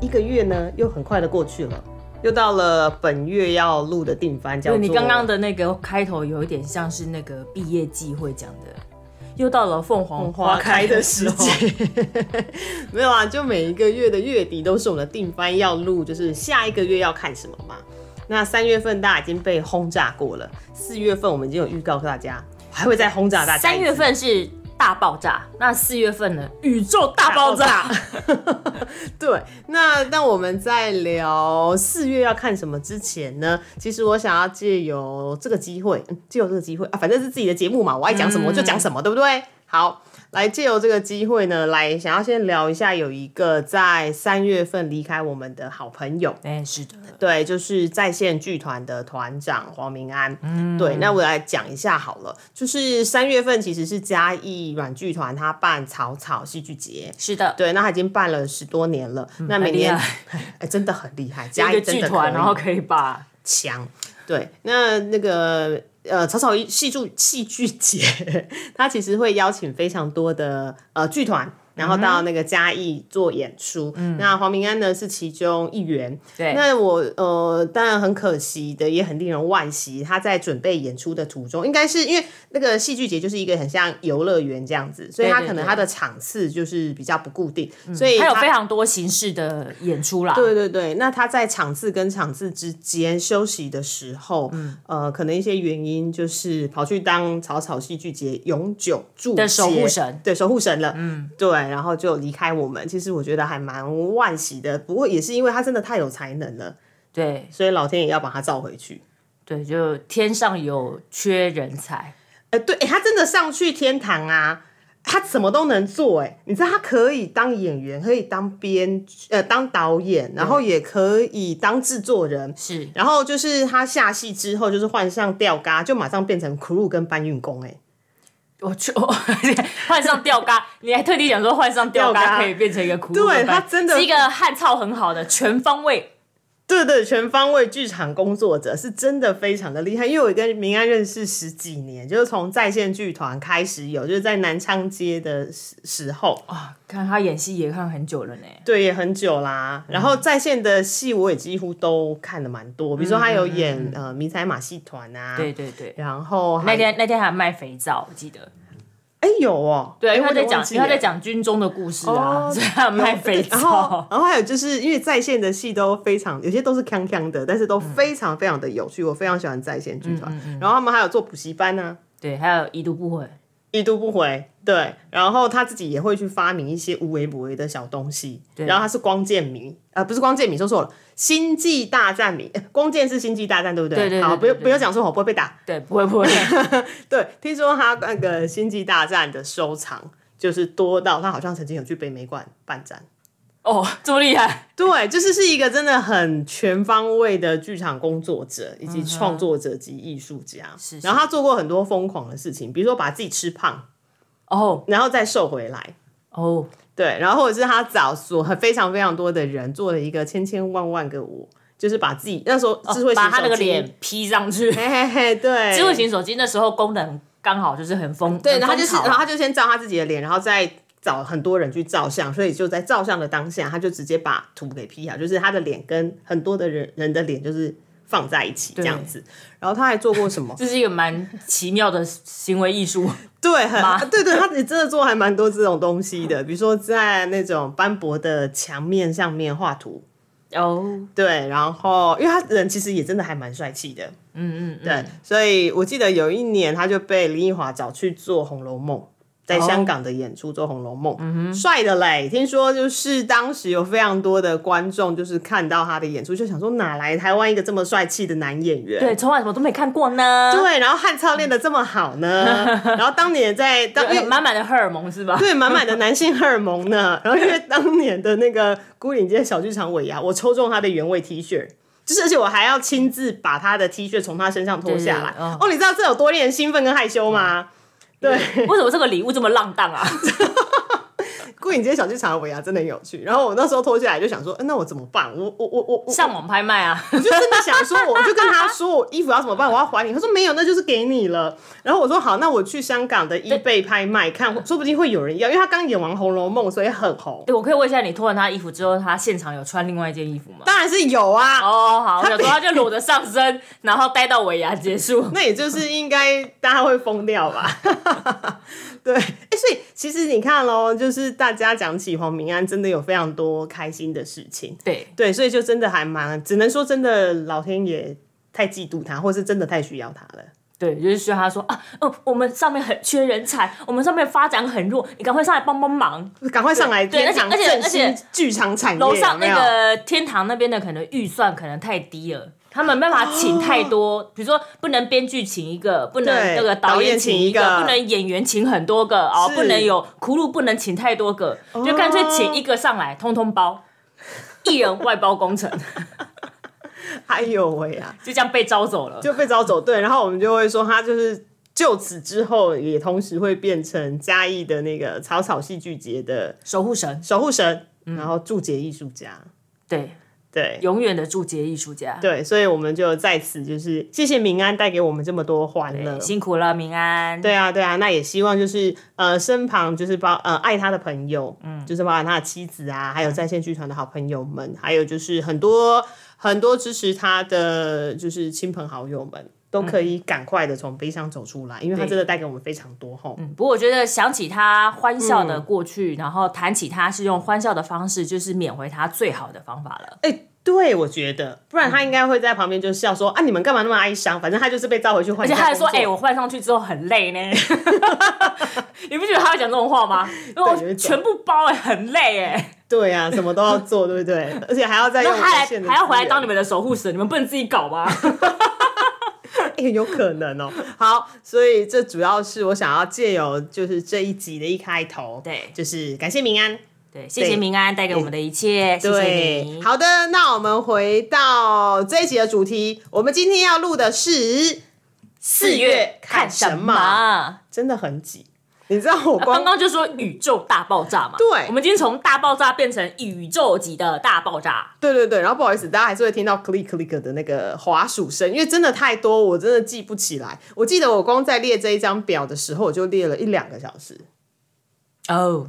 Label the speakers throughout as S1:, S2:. S1: 一个月呢，又很快的过去了，又到了本月要录的定番，叫
S2: 就
S1: 做
S2: 你刚刚的那个开头，有一点像是那个毕业季会讲的，又到了凤凰
S1: 嗯花
S2: 花
S1: 开
S2: 开
S1: 的
S2: 的
S1: 时
S2: 时
S1: 候，
S2: 候。
S1: 没有啊，就每一个月的月底都是我们的定番要录，就是下一个月要看什么嘛。那三月份大家已经被轰炸过了，四月份我们已经有预告大家，还会再轰炸大家一次。
S2: 三月份是大爆炸，那四月份呢？宇宙大爆炸。
S1: 对，那那我们在聊四月要看什么之前呢，其实我想要借由这个机会，嗯借、由这个机会啊，反正是自己的节目嘛，我爱讲什么我就讲什么，对不对？好，来借由这个机会呢，来想要先聊一下，有一个在三月份离开我们的好朋友，
S2: 哎、是的，
S1: 对，就是在线剧团的团长黄明安。嗯，对，那我来讲一下好了，就是三月份其实是嘉义软剧团他办草草戏剧节，
S2: 是的。嗯
S1: 对，那他已经办了十多年了。那每
S2: 很厉
S1: 年，
S2: 害
S1: 哎、真的很厉害，嘉
S2: 一个
S1: 义真
S2: 剧
S1: 的可
S2: 团，
S1: 以
S2: 然后可以把
S1: 强。对，那那个呃，草草戏剧戏剧节，它其实会邀请非常多的呃剧团。然
S2: 嗯
S1: 后到那个嘉义做演出，那黄明安呢是其中一员。
S2: 对
S1: 那我呃，当然很可惜的，也很令人惋惜。他在准备演出的途中，应该是因为那个戏剧节就是一个很像游乐园这样子，所以他
S2: 对对
S1: 可能
S2: 对嗯
S1: 他的场次就是比较不固定，所以
S2: 还有
S1: 他
S2: 非常多形式的演出啦。
S1: 对对对，那他在场次跟场次之间休息的时候，
S2: 嗯
S1: 呃，可能一些原因就是跑去当草草戏剧节永久驻
S2: 的守护
S1: 节
S2: 神，
S1: 对守护神了，嗯，对，然后就离开我们。其实我觉得还蛮惋惜的，不过也是因为他真的太有才能了，
S2: 对
S1: 所以老天也要把他召回去。
S2: 对，就天上有缺人才，
S1: 哎、对、哎他真的上去天堂啊！他什么都能做、哎，你知道他可以当演员，可以当编剧，呃，当导演，然后也可以当制作人，
S2: 是
S1: 然后就是他下戏之后，就是换上吊嘎，就马上变成 crew 跟搬运工、哎，
S2: 我去我 换上吊嘎，你还特地讲说换上
S1: 吊
S2: 吊
S1: 嘎
S2: 嘎可以变成一个苦力
S1: 对
S2: 板
S1: 他真的
S2: 是一个汗操很好的全方位，
S1: 对对，全方位剧场工作者是真的非常的厉害。因为我跟明安认识十几年，就是从在线剧团开始有，就是在南昌街的时时候，
S2: 哦看他演戏也看很久了呢。
S1: 对，也很久啦。
S2: 嗯
S1: 然后在线的戏我也几乎都看了蛮多，比如说他有演、呃迷彩马戏团啊，
S2: 嗯对，对对，
S1: 然后还
S2: 那天那天还卖肥皂，我记得。
S1: 哎有哦，
S2: 对，
S1: 哎
S2: 因为他
S1: 我有
S2: 在
S1: 点
S2: 讲
S1: 忘，记
S2: 因为他
S1: 了
S2: 在讲军中的故事啊，
S1: 哦
S2: 所以他卖肥
S1: 然后
S2: 皂，。
S1: 然后还有就是因为在线的戏都非常，有些都是锵锵的，但是都
S2: 嗯
S1: 非常非常的有趣，我非常喜欢在线剧团。然后他们还有做补习班呢、
S2: 对，还有已读不回，
S1: 一读不回，对。然后他自己也会去发明一些无为不为的小东西。然后他是光剑迷，呃，不是光剑迷，说错了，星际大战迷。呃光剑是星际大战，对不对？
S2: 对对对
S1: 好，不
S2: 对
S1: 用
S2: 对
S1: 不用讲错，我不会被打。
S2: 对，不会不 会，
S1: 对，听说他那个星际大战的收藏就是多到他好像曾经有去北美馆办展。
S2: 哦，这么厉害，
S1: 对，就是是一个真的很全方位的剧场工作者，以及创作者及艺术家。
S2: 嗯是
S1: 然后他做过很多疯狂的事情，比如说把自己吃胖，
S2: 哦
S1: 然后再瘦回来。
S2: 哦，
S1: 对，然后或者是他找所非常非常多的人做了一个千千万万个我，就是把自己那时候智慧型手机、
S2: 哦把他那个脸 P 上 去，
S1: 嘿嘿嘿，对，
S2: 智慧型手机那时候功能刚好就是很丰，
S1: 对，
S2: 很啊
S1: 然后他就是，
S2: 风潮？
S1: 然后他就先照他自己的脸，然后再找很多人去照相，所以就在照相的当下，他就直接把图给 P 好，就是他的脸跟很多的人人的脸就是放在一起这样子。然后他还做过什么
S2: 这是一个蛮奇妙的行为艺 术，
S1: 对，很 对对，他也真的做还蛮多这种东西的，比如说在那种斑驳的墙面上面画图。
S2: 哦，
S1: 对，然后因为他人其实也真的还蛮帅气的，
S2: 嗯
S1: 嗯嗯，对，所以我记得有一年他就被林奕华找去做《红楼梦》，在
S2: 哦
S1: 香港的演出做《红楼梦》，
S2: 嗯
S1: 帅的嘞！听说就是当时有非常多的观众，就是看到他的演出，就想说哪来台湾一个这么帅气的男演员？
S2: 对，从来我都没看过呢，
S1: 对，然后汉操练的这么好呢， 然后当年在当因为
S2: 对，满满的荷尔蒙是吧？
S1: 对，满满的男性荷尔蒙呢。 然后因为当年的那个孤岭街小剧场尾牙，我抽中他的原味 T 恤。就是，而且我还要亲自把他的 T 恤从他身上脱下来。
S2: 对对对
S1: 哦
S2: 哦
S1: 你知道这有多令人兴奋跟害羞吗？对，
S2: 为什么这个礼物这么浪荡 啊？
S1: 孤岭街小剧场的尾牙真的很有趣。然后我那时候脱下来就想说，嗯那我怎么办？我我我我我
S2: 上网拍卖 啊！
S1: 我就真的想说，我就跟他说，我衣服要怎么办？我要还你。他说没有，那就是给你了。然后我说好，那我去香港的 eBay 拍卖看，说不定会有人要，因为他刚演完《红楼梦》，所以很红。
S2: 对，我可以问一下，你脱完他衣服之后，他现场有穿另外一件衣服 吗？
S1: 当然是有啊，
S2: 哦，好，我
S1: 他
S2: 想说他就裸着上身，然后待到尾牙结束。
S1: 那也就是应该大家会疯掉吧？ 对，哎、所以其实你看喽，就是大家讲起黄明安，真的有非常多开心的事情。
S2: 对，
S1: 对，所以就真的还蛮，只能说真的老天爷太嫉妒他，或是真的太需要他了。
S2: 对，就是需要他说啊，哦，我们上面很缺人才，我们上面发展很弱，你赶快上来帮帮忙。
S1: 赶快上来
S2: 对
S1: 天堂
S2: 而且而且
S1: 振
S2: 而
S1: 兴
S2: 且
S1: 剧场产业，
S2: 楼上
S1: 有
S2: 那
S1: 没有
S2: 个天堂那边的可能预算可能太低了。他们没办法请太多，
S1: 哦
S2: 比如说不能编剧请一个，不能
S1: 对
S2: 那个导
S1: 导演
S2: 请
S1: 请一
S2: 个，
S1: 个
S2: 不能演员请很多个哦
S1: 是，哦
S2: 不能有苦鲁不能请太多个，就干脆请一个上来，通通包， 一人外包工程，
S1: 哎呦喂啊，
S2: 就这样被招走了。
S1: 就被招走对，然后我们就会说他就是。就此之后，也同时会变成嘉义的那个草草戏剧节的
S2: 守护神，
S1: 守护神，
S2: 嗯
S1: 然后注解艺术家。
S2: 对，
S1: 对
S2: 永远的注解艺术家。
S1: 对，所以我们就在此就是谢谢明安带给我们这么多欢乐
S2: 对，。辛苦了，明安。
S1: 对啊，对啊，那也希望就是呃，身旁就是包呃爱他的朋友，嗯，就是包含他的妻子啊，
S2: 嗯
S1: 还有在线剧团的好朋友们，还有就是很多很多支持他的就是亲朋好友们，都可以赶快的从悲伤走出来，因为他真的带给我们非常多吼。
S2: 不过我觉得想起他欢笑
S1: 嗯
S2: 的过去，然后谈起他是用欢笑的方式，就是缅怀他最好的方法了。
S1: 哎、对，我觉得，不然他
S2: 嗯
S1: 应该会在旁边就笑说、啊，你们干嘛那么哀伤？反正他就是被召回去换
S2: 而
S1: 一
S2: 且
S1: 下
S2: 他
S1: 工
S2: 还
S1: 作，
S2: 说：“哎、我换上去之后很累呢。” 你不觉得他会讲这种话吗？因为
S1: 有一
S2: 我
S1: 种
S2: 全部包哎、很累哎、
S1: 对 啊，什么都要做，对不对？而且还要再
S2: 那
S1: 用
S2: 他还
S1: 无限的
S2: 还要回来
S1: 资源
S2: 当你们的守护神，你们不能自己搞吗？
S1: 欸 有可能哦、好，所以这主要是我想要借由就是这一集的一开头，
S2: 对
S1: 就是感谢明安，
S2: 对，谢谢明安带给我们的一切，谢谢
S1: 对，
S2: 你。
S1: 好的，那我们回到这一集的主题，我们今天要录的是四
S2: 看什？么？啊
S1: 真的很挤，你知道我
S2: 刚
S1: 光
S2: 刚就说宇宙大爆炸嘛，
S1: 对
S2: 我们今天从大爆炸变成宇宙级的大爆炸。
S1: 对对对，然后不好意思，大家还是会听到 click click 的那个滑鼠声，因为真的太多，我真的记不起来。我记得我光在列这一张表的时候，我就列了一两个小时。
S2: 哦，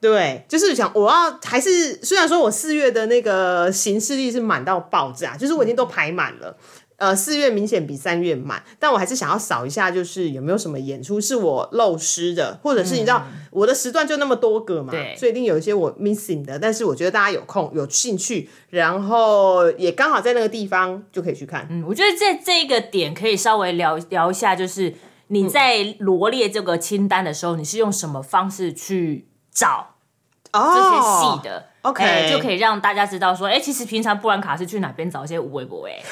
S1: 对，就是想我要还是虽然说我四月的那个行事历是满到爆炸，就是我已经都排满了。呃，四月明显比三月满，但我还是想要扫一下，就是有没有什么演出是我漏失的，或者是你知道、我的时段就那么多个嘛，
S2: 嗯对
S1: 所以一定有一些我 missing 的。但是我觉得大家有空有兴趣，然后也刚好在那个地方就可以去看。
S2: 嗯，我觉得这这个点可以稍微聊聊一下，就是
S1: 嗯
S2: 你在罗列这个清单的时候，你是用什么方式去找
S1: 哦，
S2: 这些戏的、
S1: OK
S2: 哎就可以让大家知道说，哎、其实平常布兰卡是去哪边找一些无微 博哎，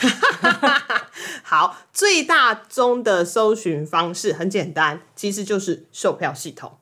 S1: 好，最大宗的搜寻方式很简单，其实就是售票系统。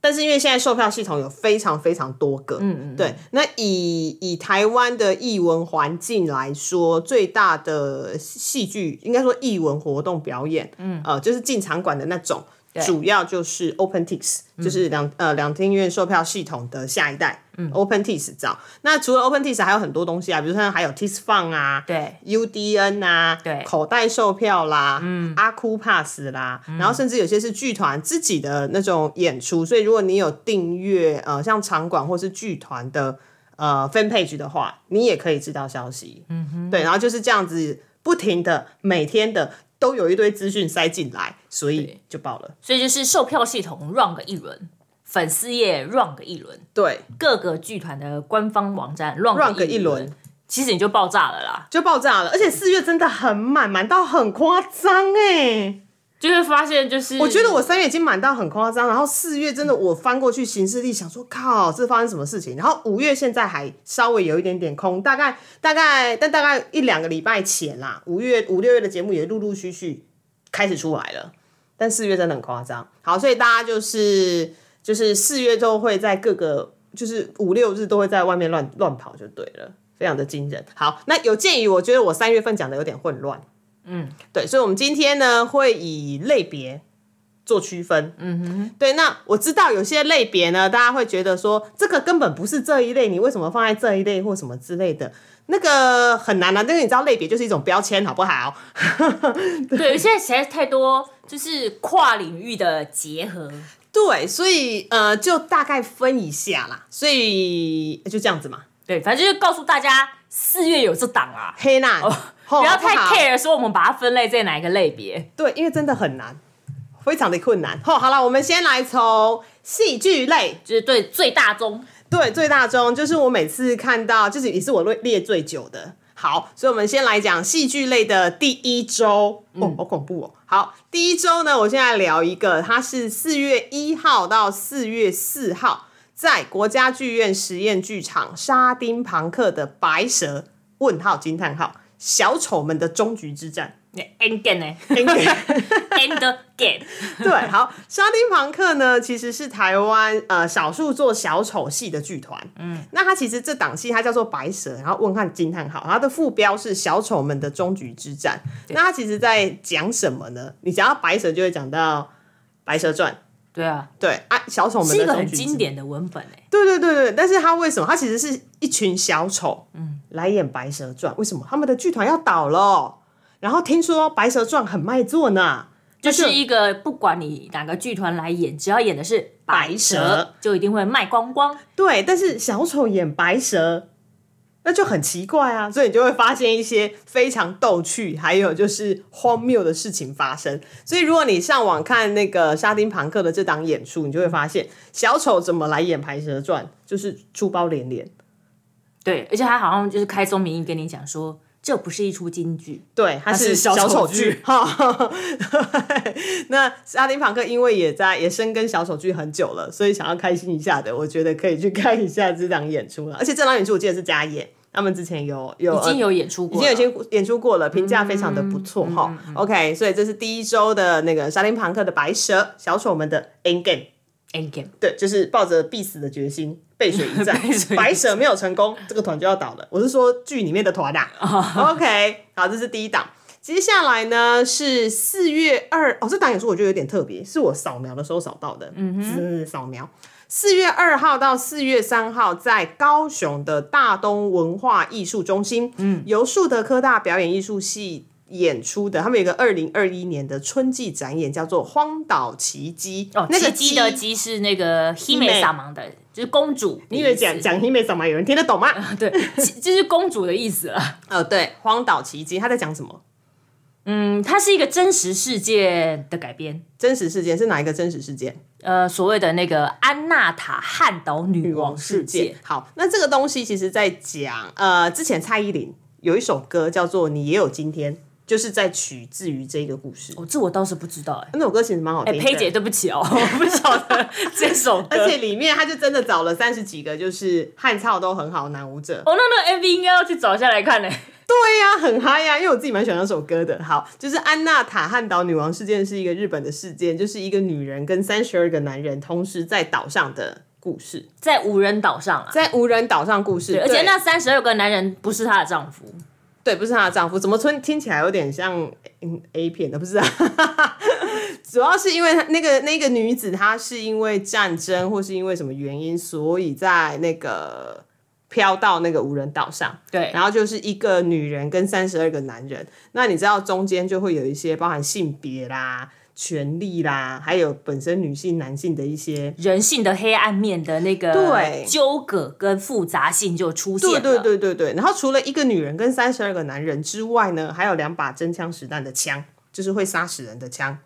S1: 但是因为现在售票系统有非常非常多个，嗯嗯，对。那以以台湾的艺文环境来说，最大的戏剧应该说艺文活动表演，嗯，呃，就是进场馆的那种，主要就是 OpenTix，、就是两呃两厅院售票系统的下一代，嗯，OpenTix 照。那除了 OpenTix 还有很多东西啊，比如说还有 Tix Fun 啊，
S2: 对
S1: ，UDN 啊，
S2: 对
S1: 口袋售票啦，嗯，阿酷 Pass 啦，然后甚至有些是剧团自己的那种演出，所以如果你有订阅呃像场馆或是剧团的呃 fan page 的话，你也可以知道消息，嗯哼，对，然后就是这样子不停的每天的都有一堆资讯塞进来，所以就爆了，
S2: 所以就是售票系统 run 个一轮，粉丝页 run 个一轮，
S1: 对，
S2: 各个剧团的官方网站 run
S1: run
S2: 个
S1: 个一轮，
S2: 其实你就爆炸了啦。
S1: 就爆炸了，而且四月真的很满，满到很夸张哎，
S2: 就会发现就是，
S1: 我觉得我三月已经满到很夸张，然后四月真的我翻过去行事历，想说靠，这发生什么事情？然后五月现在还稍微有一点点空，大概大概但大概一两个礼拜前啦，五月五六月的节目也陆陆续续开始出来了，但四月真的很夸张。好，所以大家就是就是四月都会在各个就是五六日都会在外面乱乱跑就对了，非常的惊人。好，那有鉴于我觉得我三月份讲的有点混乱。对，所以我们今天呢会以类别做区分。嗯哼，对。那我知道有些类别呢，大家会觉得说这个根本不是这一类，你为什么放在这一类或什么之类的？那个很难啊，但是你知道类别就是一种标签，好不好？
S2: 对，现在实在是太多就是跨领域的结合，
S1: 对，所以呃，就大概分一下啦。所以就这样子嘛，
S2: 对，反正就是告诉大家四月有这档啊，
S1: 黑娜，
S2: 哦
S1: 吼
S2: 不要
S1: 好
S2: 太
S1: 好
S2: care 说我们把它分类在哪一个类别，
S1: 对，因为真的很难，非常的困难。好，好了，我们先来从戏剧类。
S2: 就是对最大宗，
S1: 对，最大宗就是我每次看到，就是也是我列列最久的。好，所以我们先来讲戏剧类的第一周，哦，好恐怖哦。好，第一周呢，我现在聊一个，它是四月一号到四月四号，在国家剧院实验剧场沙丁庞克的《白蛇》问号惊叹号小丑们的终局之战。
S2: 你哎 end game 呢 ？end game，
S1: 对，好，沙丁庞克呢，其实是台湾呃少数做小丑戏的剧团。嗯，那它其实这档戏它叫做《白蛇》，然后问号惊叹号，它的副标是“小丑们的终局之战”。那它其实在讲什么呢？你讲到白蛇，就会讲到《白蛇传》。
S2: 对啊，
S1: 对啊，小丑们
S2: 是
S1: 的
S2: 一个
S1: 终
S2: 很
S1: 局之
S2: 经典的文本哎、
S1: 对对对对，但是他为什么？他其实是一群小丑，嗯，来演《白蛇传》，为什么？他们的剧团要倒了，然后听说《白蛇传》很卖座呢，
S2: 就
S1: 那
S2: 是一个不管你哪个剧团来演，只要演的是白
S1: 白
S2: 蛇
S1: 蛇，
S2: 就一定会卖光光。
S1: 对，但是小丑演白蛇，那就很奇怪啊，所以你就会发现一些非常逗趣，还有就是荒谬的事情发生。所以如果你上网看那个沙丁庞克的这档演出，你就会发现小丑怎么来演《白蛇传》，就是出包连连。
S2: 对，而且他好像就是开宗明义跟你讲说，这不是一出京剧，
S1: 对，它
S2: 是
S1: 是
S2: 小丑
S1: 丑
S2: 剧
S1: 剧。哈，对那沙丁庞克因为也在也深耕小丑剧很久了，所以想要开心一下的，我觉得可以去看一下这档演出了。而且这档演出我记得是加演，他们之前有有
S2: 已经
S1: 呃
S2: 有演出过
S1: 已
S2: 了，嗯
S1: 经有先演出过了，评价非常的不错哈。OK，所以这是第一周的那个沙丁庞克的白蛇小丑们的 end game，
S2: end game。
S1: 对，就是抱着必死的决心背水一战
S2: 背水一战，
S1: 白蛇没有成功，这个团就要倒了。我是说剧里面的团啊。OK，好，
S2: 哦
S1: 这是第一档。接下来呢是四月二哦，这档演出我觉得有点特别，是我扫描的时候扫到的，嗯哼，扫描。四月二号到四月三号，在高雄的大东文化艺术中心，嗯，由树德科大表演艺术系演出的，他们有一个二零二一年的春季展演，叫做《荒岛奇迹》。
S2: 哦，
S1: 那个
S2: 奇迹的鸡是那个黑美萨芒的，就是公主的意思。
S1: 你以为讲讲英美什么？有人听得懂吗？
S2: 对，其 就是公主的意思了。
S1: 呃，对，《荒岛奇迹》他在讲什么？
S2: 嗯，它是一个真实事件的改编。
S1: 真实事件是哪一个真实事件？
S2: 呃，所谓的那个安娜塔汉岛女王事件，。
S1: 好，那这个东西其实在讲，呃，之前蔡依林有一首歌叫做《你也有今天》，就是在取自于这个故事。
S2: 哦，这我倒是不知道哎、
S1: 那首歌其实蛮好听的。
S2: 佩姐，对不起哦，我不晓得这首 歌。
S1: 而且里面他就真的找了三十几个，就是汉操都很好男舞者，
S2: 哦，那那个 MV 应该要去找下来看呢、
S1: 对呀、很嗨呀、因为我自己蛮喜欢那首歌的。好，就是安娜塔汉岛女王事件是一个日本的事件，就是一个女人跟三十二个男人同时在岛上的故事，
S2: 在无人岛上啊。
S1: 在无人岛上故事。
S2: 对而且
S1: 对
S2: 那三十二个男人不是她的丈夫，
S1: 对不是她的丈夫，怎么听听起来有点像嗯 A 片的，不是、啊？ 主要是因为她那个那个女子，她是因为战争或是因为什么原因，所以在那个飘到那个无人岛上。
S2: 对
S1: 然后就是一个女人跟三十二个男人，那你知道中间就会有一些包含性别啦、权利啦，还有本身女性、男性的一些。
S2: 人性的黑暗面的那个
S1: 对
S2: 纠葛跟复杂性就出现
S1: 对
S2: 了。
S1: 对对对对，然后除了一个女人跟三十二个男人之外呢，还有两把真枪实弹的枪，就是会杀死人的枪，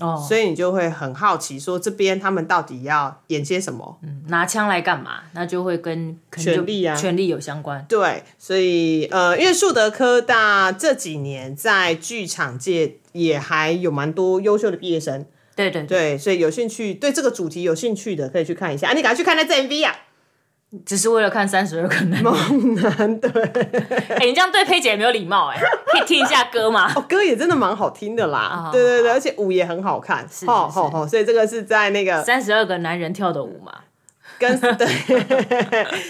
S2: 哦，
S1: 所以你就会很好奇，说这边他们到底要演些什么？
S2: 拿枪来干嘛？那就会跟可能就
S1: 权力啊
S2: 权力有相关。
S1: 对，所以呃，因为树德科大这几年在剧场界也还有蛮多优秀的毕业生，
S2: 对对对，
S1: 对，所以有兴趣对这个主题有兴趣的可以去看一下。啊，你赶快去看那支 MV 啊！
S2: 只是为了看三十二个男人。
S1: 难对，
S2: 哎、你这样对佩姐没有礼貌哎、可以听一下歌吗？
S1: 哦歌也真的蛮好听的啦，对对对，而且舞也很啊好看，是
S2: 是
S1: 吼吼吼，所以这个是在那个
S2: 三十二个男人跳的舞嘛，
S1: 跟 对，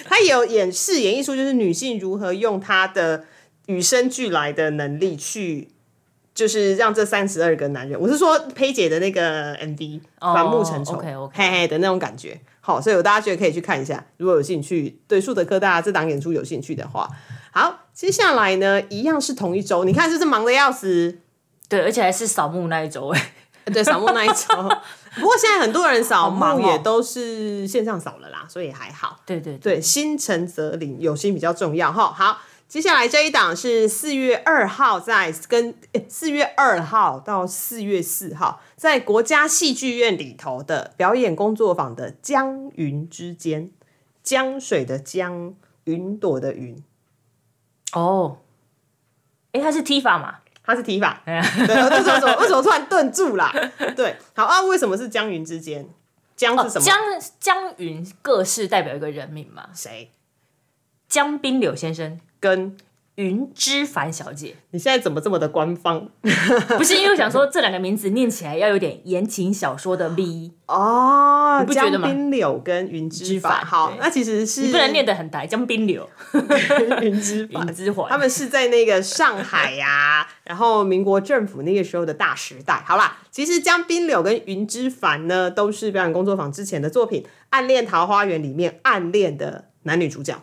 S1: 他也有演饰演艺术，就是女性如何用她的与生俱来的能力去。就是让这三十二个男人，我是说佩姐的那个 MV 反目成仇
S2: 哦 OK，OK
S1: 嘿嘿的那种感觉。好，所以大家觉得可以去看一下，如果有兴趣对树德科大这档演出有兴趣的话。好，接下来呢，一样是同一周，你看是不是忙的要死？
S2: 对，而且还是扫墓那一周哎、
S1: 对，扫墓那一 周。不过现在很多人扫
S2: 忙
S1: 墓
S2: 哦
S1: 也都是线上扫了啦，所以还好。
S2: 对对对，
S1: 对，心诚则灵，有心比较重要哈。好，接下来这一档是四月二号在跟四月二号到四月四号在国家戏剧院里头的表演工作坊的江云之间，江水的江，云朵的云，
S2: 哦，哎、他是 T 法嘛，
S1: 它是提法。
S2: 哎呀
S1: 对，为什么为什么突然顿住啦？对，好啊，为什么是江云之间？江是什么？
S2: 哦江江云各式代表一个人名嘛，
S1: 谁
S2: 江滨柳先生、
S1: 跟？
S2: 云之凡小 姐，
S1: 你现在怎么这么的官方？
S2: 不是因为我想说这两个名字念起来要有点言情小说的 V，
S1: 哦，
S2: 你不觉得吗
S1: 江滨柳跟云之
S2: 之
S1: 法，
S2: 法
S1: 好
S2: 对，
S1: 那其实是
S2: 你不能念得很白，江滨 柳、
S1: 云之法
S2: 云。之环，
S1: 他们是在那个上海呀、然后民国政府那个时候的大时代。好啦，其实江滨柳跟云之凡呢，都是表演工作坊之前的作品，《暗恋桃花源》里面暗恋的男女主角。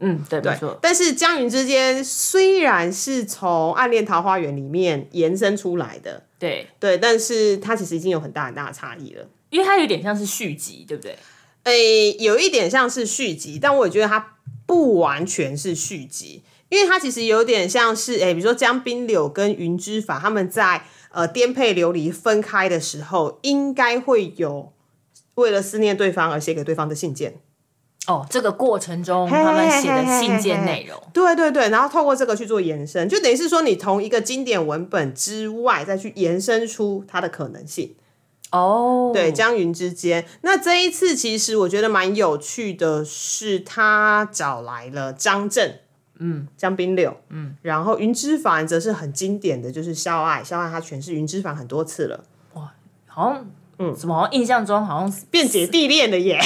S2: 嗯，对，没错，
S1: 但是江云之间虽然是从《暗恋桃花源》里面延伸出来的，
S2: 对，
S1: 对，但是它其实已经有很大很大的差异了。
S2: 因为它有点像是续集，对不对？
S1: 诶、有一点像是续集，但我也觉得它不完全是续集，因为它其实有点像是诶、比如说江滨柳跟云之法他们在呃颠沛流离分开的时候，应该会有为了思念对方而写给对方的信件。
S2: 哦，这个过程中他们写的信件内容，
S1: 对对对，然后透过这个去做延伸，就等于是说你从一个经典文本之外再去延伸出它的可能性。
S2: 哦，
S1: 对，江云之间。那这一次其实我觉得蛮有趣的是，他找来了张震，嗯，江滨柳，嗯，然后云之凡则是很经典的就是肖爱，肖爱他诠释云之凡很多次了，
S2: 好像。嗯，怎么好像印象中好 像是
S1: 变姐弟恋了耶。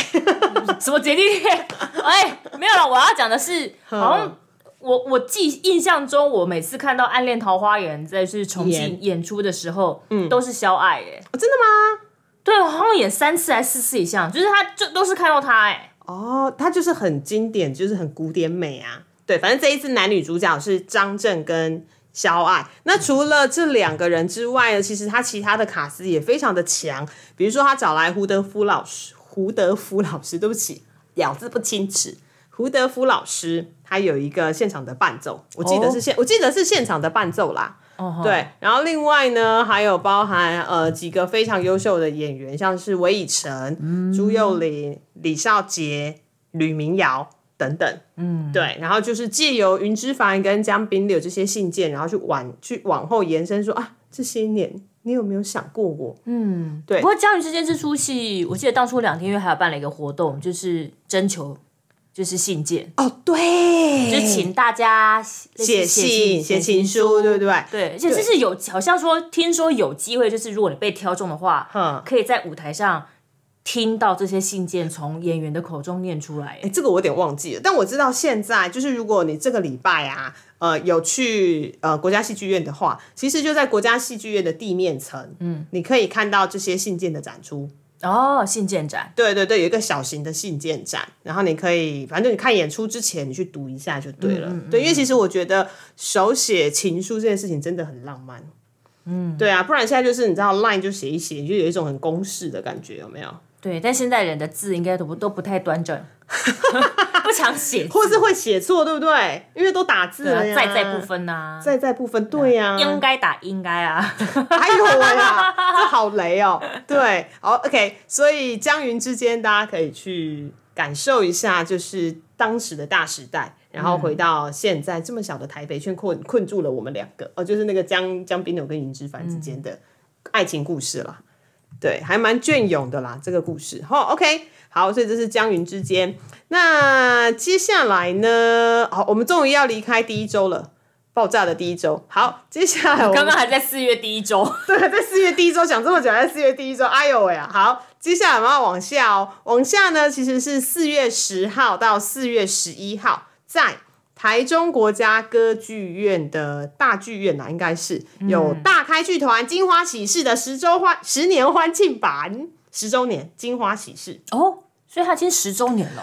S2: 什么姐弟恋？哎，没有了，我要讲的是，好像我我记印象中，我每次看到《暗恋桃花源》在是重庆
S1: 演哦
S2: 演出的时候，嗯，都是肖爱哎、
S1: 真的吗？
S2: 对，好像演三次还是四次以上，就是他就都是看到他哎、
S1: 哦，他就是很经典，就是很古典美啊。对，反正这一次男女主角是张震跟肖爱。那除了这两个人之外呢，其实他其他的卡司也非常的强，比如说他找来胡德夫老师，胡德夫老师，对不起，咬字不清齿。胡德夫老师他有一个现场的伴奏，我记得是现，我记得是现场的伴奏啦。对，然后另外呢，还有包含呃几个非常优秀的演员，像是韦以诚、朱佑麟、李少杰、吕明瑶等等。嗯，对，然后就是借由云之凡跟江滨柳这些信件，然后去往去往后延伸说啊，这些年你有没有想过我？对
S2: 不过江云之间这出戏，我记得当初两天院还有办了一个活动，就是征求，就是信件，
S1: 哦，对，
S2: 就请大家
S1: 哎写
S2: 写
S1: 信、写
S2: 写
S1: 情书，对不对？
S2: 对，而且就是有，好像说听说有机会，就是如果你被挑中的话，
S1: 嗯
S2: 可以在舞台上听到这些信件从演员的口中念出来。
S1: 哎、这个我有点忘记了，但我知道现在就是如果你这个礼拜啊，呃，有去呃国家戏剧院的话，其实就在国家戏剧院的地面层，嗯，你可以看到这些信件的展出。
S2: 哦，信件展，
S1: 对对对，有一个小型的信件展，然后你可以，反正你看演出之前你去读一下就对
S2: 嗯
S1: 了。对，因为其实我觉得手写情书这件事情真的很浪漫。嗯，对啊，不然现在就是你知道 Line 就写一写，你就有一种很公式的感觉，有没有？
S2: 对，但现在人的字应该都不都不太 端正，不常写字，啊
S1: 或是会写错，对不对？因为都打字
S2: 对啊
S1: 了呀，
S2: 在在不分呐、
S1: 在啊在部分，对呀、
S2: 应该打应该啊，
S1: 哎呦喂啊，这好雷哦。对，好，OK，所以江云之间大家可以去感受一下，就是当时的大时代，然后回到现在这么小的台北，却困困住了我们两个。哦，就是那个江江滨柳跟云之凡之间的爱情故事啦。对，还蛮隽永的啦，这个故事。好、o k 好，所以这是江云之间。那接下来呢？好，我们终于要离开第一周了，爆炸的第一周。好，接下来我们
S2: 刚刚还在四月第一周，
S1: 对， 在四月第一周讲这么久，在四月第一周，哎呦喂啊！好，接下来我们要往下哦，往下呢其实是四月十号到四月十一号，在台中国家歌剧院的大剧院啊呐、应该是有大开剧团《金花喜事》的十周欢十年欢庆版，十周年《金花喜事》。
S2: 哦，所以他今天十周年了。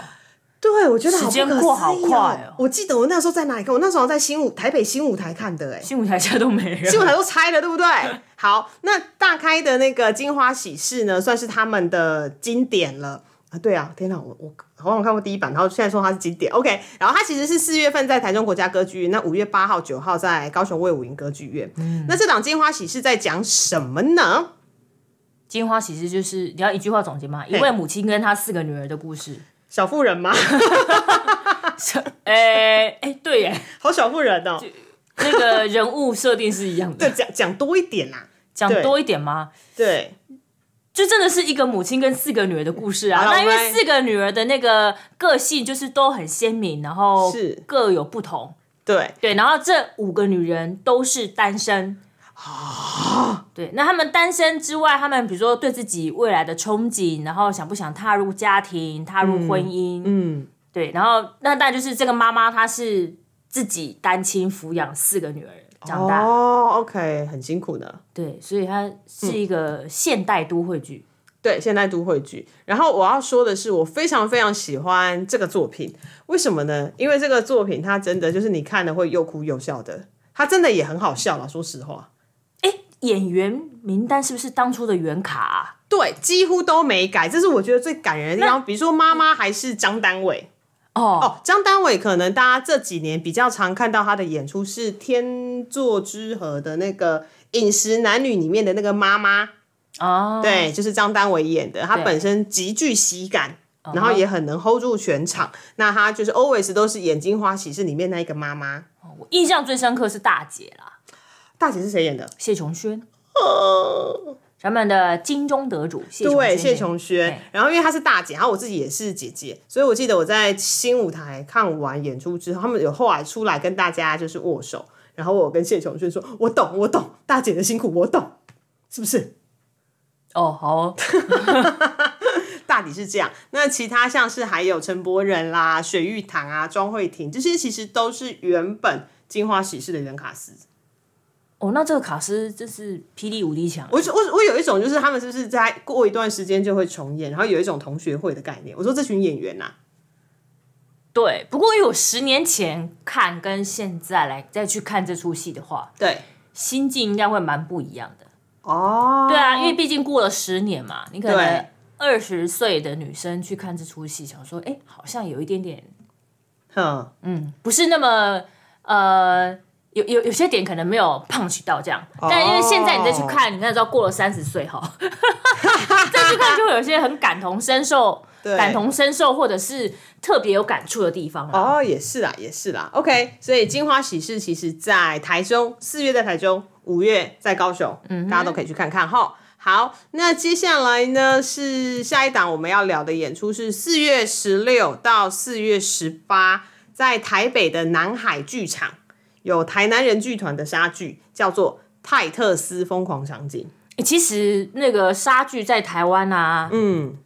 S1: 对，我觉得好
S2: 时间
S1: 不可
S2: 过好
S1: 思议
S2: 快哦
S1: 我记得我那时候在哪里看，我那时候在新舞台北新舞台看的、哎。
S2: 新舞台现在都没了，
S1: 新舞台都拆了，对不对？好，那大开的那个《金花喜事》呢，算是他们的经典了啊。对啊，天哪，我我好像看过第一版，然后现在说它是经典，OK。然后它其实是四月份在台中国家歌剧院，那五月八号、九号在高雄魏武营歌剧院。那这档《金花喜事》在讲什么呢？
S2: 金花其实就是你要一句话总结嘛，一位母亲跟她四个女儿的 故事。
S1: 小妇人吗？
S2: 哎哎，对耶，
S1: 好小妇人哦，
S2: 那个人物设定是一样
S1: 对，
S2: 的，
S1: 讲讲多一点啦。
S2: 讲
S1: 对
S2: 多一点吗？
S1: 对，
S2: 就真的是一个母亲跟四个女儿的故事啊。
S1: 好
S2: 那因
S1: 我们
S2: 为四个女儿的那个个性就是都很鲜明，然后
S1: 是
S2: 各有不同。
S1: 对，
S2: 对，然后这五个女人都是单身。
S1: 啊
S2: 对，那她们单身之外，她们比如说对自己未来的憧憬，然后想不想踏入家庭、踏入婚姻，
S1: 嗯，
S2: 对，然后那当然就是这个妈妈她是自己单亲抚养四个女儿长大，
S1: 哦，OK，很嗯辛苦呢。
S2: 对，所以它是一个现代都会剧。
S1: 对，现代都会剧。然后我要说的是，我非常非常喜欢这个作品，为什么呢？因为这个作品它真的就是你看了会又哭又笑的，它真的也很好笑了。说实话，
S2: 哎、演员名单是不是当初的原卡、啊？
S1: 对，几乎都没改，这是我觉得最感人的地方。比如说妈妈还是张丹伟
S2: 哦，
S1: 哦，张丹伟可能大家这几年比较常看到他的演出是《天作之合》的那个《饮食男女》里面的那个妈妈，
S2: 哦，
S1: 对，就是张丹伟演的，他
S2: 对嗯
S1: 本身极具喜感。然后也很能 hold 住全场，那他就是 always 都是眼睛花喜事里面那一个妈妈。
S2: 我印象最深刻是大姐啦，
S1: 大姐是谁演的？
S2: 谢琼轩。咱们的金钟得主谢
S1: 哦
S2: 琼
S1: 对，
S2: 轩，
S1: 谢琼轩
S2: 对。
S1: 然后因为她是大姐，然后我自己也是姐姐，所以我记得我在新舞台看完演出之后，他们有后来出来跟大家就是握手，然后我跟谢琼轩说：“我懂，我懂，大姐的辛苦我懂，是不是？”
S2: 哦，好哦
S1: 大抵是这样。那其他像是还有陈柏仁啦、水玉堂啊、庄慧婷这些，其实都是原本金花喜事的原卡司。
S2: 哦，那这个卡斯真是霹雳无敌强，
S1: 我我我有一种就是他们是不是在过一段时间就会重演，然后有一种同学会的概念。我说这群演员呐、
S2: 对。不过因为我十年前看跟现在来再去看这出戏的话，
S1: 对，
S2: 心境应该会蛮不一样的。
S1: 哦，
S2: 对啊，因为毕竟过了十年嘛，你可能
S1: 对
S2: 二十岁的女生去看这出戏，想说，哎，好像有一点点，
S1: 哼，
S2: 嗯，不是那么呃，有有有些点可能没有 punch 到这样。
S1: 哦
S2: 但因为现在你再去看，你看知道过了三十岁哈， 再去看就会有些很感同身受。
S1: 对
S2: 感同身受，或者是特别有感触的地方啊。
S1: 哦，也是啦，也是啦。OK，所以金花喜事其实在台中，四月在台中，五月在高雄，嗯，大家都可以去看看哈。好，那接下来呢是下一档我们要聊的演出是四月十六到四月十八，在台北的南海剧场有台南人剧团的莎剧，叫做《泰特斯疯狂场景》。
S2: 欸其实那个莎剧在台湾啊，
S1: 嗯，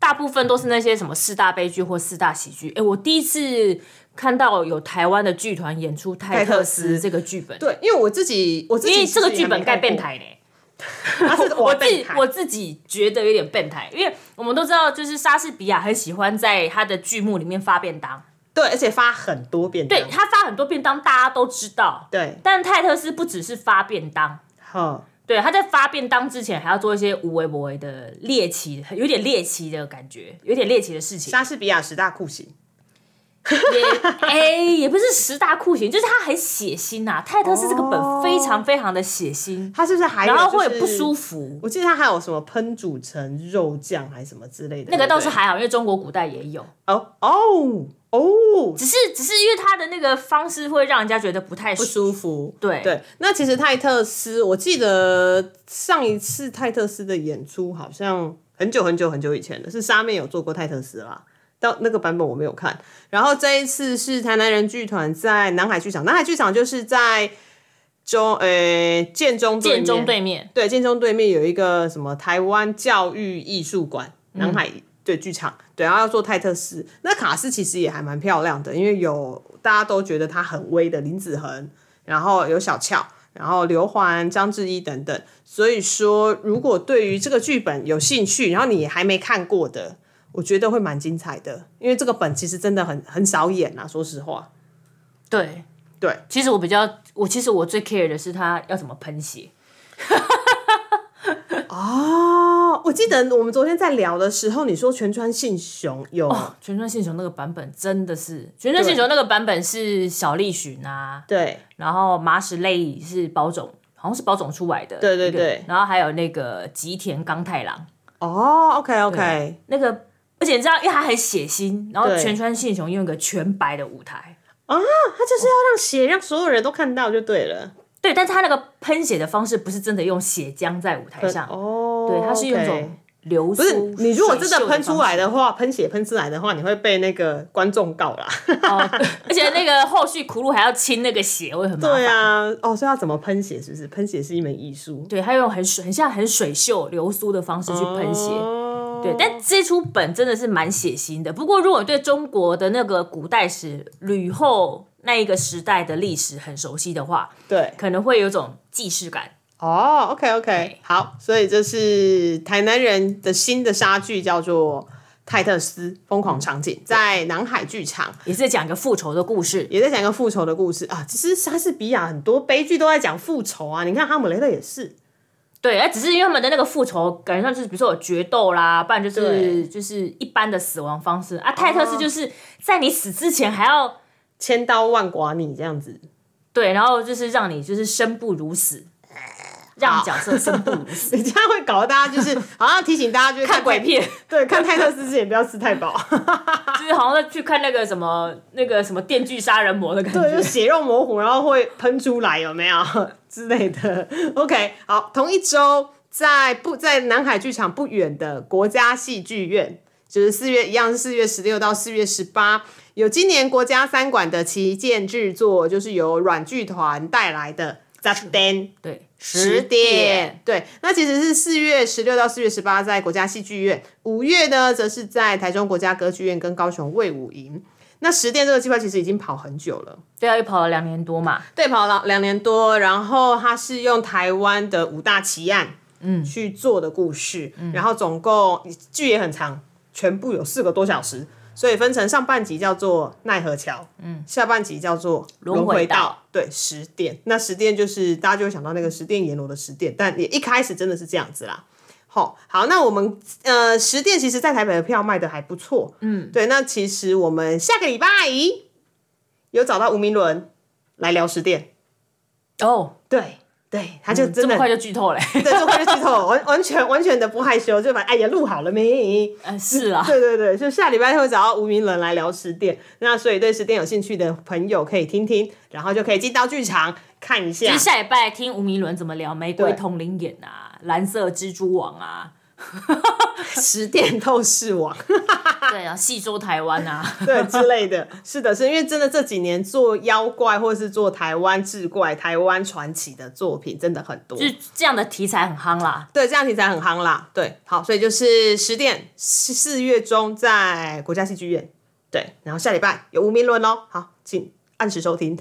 S2: 大部分都是那些什么四大悲剧或四大喜剧。哎、我第一次看到有台湾的剧团演出泰特
S1: 泰特
S2: 斯
S1: 斯
S2: 这个剧本，，
S1: 对，因为我自己我自己
S2: 因为这个
S1: 其实也
S2: 剧本
S1: 没
S2: 盖
S1: 看过
S2: 变，态呢、
S1: 它是
S2: 我
S1: 哇
S2: 自己
S1: 变态
S2: 我自己觉得有点变态，因为我们都知道，就是莎士比亚很喜欢在他的剧目里面发便当，
S1: 对，而且发很多变态，
S2: 对他发很多便当，大家都知道。
S1: 对，
S2: 但泰特斯不只是发便当，
S1: 好，
S2: 对，他在发便当之前还要做一些无为不为的猎奇，有点猎奇的感觉，有点猎奇的事情。
S1: 莎士比亚十大酷刑。
S2: 也哎、也不是十大酷刑，就是他很血腥呐、泰特斯这个
S1: 哦
S2: 本非常非常的血腥，
S1: 它是不是还有、
S2: 然
S1: 就是、
S2: 后会不舒？服。
S1: 我记得它还有什么喷煮成肉酱还是什么之类的，
S2: 那个倒是
S1: 对不
S2: 还好，因为中国古代也有，
S1: 对哦哦哦，
S2: 只是只是因为他的那个方式会让人家觉得不太
S1: 不舒服。
S2: 对
S1: 对，那其实泰特斯，我记得上一次泰特斯的演出好像很久很久很久以前了，是沙妹有做过泰特斯啦。到那个版本我没有看，然后这一次是台南人剧团在南海剧场，南海剧场就是在中呃建中对
S2: 建
S1: 面
S2: 中对面，
S1: 对，建中对面有一个什么台湾教育艺术馆，南海、对剧场，对，然后要做泰特斯。那卡斯其实也还蛮漂亮的，因为有大家都觉得她很威的林子恒，然后有小俏，然后刘环、张志一等等。所以说，如果对于这个剧本有兴趣，然后你也还没看过的，我觉得会蛮精彩的，因为这个本其实真的很很少演啊，说实话。
S2: 对
S1: 对，
S2: 其实我比较，我其实我最 care 的是他要怎么喷血。
S1: 哦，我记得我们昨天在聊的时候，你说全川信雄有、
S2: 哦，全川信雄那个版本真的是，全川信雄那个版本是小栗旬啊，
S1: 对。
S2: 然后麻石泪是宝冢，好像是宝冢出来的，
S1: 对对
S2: 一个
S1: 对
S2: 然后还有那个吉田刚太郎，
S1: 哦，OK OK，
S2: 那个而且你知道，因为他很血腥，然后
S1: 对
S2: 全川信雄用一个全白的舞台，
S1: 他就是要让血让所有人都看到就对了。
S2: 对，但是他那个喷血的方式不是真的用血浆在舞台上，
S1: 哦，
S2: 对，他是用一
S1: OK
S2: 种流
S1: 不是
S2: 苏，
S1: 你如果真
S2: 水
S1: 的
S2: 袖
S1: 喷出来
S2: 方式
S1: 的话，喷血喷出来的话，你会被那个观众告 啦。
S2: 哦，而且那个后续苦路还要清那个血，会很麻烦。
S1: 对啊，哦，所以要怎么喷血？是不是喷血是一门艺术？
S2: 对，他用很水、很像很水袖流苏的方式去喷血。
S1: 哦
S2: 对，但这出本真的是蛮血腥的。不过，如果对中国的那个古代史、吕后那一个时代的历史很熟悉的话，
S1: 对，
S2: 可能会有种既视感。
S1: 哦，OK OK，
S2: 对
S1: 好，所以这是台南人的新的杀剧，叫做《泰特斯疯狂场景》，在南海剧场。
S2: 也是讲一个复仇的故事，
S1: 也在讲一个复仇的故事啊。其实莎士比亚很多悲剧都在讲复仇啊，你看《哈姆雷特》也是，
S2: 对，而只是因为他们的那个复仇感觉上就是，比如说有决斗啦，不然就
S1: 对哦
S2: 是就是一般的死亡方式啊。泰特斯就是在你死之前还要
S1: 千刀万剐你这样子。
S2: 对，然后就是让你就是生不如死，让角色生不如 死。
S1: 你这样会搞得大家就是， 好像提醒大家就是
S2: 看鬼
S1: 泰，
S2: 片，
S1: 对，看泰特斯之前不要吃太饱，
S2: 就是好像在去看那个什么那个什么电锯杀人魔的感
S1: 对，就
S2: 觉。
S1: 血肉模糊，然后会喷出来，有没有 之类的？OK，好，同一周在不在南海剧场不远的国家戏剧院，就是四月一样是四月十六到四月十八，有今年国家三馆的旗舰制作，就是由软剧团带来的《扎丹》。
S2: 对，
S1: 十点，。对，那其实是四月十六到四月十八在国家戏剧院，五月呢则是在台中国家歌剧院跟高雄卫武营。那十点这个计划其实已经跑很久了，
S2: 对啊，又跑了两年多嘛。
S1: 对，跑了两年多，然后它是用台湾的五大奇案，嗯，去做的故事，然后总共剧也很长，全部有四个多小时，所以分成上半集叫做奈何桥，嗯，下半集叫做轮
S2: 轮回道
S1: 道，对，十殿。那十殿就是大家就会想到那个十殿阎罗的十殿，但也一开始真的是这样子啦。好，好，那我们呃十殿其实在台北的票卖的还不错，嗯，对，那其实我们下个礼拜有找到吴明伦来聊十殿。
S2: 哦，
S1: 对对，他就真
S2: 嗯这
S1: 的、
S2: 么快就剧 透嘞？
S1: 对，这么快就剧 透，完完全完全的不害羞，就把哎呀录好了没？
S2: 呃，是啊，
S1: 对对对，就下礼拜会找到吴明伦来聊十店，那所以对十店有兴趣的朋友可以听听，然后就可以进到剧场看一下
S2: 就是。下礼拜听吴明伦怎么聊《玫瑰
S1: 对
S2: 同龄眼》啊，《蓝色蜘蛛网》啊，
S1: 十店透视 网。
S2: 对啊，《戏说台湾》啊，
S1: 对之类的，是的，是因为真的这几年做妖怪或是做台湾志怪、台湾传奇的作品真的很多，
S2: 就是这样的题材很夯啦。
S1: 对，这样题材很夯啦。对，好，所以就是十点四四月中在国家戏剧院，对，然后下礼拜有无名论哦。好，请按时收听。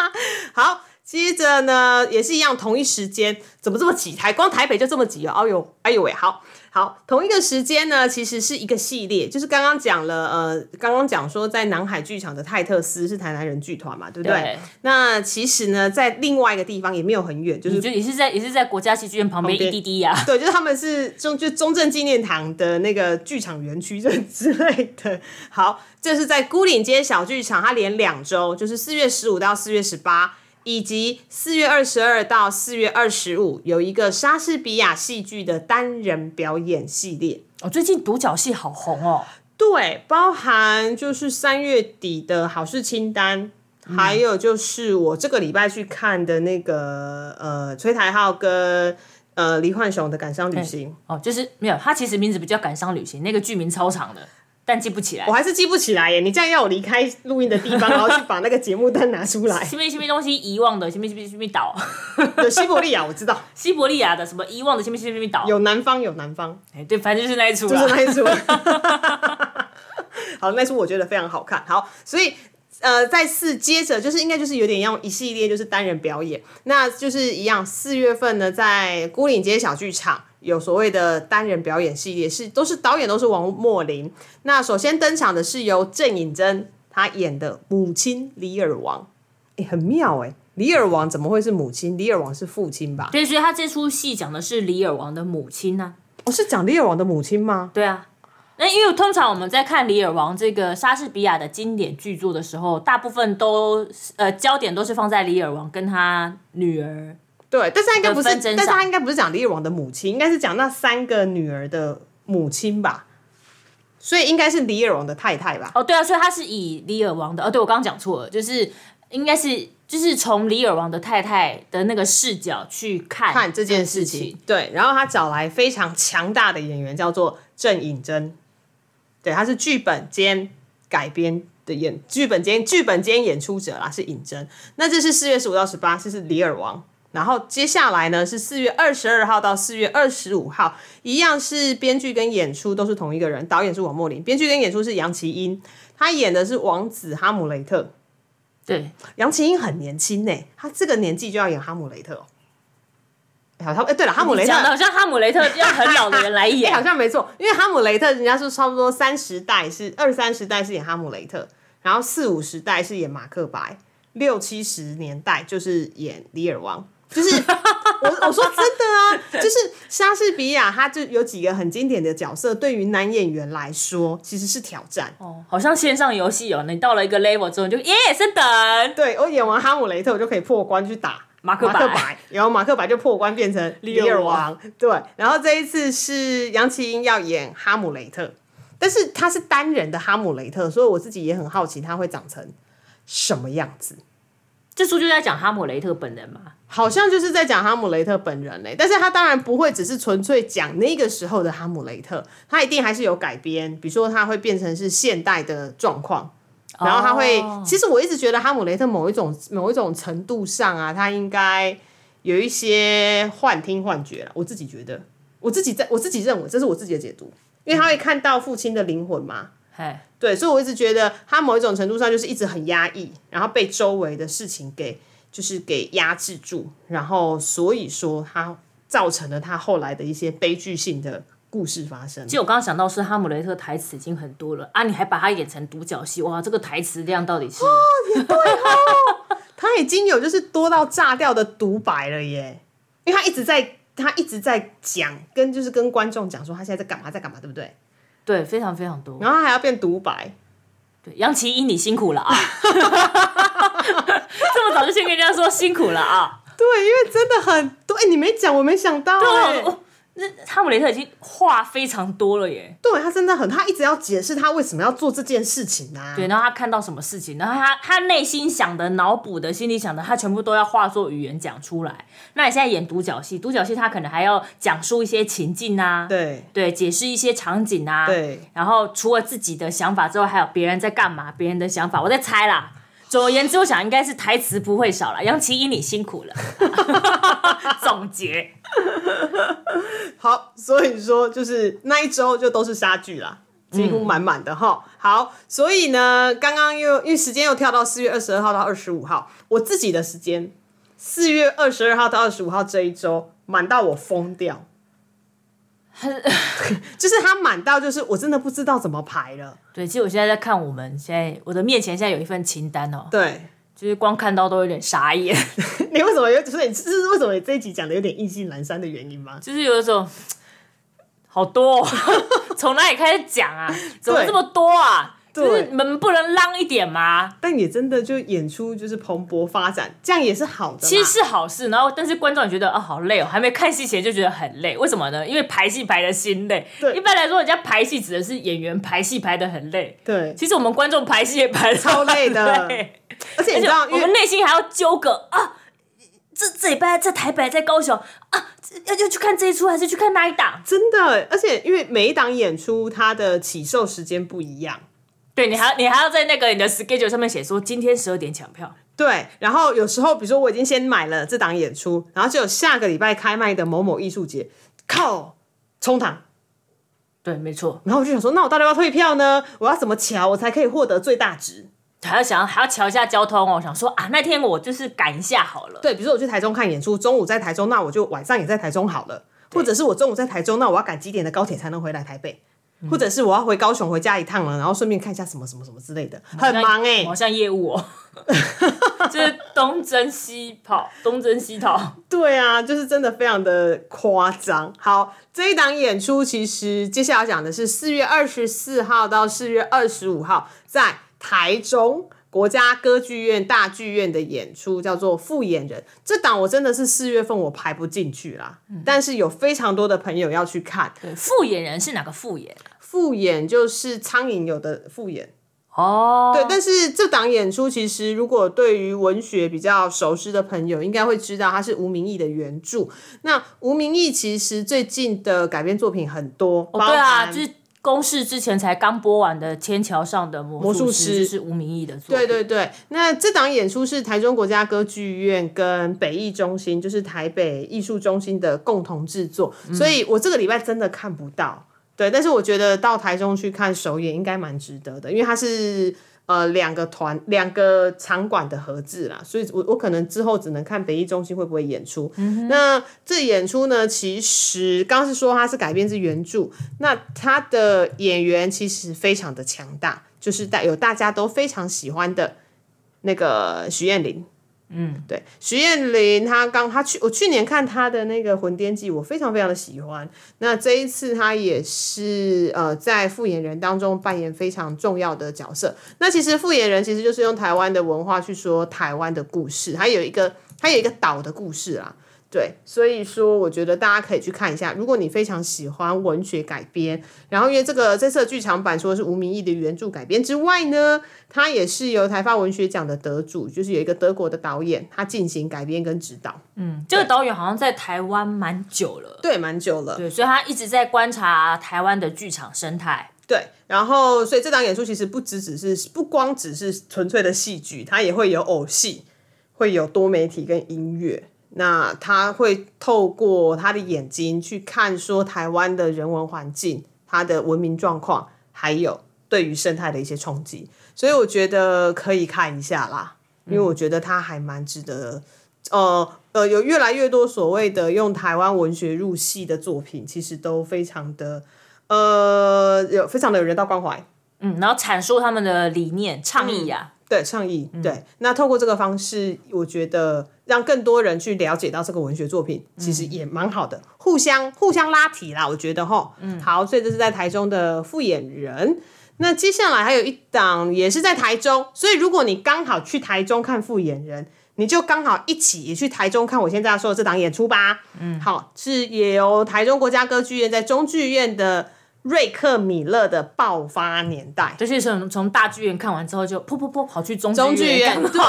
S1: 好，接着呢也是一样，同一时间，怎么这么挤？台光台北就这么挤哦。哎呦，哎呦喂，好。好，同一个时间呢，其实是一个系列，就是刚刚讲了，呃，刚刚讲说在南海剧场的泰特斯是台南人剧团嘛，对不对？
S2: 对
S1: 那其实呢，在另外一个地方也没有很远，就是
S2: 你就也是在也是在国家戏剧院旁边
S1: 边
S2: EDD 呀、
S1: 对，就是他们是中就中正纪念堂的那个剧场园区这之类的。好，这是在孤岭街小剧场，它连两周，就是四月十五到四月十八，以及四月二十二到四月二十五，有一个莎士比亚戏剧的单人表演系列。
S2: 我、哦最近独角戏好红哦，
S1: 对，包含就是三月底的好事清单，还有就是我这个礼拜去看的那个呃崔台浩跟呃黎焕雄的《感伤旅行》。
S2: 哦，就是没有，它其实名字不叫《感伤旅行》，那个剧名超长的，但记不起来
S1: 我。还是记不起来耶！你这样要我离开录音的地方，然后去把那个节目单拿出 来。
S2: 西面西面东西遗忘的，西面西面西面岛，
S1: 有西伯利亚，啊我知道
S2: 西伯利亚的什么遗忘的西面西面西面岛，
S1: 有南方，有南方，
S2: 哎对，反正就是那一出
S1: 就是
S2: 啦。
S1: 那 一出。好，那出我觉得非常好看。好，所以。呃，再次接着就是应该就是有点要一系列就是单人表演，那就是一样。四月份呢，在孤岭街小剧场有所谓的单人表演系列，是都是导演都是王莫林。那首先登场的是由郑颖珍她演的母亲李尔王，哎、很妙哎、李尔王怎么会是母亲？李尔王是父亲吧？
S2: 对，所以他这出戏讲的是李尔王的母亲呢、
S1: 我、哦是讲李尔王的母亲吗？
S2: 对啊，那因为通常我们在看《李尔王》这个莎士比亚的经典巨作的时候，大部分都是呃焦点都是放在李尔王跟他女儿。
S1: 对，但是他应该不是，
S2: 的纷争
S1: 但是他
S2: 上
S1: 应该不是讲李尔王的母亲，应该是讲那三个女儿的母亲吧。所以应该是李尔王的太太吧？
S2: 哦，对啊，所以他是以李尔王的，哦，对我刚刚讲错了，就是应该是就是从李尔王的太太的那个视角去看
S1: 看这件事
S2: 事
S1: 情，。对。然后他找来非常强大的演员，叫做郑颖珍，对，他是剧本兼改编的演，剧本兼剧本兼演出者啦，是颖珍。那这是四月十五到十八，这是李尔王。然后接下来呢是四月二十二号到四月二十五号，一样是编剧跟演出都是同一个人，导演是王莫林，编剧跟演出是杨奇英，他演的是王子哈姆雷特。
S2: 对，
S1: 杨奇英很年轻呢、她这个年纪就要演哈姆雷特哦、哎好像哎、对了，哈姆雷
S2: 你
S1: 特
S2: 讲的好像哈姆雷特要很老的人 来
S1: 哎、
S2: 演，
S1: 好像没错，因为哈姆雷特人家说差不多三十代是二三十代是演哈姆雷特，然后四五十代是演马克白，六七十年代就是演李尔王。 就是我我说真的啊，就是莎士比亚，他就有几个很经典的角色，对于男演员来说其实是挑战。
S2: 哦，好像线上游戏哦，你到了一个 level 之后，你就耶升等
S1: 对我演完哈姆雷特，我就可以破关去打
S2: 马克白
S1: 白，然后马克白就破关变成
S2: 李
S1: 李
S2: 尔
S1: 尔
S2: 王
S1: 王。对，然后这一次是杨奇英要演哈姆雷特，但是他是单人的哈姆雷特，所以我自己也很好奇他会长成什么样子。
S2: 这出就在讲哈姆雷特本人嘛。
S1: 好像就是在讲哈姆雷特本人嘞、欸但是他当然不会只是纯粹讲那个时候的哈姆雷特，他一定还是有改编，比如说他会变成是现代的状况，然后他会，
S2: 哦
S1: 其实我一直觉得哈姆雷特某一种某一种程度上啊，他应该有一些幻听幻觉了，我自己觉得，我自己在我自己认为这是我自己的解读，因为他会看到父亲的灵魂嘛，
S2: 嘿，
S1: 对，所以我一直觉得他某一种程度上就是一直很压抑，然后被周围的事情给就是给压制住，然后所以说他造成了他后来的一些悲剧性的故事发生
S2: 其。实我刚刚想到是哈姆雷特台词已经很多了啊，你还把它演成独角戏，哇，这个台词量到底是？
S1: 他已经有就是多到炸掉的独白了耶，因为他一直在他一直在讲，跟就是跟观众讲说他现在在干嘛在干嘛，对不对？
S2: 对，非常非常多。
S1: 然后他还要变独白，
S2: 对，杨奇一你辛苦了啊！ 这么早就先跟人家说辛苦了啊！
S1: 对，因为真的很多，哎、你没讲，我没想到、哎
S2: 哦，那哈姆雷特已经话非常多了耶。
S1: 对他真的很，他一直要解释他为什么要做这件事情啊。
S2: 对，然后他看到什么事情，然后他他内心想的、脑补的、心里想的，他全部都要化作语言讲出来。那你现在演独角戏，独角戏他可能还要讲述一些情境啊，
S1: 对
S2: 对，解释一些场景啊，
S1: 对，
S2: 然后除了自己的想法之后，还有别人在干嘛，别人的想法，我在猜啦。总而言之，我想应该是台词不会少了。杨奇一，你辛苦了。 总结，
S1: 好，所以说就是那一周就都是杀剧啦，几乎满满的哈。好，所以呢，刚刚又因为时间又跳到四月二十二号到二十五号，我自己的时间四月二十二号到二十五号这一周满到我疯掉。 就是它满到就是我真的不知道怎么排了。
S2: 对，其实我现在在看，我们现在我的面前现在有一份清单哦，
S1: 对，
S2: 就是光看到都有点傻眼，
S1: 你为什么有？所以这是为什么你这一集讲的有点意兴阑珊的原因吗？
S2: 就是有一种好多、哦， 从哪里开始讲啊？怎么这么多啊？就是
S1: 对
S2: 你们不能浪一点吗？
S1: 但也真的就演出就是蓬勃发展，这样也是好的嘛。
S2: 其实是好事，然后但是观众也觉得啊、好累哦，还没看戏前就觉得很累，为什么呢？因为排戏排的心累。
S1: 对
S2: 一般来说，人家排戏指的是演员排戏排的很累，
S1: 对，
S2: 其实我们观众排戏也排得
S1: 超累的
S2: 很累
S1: 而且
S2: 而
S1: 你
S2: 且
S1: 知道，
S2: 我
S1: 因为
S2: 们内心还要纠葛啊，这这礼拜在台北，在高雄啊，这要要去看这一出还是去看那一档？
S1: 真的，而且因为每一档演出它的起售时间不一样，
S2: 对你还你还要在那个你的 schedule 上面写说今天十二点抢票，
S1: 对。然后有时候，比如说我已经先买了这档演出，然后就有下个礼拜开卖的某某艺术节，靠，冲堂。
S2: 对，没错，
S1: 然后我就想说，那我到底要不要退票呢？我要怎么瞧我才可以获得最大值？
S2: 还要想要还要瞧一下交通哦，想说啊那天我就是赶一下好了。
S1: 对，比如说我去台中看演出，中午在台中，那我就晚上也在台中好了。或者是我中午在台中，那我要赶几点的高铁才能回来台北？或者是我要回高雄回家一趟了，然后顺便看一下什么什么什么之类的，很忙哎、
S2: 好像业务 哦，就是东征西跑，东征西讨。
S1: 对啊，就是真的非常的夸张。好，这一档演出其实接下来要讲的是四月二十四号到四月二十五号在台中。国家歌剧院大剧院的演出叫做《复眼人》，这档我真的是四月份我排不进去啦，但是有非常多的朋友要去看。
S2: 对，复眼人是哪个复眼？
S1: 复眼就是苍蝇有的复眼，
S2: 哦，
S1: 对，但是这档演出其实，如果对于文学比较熟悉的朋友，应该会知道它是吴明义的原著。那吴明义其实最近的改编作品很多，包
S2: 对啊，
S1: 含
S2: 就是公示之前才刚播完的《天桥上的魔
S1: 魔术
S2: 师
S1: 师》，
S2: 就是吴明义的 作
S1: 对
S2: 品。
S1: 对对，那这档演出是台中国家歌剧院跟北艺中心，就是台北艺术中心的共同制作，
S2: 嗯
S1: 所以我这个礼拜真的看不到。对，但是我觉得到台中去看首演应该蛮值得的，因为它是呃两个团两个场馆的合制啦，所以我我可能之后只能看北艺中心会不会演出。那这演出呢，其实刚刚是说它是改编自原著，那他的演员其实非常的强大，就是大有大家都非常喜欢的那个徐彦霖。嗯，对，徐彦霖他刚他去我去年看他的那个《魂颠记》，我非常非常的喜欢。那这一次他也是呃在复演人当中扮演非常重要的角色。那其实复演人其实就是用台湾的文化去说台湾的故事，还有一个还有一个岛的故事啦。对，所以说我觉得大家可以去看一下。如果你非常喜欢文学改编，然后因为这个这次的剧场版除了是吴明义的原著改编之外呢，它也是由台发文学奖的得主，就是有一个德国的导演，他进行改编跟指导，
S2: 嗯这个导演好像在台湾蛮久了，
S1: 对，蛮久了。
S2: 对，所以他一直在观察台湾的剧场生态。
S1: 对，然后所以这档演出其实不只只是不光只是纯粹的戏剧，它也会有偶戏，会有多媒体跟音乐。那他会透过他的眼睛去看说台湾的人文环境、它的文明状况，还有对于生态的一些冲击。所以我觉得可以看一下啦，因为我觉得它还蛮值得。呃呃，有越来越多所谓的用台湾文学入戏的作品，其实都非常的呃，有非常的有人道关怀，
S2: 嗯，然后阐述他们的理念、倡议啊，
S1: 对倡议，对。那透过这个方式，我觉得让更多人去了解到这个文学作品，其实也蛮好的，互相互相拉提啦，我觉得哈。嗯，好，所以这是在台中的复演人。那接下来还有一档也是在台中，所以如果你刚好去台中看复演人，你就刚好一起也去台中看我现在要说的这档演出吧。嗯，好，是也由台中国家歌剧院在中剧院的瑞克米勒的爆发年代。
S2: 就是从从大剧院看完之后就噗噗噗跑去中
S1: 中
S2: 剧
S1: 剧院
S2: 看
S1: 对，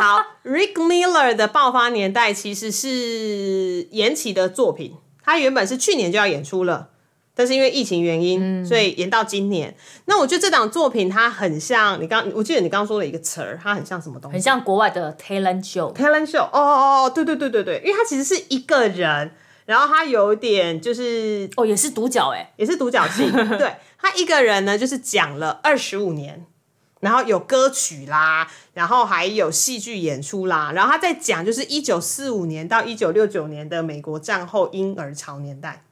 S1: 好，Rick Miller 的爆发年代其实是延期的作品，它原本是去年就要演出了，但是因为疫情原因，
S2: 嗯
S1: 所以延到今年。那我觉得这档作品它很像你刚，我记得你刚刚说了一个词儿，它很像什么东西
S2: 很？像国外的 talent show。
S1: talent show，哦哦哦，对对对对对，因为它其实是一个人，然后他有点就是
S2: 哦，也是独角哎、
S1: 也是独角戏。对他一个人呢，就是讲了二十五年，然后有歌曲啦，然后还有戏剧演出啦，然后他在讲就是一九四五年到一九六九年的美国战后婴儿潮年代。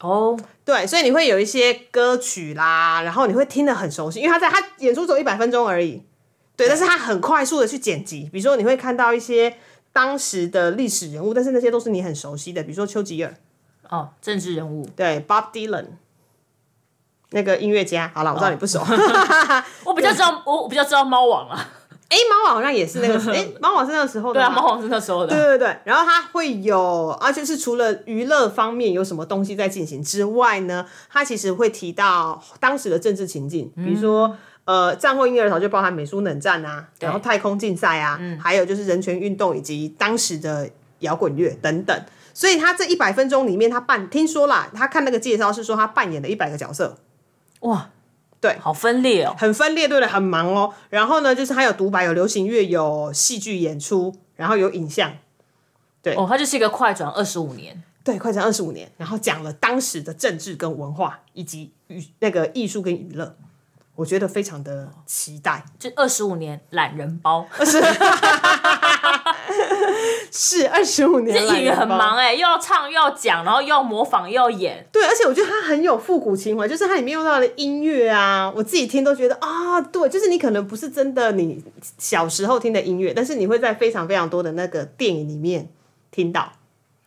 S2: 哦，
S1: 对，所以你会有一些歌曲啦，然后你会听得很熟悉，因为他在他演出只有一百分钟而已，对，但是他很快速的去剪辑，比如说你会看到一些当时的历史人物，但是那些都是你很熟悉的，比如说丘吉尔，
S2: 哦，政治人物，
S1: 对，Bob Dylan，那个音乐家，好了，我知道你不熟，
S2: 哦
S1: 哎、
S2: 我比较知道，我我比较知道猫王啊，
S1: 猫王好像也是那 个，哎、猫王是那个时候的
S2: 对
S1: 吗，
S2: 啊，猫王是那时候的，
S1: 对对对，然后它会有，而且是除了娱乐方面有什么东西在进行之外呢，它其实会提到当时的政治情境，
S2: 嗯
S1: 比如说。呃，战后婴儿潮就包含美苏冷战啊，然后太空竞赛啊，
S2: 嗯
S1: 还有就是人权运动以及当时的摇滚乐等等。所以他这一百分钟里面，他扮听说啦，他看那个介绍是说他扮演了一百个角色，
S2: 哇，
S1: 对
S2: 好分裂哦，
S1: 很分裂，对的，很忙哦。然后呢，就是他有独白，有流行乐，有戏剧演出，然后有影像，
S2: 哦，他就是一个快转二十五年，
S1: 对，快闪二十五年，然后讲了当时的政治跟文化，以及娱那个艺术跟娱乐，我觉得非常的期待。
S2: 就二十五年懒人 包，
S1: 是二十五年，
S2: 这演员很忙。哎、 又要唱又要讲，然后又要模仿又要演，
S1: 对，而且我觉得它很有复古情怀，就是它里面用到的音乐啊，我自己听都觉得啊，对，就是你可能不是真的你小时候听的音乐，但是你会在非常非常多的那个电影里面听到。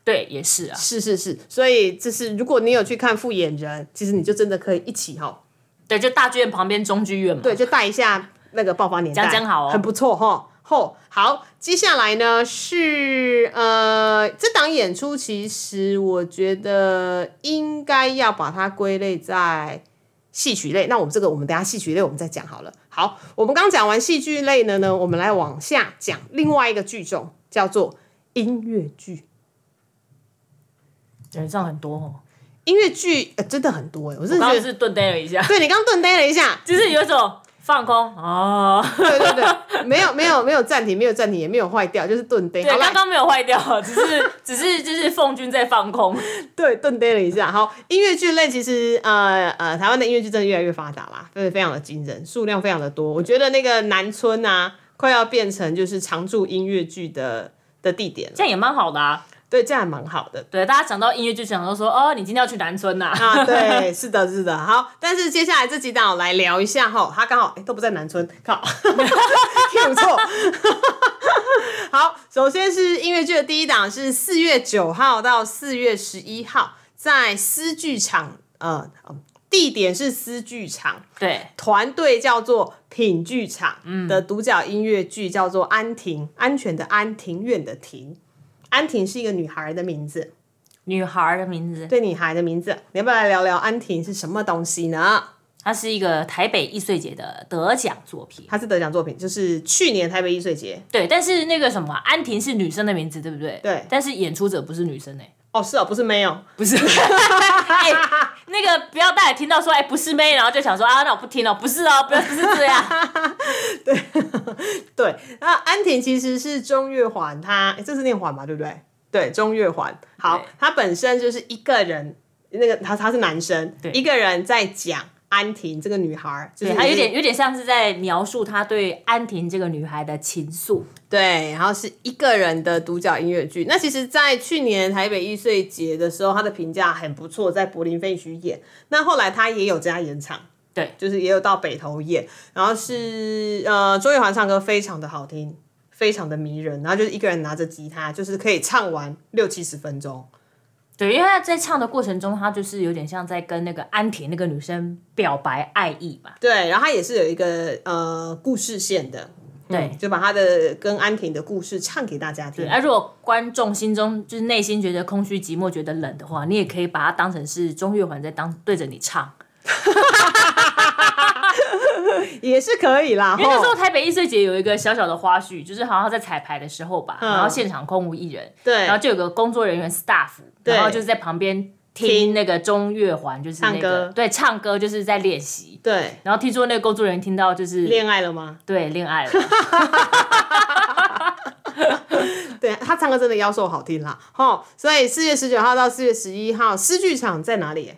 S2: 对，也是啊，
S1: 是是是，所以就是如果你有去看《复眼人》，其实你就真的可以一起哈、
S2: 对，就大剧院旁边中剧院嘛，
S1: 对，就带一下那个爆发年代，
S2: 讲讲好哦
S1: 很不错哈。吼，好，接下来呢是呃，这档演出其实我觉得应该要把它归类在戏曲类。那我们这个我们等一下戏曲类我们再讲好了。好，我们刚讲完戏剧类呢呢，我们来往下讲另外一个剧种，叫做音乐剧。
S2: 人上很多哦，
S1: 音乐剧、呃真的很多哎、我真的
S2: 我刚
S1: 觉
S2: 刚
S1: 得，
S2: 是顿呆了一下，
S1: 对你刚刚顿呆了一下，
S2: 就是有一种放空哦，
S1: 对对对，没有没有没有暂停，没有暂停，也没有坏掉，就是顿呆。好
S2: 对，
S1: 来
S2: 刚刚没有坏掉，只是 只是就是凤君在放空，
S1: 对，顿呆了一下。好，音乐剧类其实呃呃，台湾的音乐剧真的越来越发达啦，真的非常的惊人，数量非常的多。我觉得那个南村啊，快要变成就是常驻音乐剧的的地点
S2: 这
S1: 了。
S2: 样也蛮好的啊。
S1: 对，这样还蛮好的。
S2: 对，大家想到音乐剧，想到说哦，你今天要去南村呐、
S1: 啊，对，是的，是的，好，但是接下来这几档我来聊一下哈，他刚好哎、诶都不在南村，靠， 听错。 好，首先是音乐剧的第一档是四月九号到四月十一号，在思剧场，呃，嗯地点是思剧场，
S2: 对，
S1: 团队叫做品剧场的独角音乐剧叫做安婷，安全的安，庭院的庭，安婷是一个女孩的名字。
S2: 女孩儿的名字，
S1: 对女孩的名字，你要不要来聊聊安婷是什么东西呢？
S2: 她是一个台北易碎节的得奖作品。
S1: 她是得奖作品，就是去年台北艺术节。
S2: 对，但是那个什么啊，安婷是女生的名字，对不对？
S1: 对
S2: 但是演出者不是女生哎、
S1: 哦，是哦，不是没有，
S2: 不是。 哎、那个不要大家听到说哎、不是妹，然后就想说啊，那我不听了，不是哦，不要不是这样。
S1: 对，那安婷其实是中月环，她诶这是念环嘛，对不对？对，中月环。好
S2: 对，
S1: 她本身就是一个人，那个她她是男生，一个人在讲安婷这个女孩，就是
S2: 对，她有
S1: 也是
S2: 点有点像是在描述她对安婷这个女孩的情愫。
S1: 对，然后是一个人的独角音乐剧。那其实，在去年台北艺穗节的时候，他的评价很不错，在柏林废墟演。那后来他也有加演场，
S2: 对
S1: 就是也有到北投演。然后是呃，周玉环唱歌非常的好听，非常的迷人。然后就是一个人拿着吉他，就是可以唱完六七十分钟。
S2: 对，因为她在唱的过程中，她就是有点像在跟那个安婷那个女生表白爱意嘛。
S1: 对，然后他也是有一个呃故事线的，嗯
S2: 对，
S1: 就把他的跟安婷的故事唱给大家听。
S2: 对，啊，如果观众心中就是内心觉得空虚、寂寞、觉得冷的话，你也可以把它当成是中月环在当对着你唱。
S1: 也是可以啦。
S2: 因为那
S1: 吼
S2: 时候台北艺穗节有一个小小的花絮，就是好像在彩排的时候吧，然后现场空无一人，
S1: 对
S2: 然后就有个工作人员 staff，然后就是在旁边听那个中月环，就是那
S1: 唱
S2: 个
S1: 歌
S2: 对唱歌就是在练习。
S1: 对
S2: 然后听说那个工作人员听到就是
S1: 恋爱了吗？
S2: 对恋爱了，
S1: 对他唱歌真的妖兽好听啦，吼！所以四月十九号到四月十一号，诗剧场在哪里？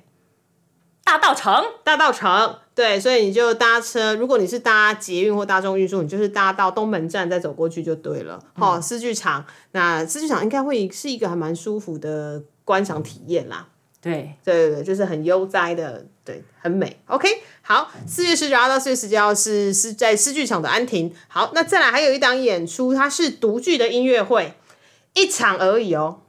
S2: 大道城
S1: 大道城。对，所以你就搭车，如果你是搭捷运或大众运输，你就是搭到东门站再走过去就对了。好，诗剧场，那诗剧场应该会是一个还蛮舒服的观赏体验啦。
S2: 对，
S1: 对对对，就是很悠哉的，对，很美。OK，好，四月十九号到四月十九号是是在诗剧场的安亭。好，那再来还有一档演出，它是独剧的音乐会，一场而已哦。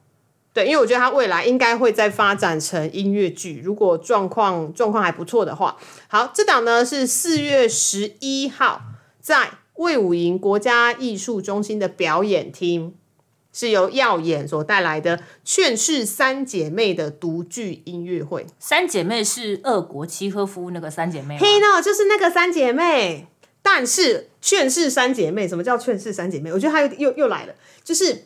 S1: 对，因为我觉得它未来应该会再发展成音乐剧，如果状况状况还不错的话。好，这档呢是四月十一号在魏武营国家艺术中心的表演厅。是由耀眼所带来的《劝世三姐妹》的独剧音乐会。
S2: 三姐妹是俄国契诃夫那个三姐妹吗，
S1: 嘿 no，就是哎那个三姐妹。但是劝世三姐妹，什么叫劝世三姐妹？我觉得还有又又来了，就是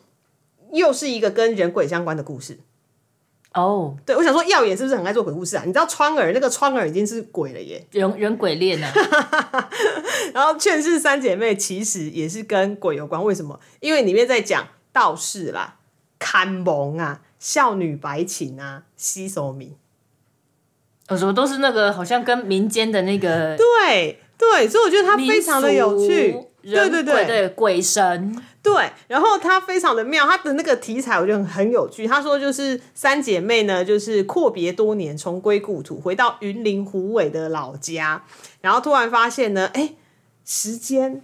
S1: 又是一个跟人鬼相关的故事。
S2: 哦，
S1: 对，我想说，耀眼是不是很爱做鬼故事啊？你知道川儿那个川儿已经是鬼了耶。
S2: 人人鬼恋啊 呢、
S1: 然后劝世三姐妹其实也是跟鬼有关，为什么？因为里面在讲道士啦、看蒙啊、少女白琴啊、西索米。
S2: 我说哦都是那个好像跟民间的那个
S1: 对对，所以我觉得它非常的有趣
S2: 民俗。
S1: 对
S2: 人
S1: 对
S2: 鬼
S1: 对
S2: 对鬼神，
S1: 对，然后它非常的妙，它的那个题材我觉得很很有趣。他说就是三姐妹呢，就是阔别多年，重归故土，回到云林虎尾的老家，然后突然发现呢，哎，时间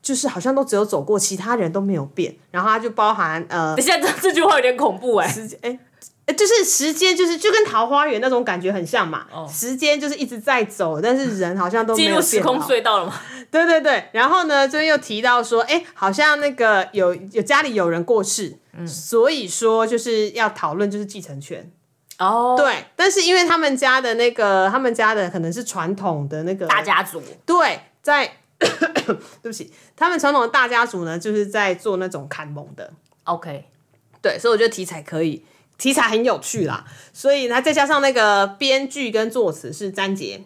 S1: 就是好像都只有走过，其他人都没有变。然后它就包含呃
S2: 等一下这这句话有点恐怖哎、
S1: 时间，哎、呃就是时间，就是就跟桃花源那种感觉很像嘛。时间就是一直在走，但是人好像都没有
S2: 哦进入时
S1: 变
S2: 空
S1: 好
S2: 隧道了吗？
S1: 对对对，然后呢，这边又提到说，哎，好像那个有有家里有人过世，所以说就是要讨论就是继承权。
S2: 哦，
S1: 对，但是因为他们家的那个，他们家的可能是传统的那个
S2: 大家族
S1: 对，在 对不起，他们传统的大家族呢，就是在做那种砍蒙的，
S2: ，OK，
S1: 对，所以我觉得题材可以，题材很有趣啦。所以呢，再加上那个编剧跟作词是詹杰，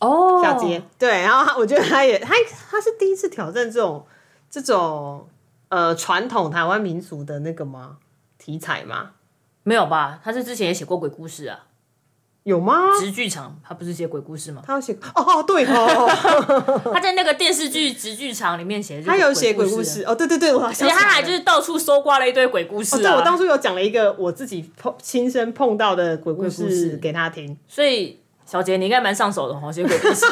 S2: 哦，
S1: 小杰，对，然后他我觉得他也他他是第一次挑战这种这种呃传统台湾民俗的那个吗题材吗？
S2: 没有吧？他是之前也写过鬼故事啊，
S1: 有吗？
S2: 直剧场他不是写鬼故事吗？
S1: 他有写哦，对 哦，
S2: 他在那个电视剧《直剧场》里面写，
S1: 他有写鬼故事，哦，对对对，我好
S2: 啊而
S1: 像
S2: 且他还就是到处搜刮了一堆鬼故事、啊
S1: 对我当初有讲了一个我自己碰亲身碰到的鬼故
S2: 鬼故
S1: 事
S2: 事
S1: 给他听，
S2: 所以小杰你应该蛮上手的哦，写鬼故 事。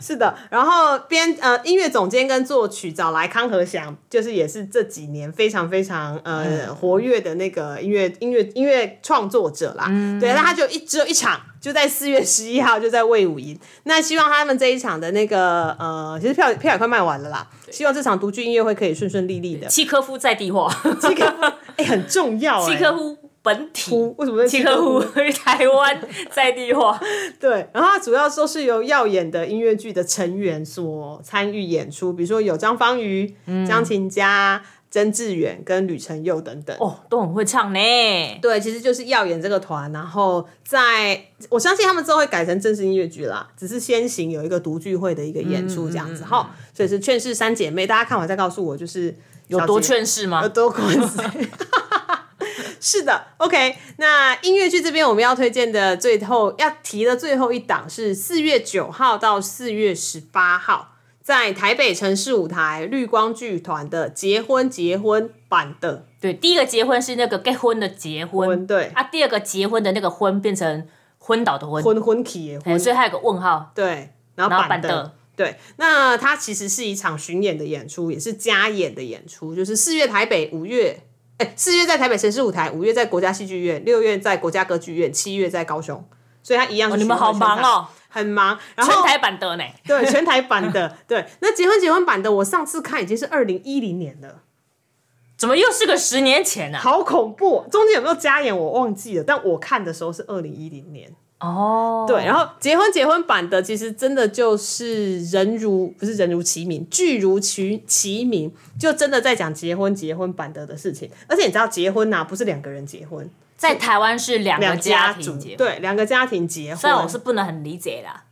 S1: 是的，然后编呃音乐总监跟作曲找来康和祥，就是也是这几年非常非常
S2: 嗯
S1: 呃活跃的那个音乐音乐音乐创作者啦。
S2: 嗯
S1: 对，那他就一只有一场，就在四月十一号就在魏武营。那希望他们这一场的那个呃，其实票票也快卖完了啦。希望这场独居音乐会可以顺顺利利的。
S2: 契诃夫在地化，
S1: 契科夫， 哎、很重要哎、
S2: 契诃夫本体，
S1: 夫为什么是
S2: 契
S1: 契科
S2: 诃
S1: 夫？
S2: 夫台湾在 地化。
S1: 对，然后它主要说是由耀眼的音乐剧的成员所参与演出，比如说有张方瑜、张琴佳、曾志远跟吕承佑等等。
S2: 哦，都很会唱呢。
S1: 对，其实就是耀眼这个团，然后在我相信他们之后会改成正式音乐剧啦，只是先行有一个独聚会的一个演出这样子哈、所以是劝世三姐妹，大家看完再告诉我，就是有
S2: 多劝世吗
S1: 有？多困谁？是的，OK。那音乐剧这边我们要推荐的最后要提的最后一档是四月九号到四月十八号，在台北城市舞台绿光剧团的《结婚结婚》版的
S2: 对，第一个结婚是那个结婚的结婚，
S1: 婚，对，
S2: 啊，第二个结婚的那个婚变成昏倒的昏，
S1: 婚婚期也
S2: 哎
S1: 婚，
S2: 所以还有个问号。
S1: 对，然
S2: 然
S1: 后
S2: 后
S1: 板
S2: 板
S1: 凳
S2: 凳。
S1: 对，那它其实是一场巡演的演出，也是加演的演出，就是四月台北，五月，哎，四月在台北城市舞台，五月在国家戏剧院，六月在国家歌剧院，七月在高雄，所以它一样
S2: 哦，
S1: 是
S2: 你
S1: 巡
S2: 们
S1: 回
S2: 好
S1: 全台、
S2: 忙哦，
S1: 很忙。然
S2: 全
S1: 后
S2: 台版的呢。
S1: 对全台版的，对，那结婚结婚版的，我上次看已经是二零一零年了，
S2: 怎么又是个十年前啊？
S1: 好恐怖！中间有没有加演我忘记了，但我看的时候是二零一零年。
S2: 哦，
S1: 对，然后结婚结婚版的，其实真的就是人如不是人如其名，剧如其其名，就真的在讲结婚结婚版的的事情。而且你知道，结婚呐、不是两个人结婚，
S2: 在台湾是两个
S1: 两家
S2: 家
S1: 族
S2: 庭结婚，
S1: 对两个家庭结婚，
S2: 虽然我是不能很理解啦。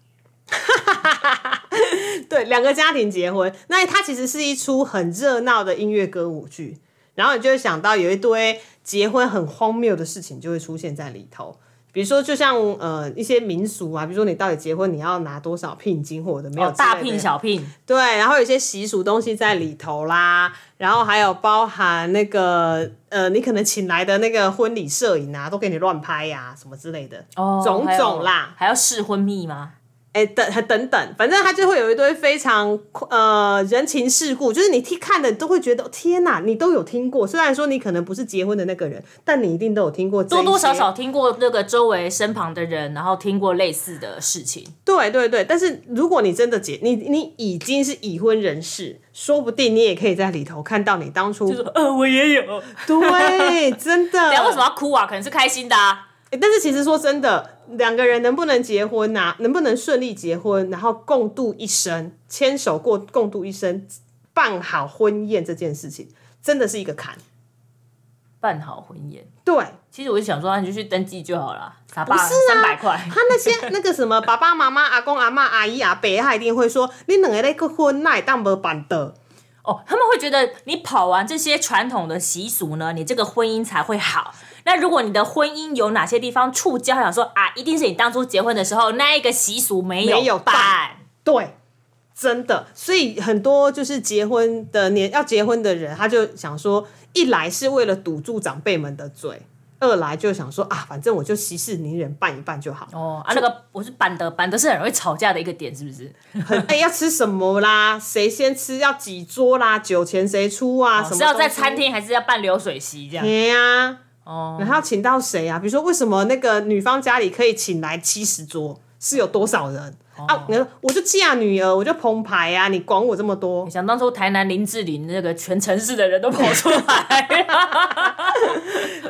S1: 对两个家庭结婚，那它其实是一出很热闹的音乐歌舞剧，然后你就会想到有一堆结婚很荒谬的事情就会出现在里头。比如说就像呃一些民俗啊，比如说你到底结婚你要拿多少聘金或者没有、
S2: 哦，大聘小聘，
S1: 对，然后有一些习俗东西在里头啦，然后还有包含那个呃，你可能请来的那个婚礼摄影啊，都给你乱拍呀、什么之类的，
S2: 哦
S1: 种
S2: 还有
S1: 种啦，
S2: 还要试婚蜜吗？
S1: 哎，等等等，反正他就会有一堆非常呃人情世故，就是你听看的都会觉得天哪，你都有听过。虽然说你可能不是结婚的那个人，但你一定都有听过这一
S2: 多多少
S1: 些
S2: 少听过那个周围身旁的人，然后听过类似的事 情。
S1: 对对对，但是如果你真的结，你你已经是已婚人士，说不定你也可以在里头看到你当初
S2: 就说呃，我也有。
S1: 对，真的。
S2: 等一下为什么要哭啊？可能是开心的啊。
S1: 欸但是其实说真的，两个人能不能结婚呐、能不能顺利结婚，然后共度一生，牵手过共度一生，办好婚宴这件事情，真的是一个坎。
S2: 办好婚宴，
S1: 对
S2: 其实我就想说，那你就去登记就好了，傻爸三百块。
S1: 啊他那些那个什么爸爸妈妈、阿公阿妈、阿姨阿伯，他一定会说，你两个那个婚那当没办的。
S2: 哦，他们会觉得你跑完这些传统的习俗呢，你这个婚姻才会好。那如果你的婚姻有哪些地方触礁，想说啊，一定是你当初结婚的时候那一个习俗没有
S1: 没有
S2: 办
S1: 办对，真的，所以很多就是结婚的年要结婚的人，他就想说，一来是为了堵住长辈们的嘴，二来就想说啊，反正我就息事宁人办一办就好。
S2: 哦啊，那个我是板德，板德是很容易吵架的一个点，是不是？
S1: 很哎、要吃什么啦？谁先吃？要几桌啦？酒钱谁出啊？什么
S2: 哦是要在
S1: 东西
S2: 餐？厅还是要办流水席这样？
S1: 对呀、
S2: 哦，
S1: 然后请到谁啊？比如说，为什么那个女方家里可以请来七十桌？是有多少人、
S2: 哦
S1: 啊？你说我就嫁女儿，我就澎湃啊！你管我这么多？
S2: 想当初台南林志玲那个全城市的人都跑 出来，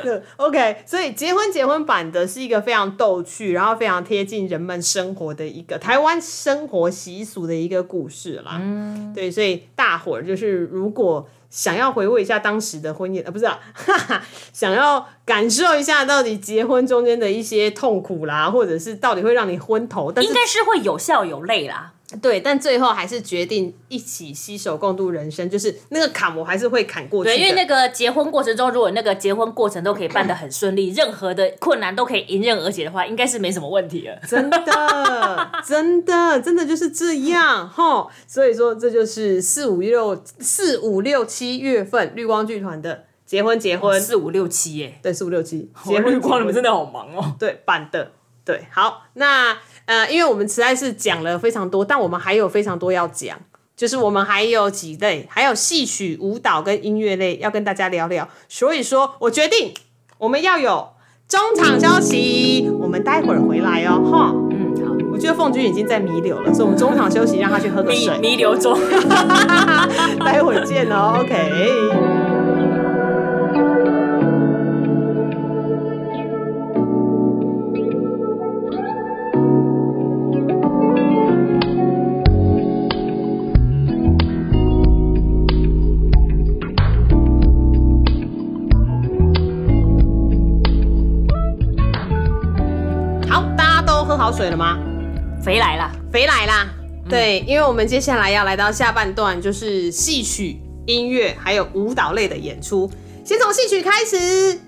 S1: 对 OK，所以结婚结婚版的是一个非常逗趣，然后非常贴近人们生活的一个台湾生活习俗的一个故事啦。嗯，对，所以大伙儿就是如果想要回味一下当时的婚宴，啊，不是、啊， 哈哈，想要感受一下到底结婚中间的一些痛苦啦，或者是到底会让你昏头，但是
S2: 应该是会有笑有泪啦。
S1: 对，但最后还是决定一起携手共度人生，就是那个坎我还是会坎过去的。
S2: 哎对，因为那个结婚过程中，如果那个结婚过程都可以办得很顺利，任何的困难都可以迎刃而解的话，应该是没什么问题了。
S1: 真 的，真的，真的就是这样吼。所以说，这就是四五六四五六七月份绿光剧团的结婚结婚，
S2: 四五六七耶，
S1: 对，四五六七
S2: 我
S1: 结婚
S2: 光你们
S1: 结
S2: 真的好忙哦
S1: 婚。对版的对。好，那呃，因为我们实在是讲了非常多，但我们还有非常多要讲。就是我们还有几类，还有戏曲、舞蹈跟音乐类要跟大家聊聊，所以说我决定我们要有中场休息，我们待会儿回来哦，哈。
S2: 嗯，好，
S1: 我觉得凤君已经在弥留了，所以我们中场休息，让他去喝个
S2: 弥
S1: 水。
S2: 弥留中。
S1: 待会儿见哦，OK。好，大家都喝好水了吗？
S2: 肥来了，
S1: 肥来啦。对，因为我们接下来要来到下半段，就是戏曲、音乐还有舞蹈类的演出。先从戏曲开始，好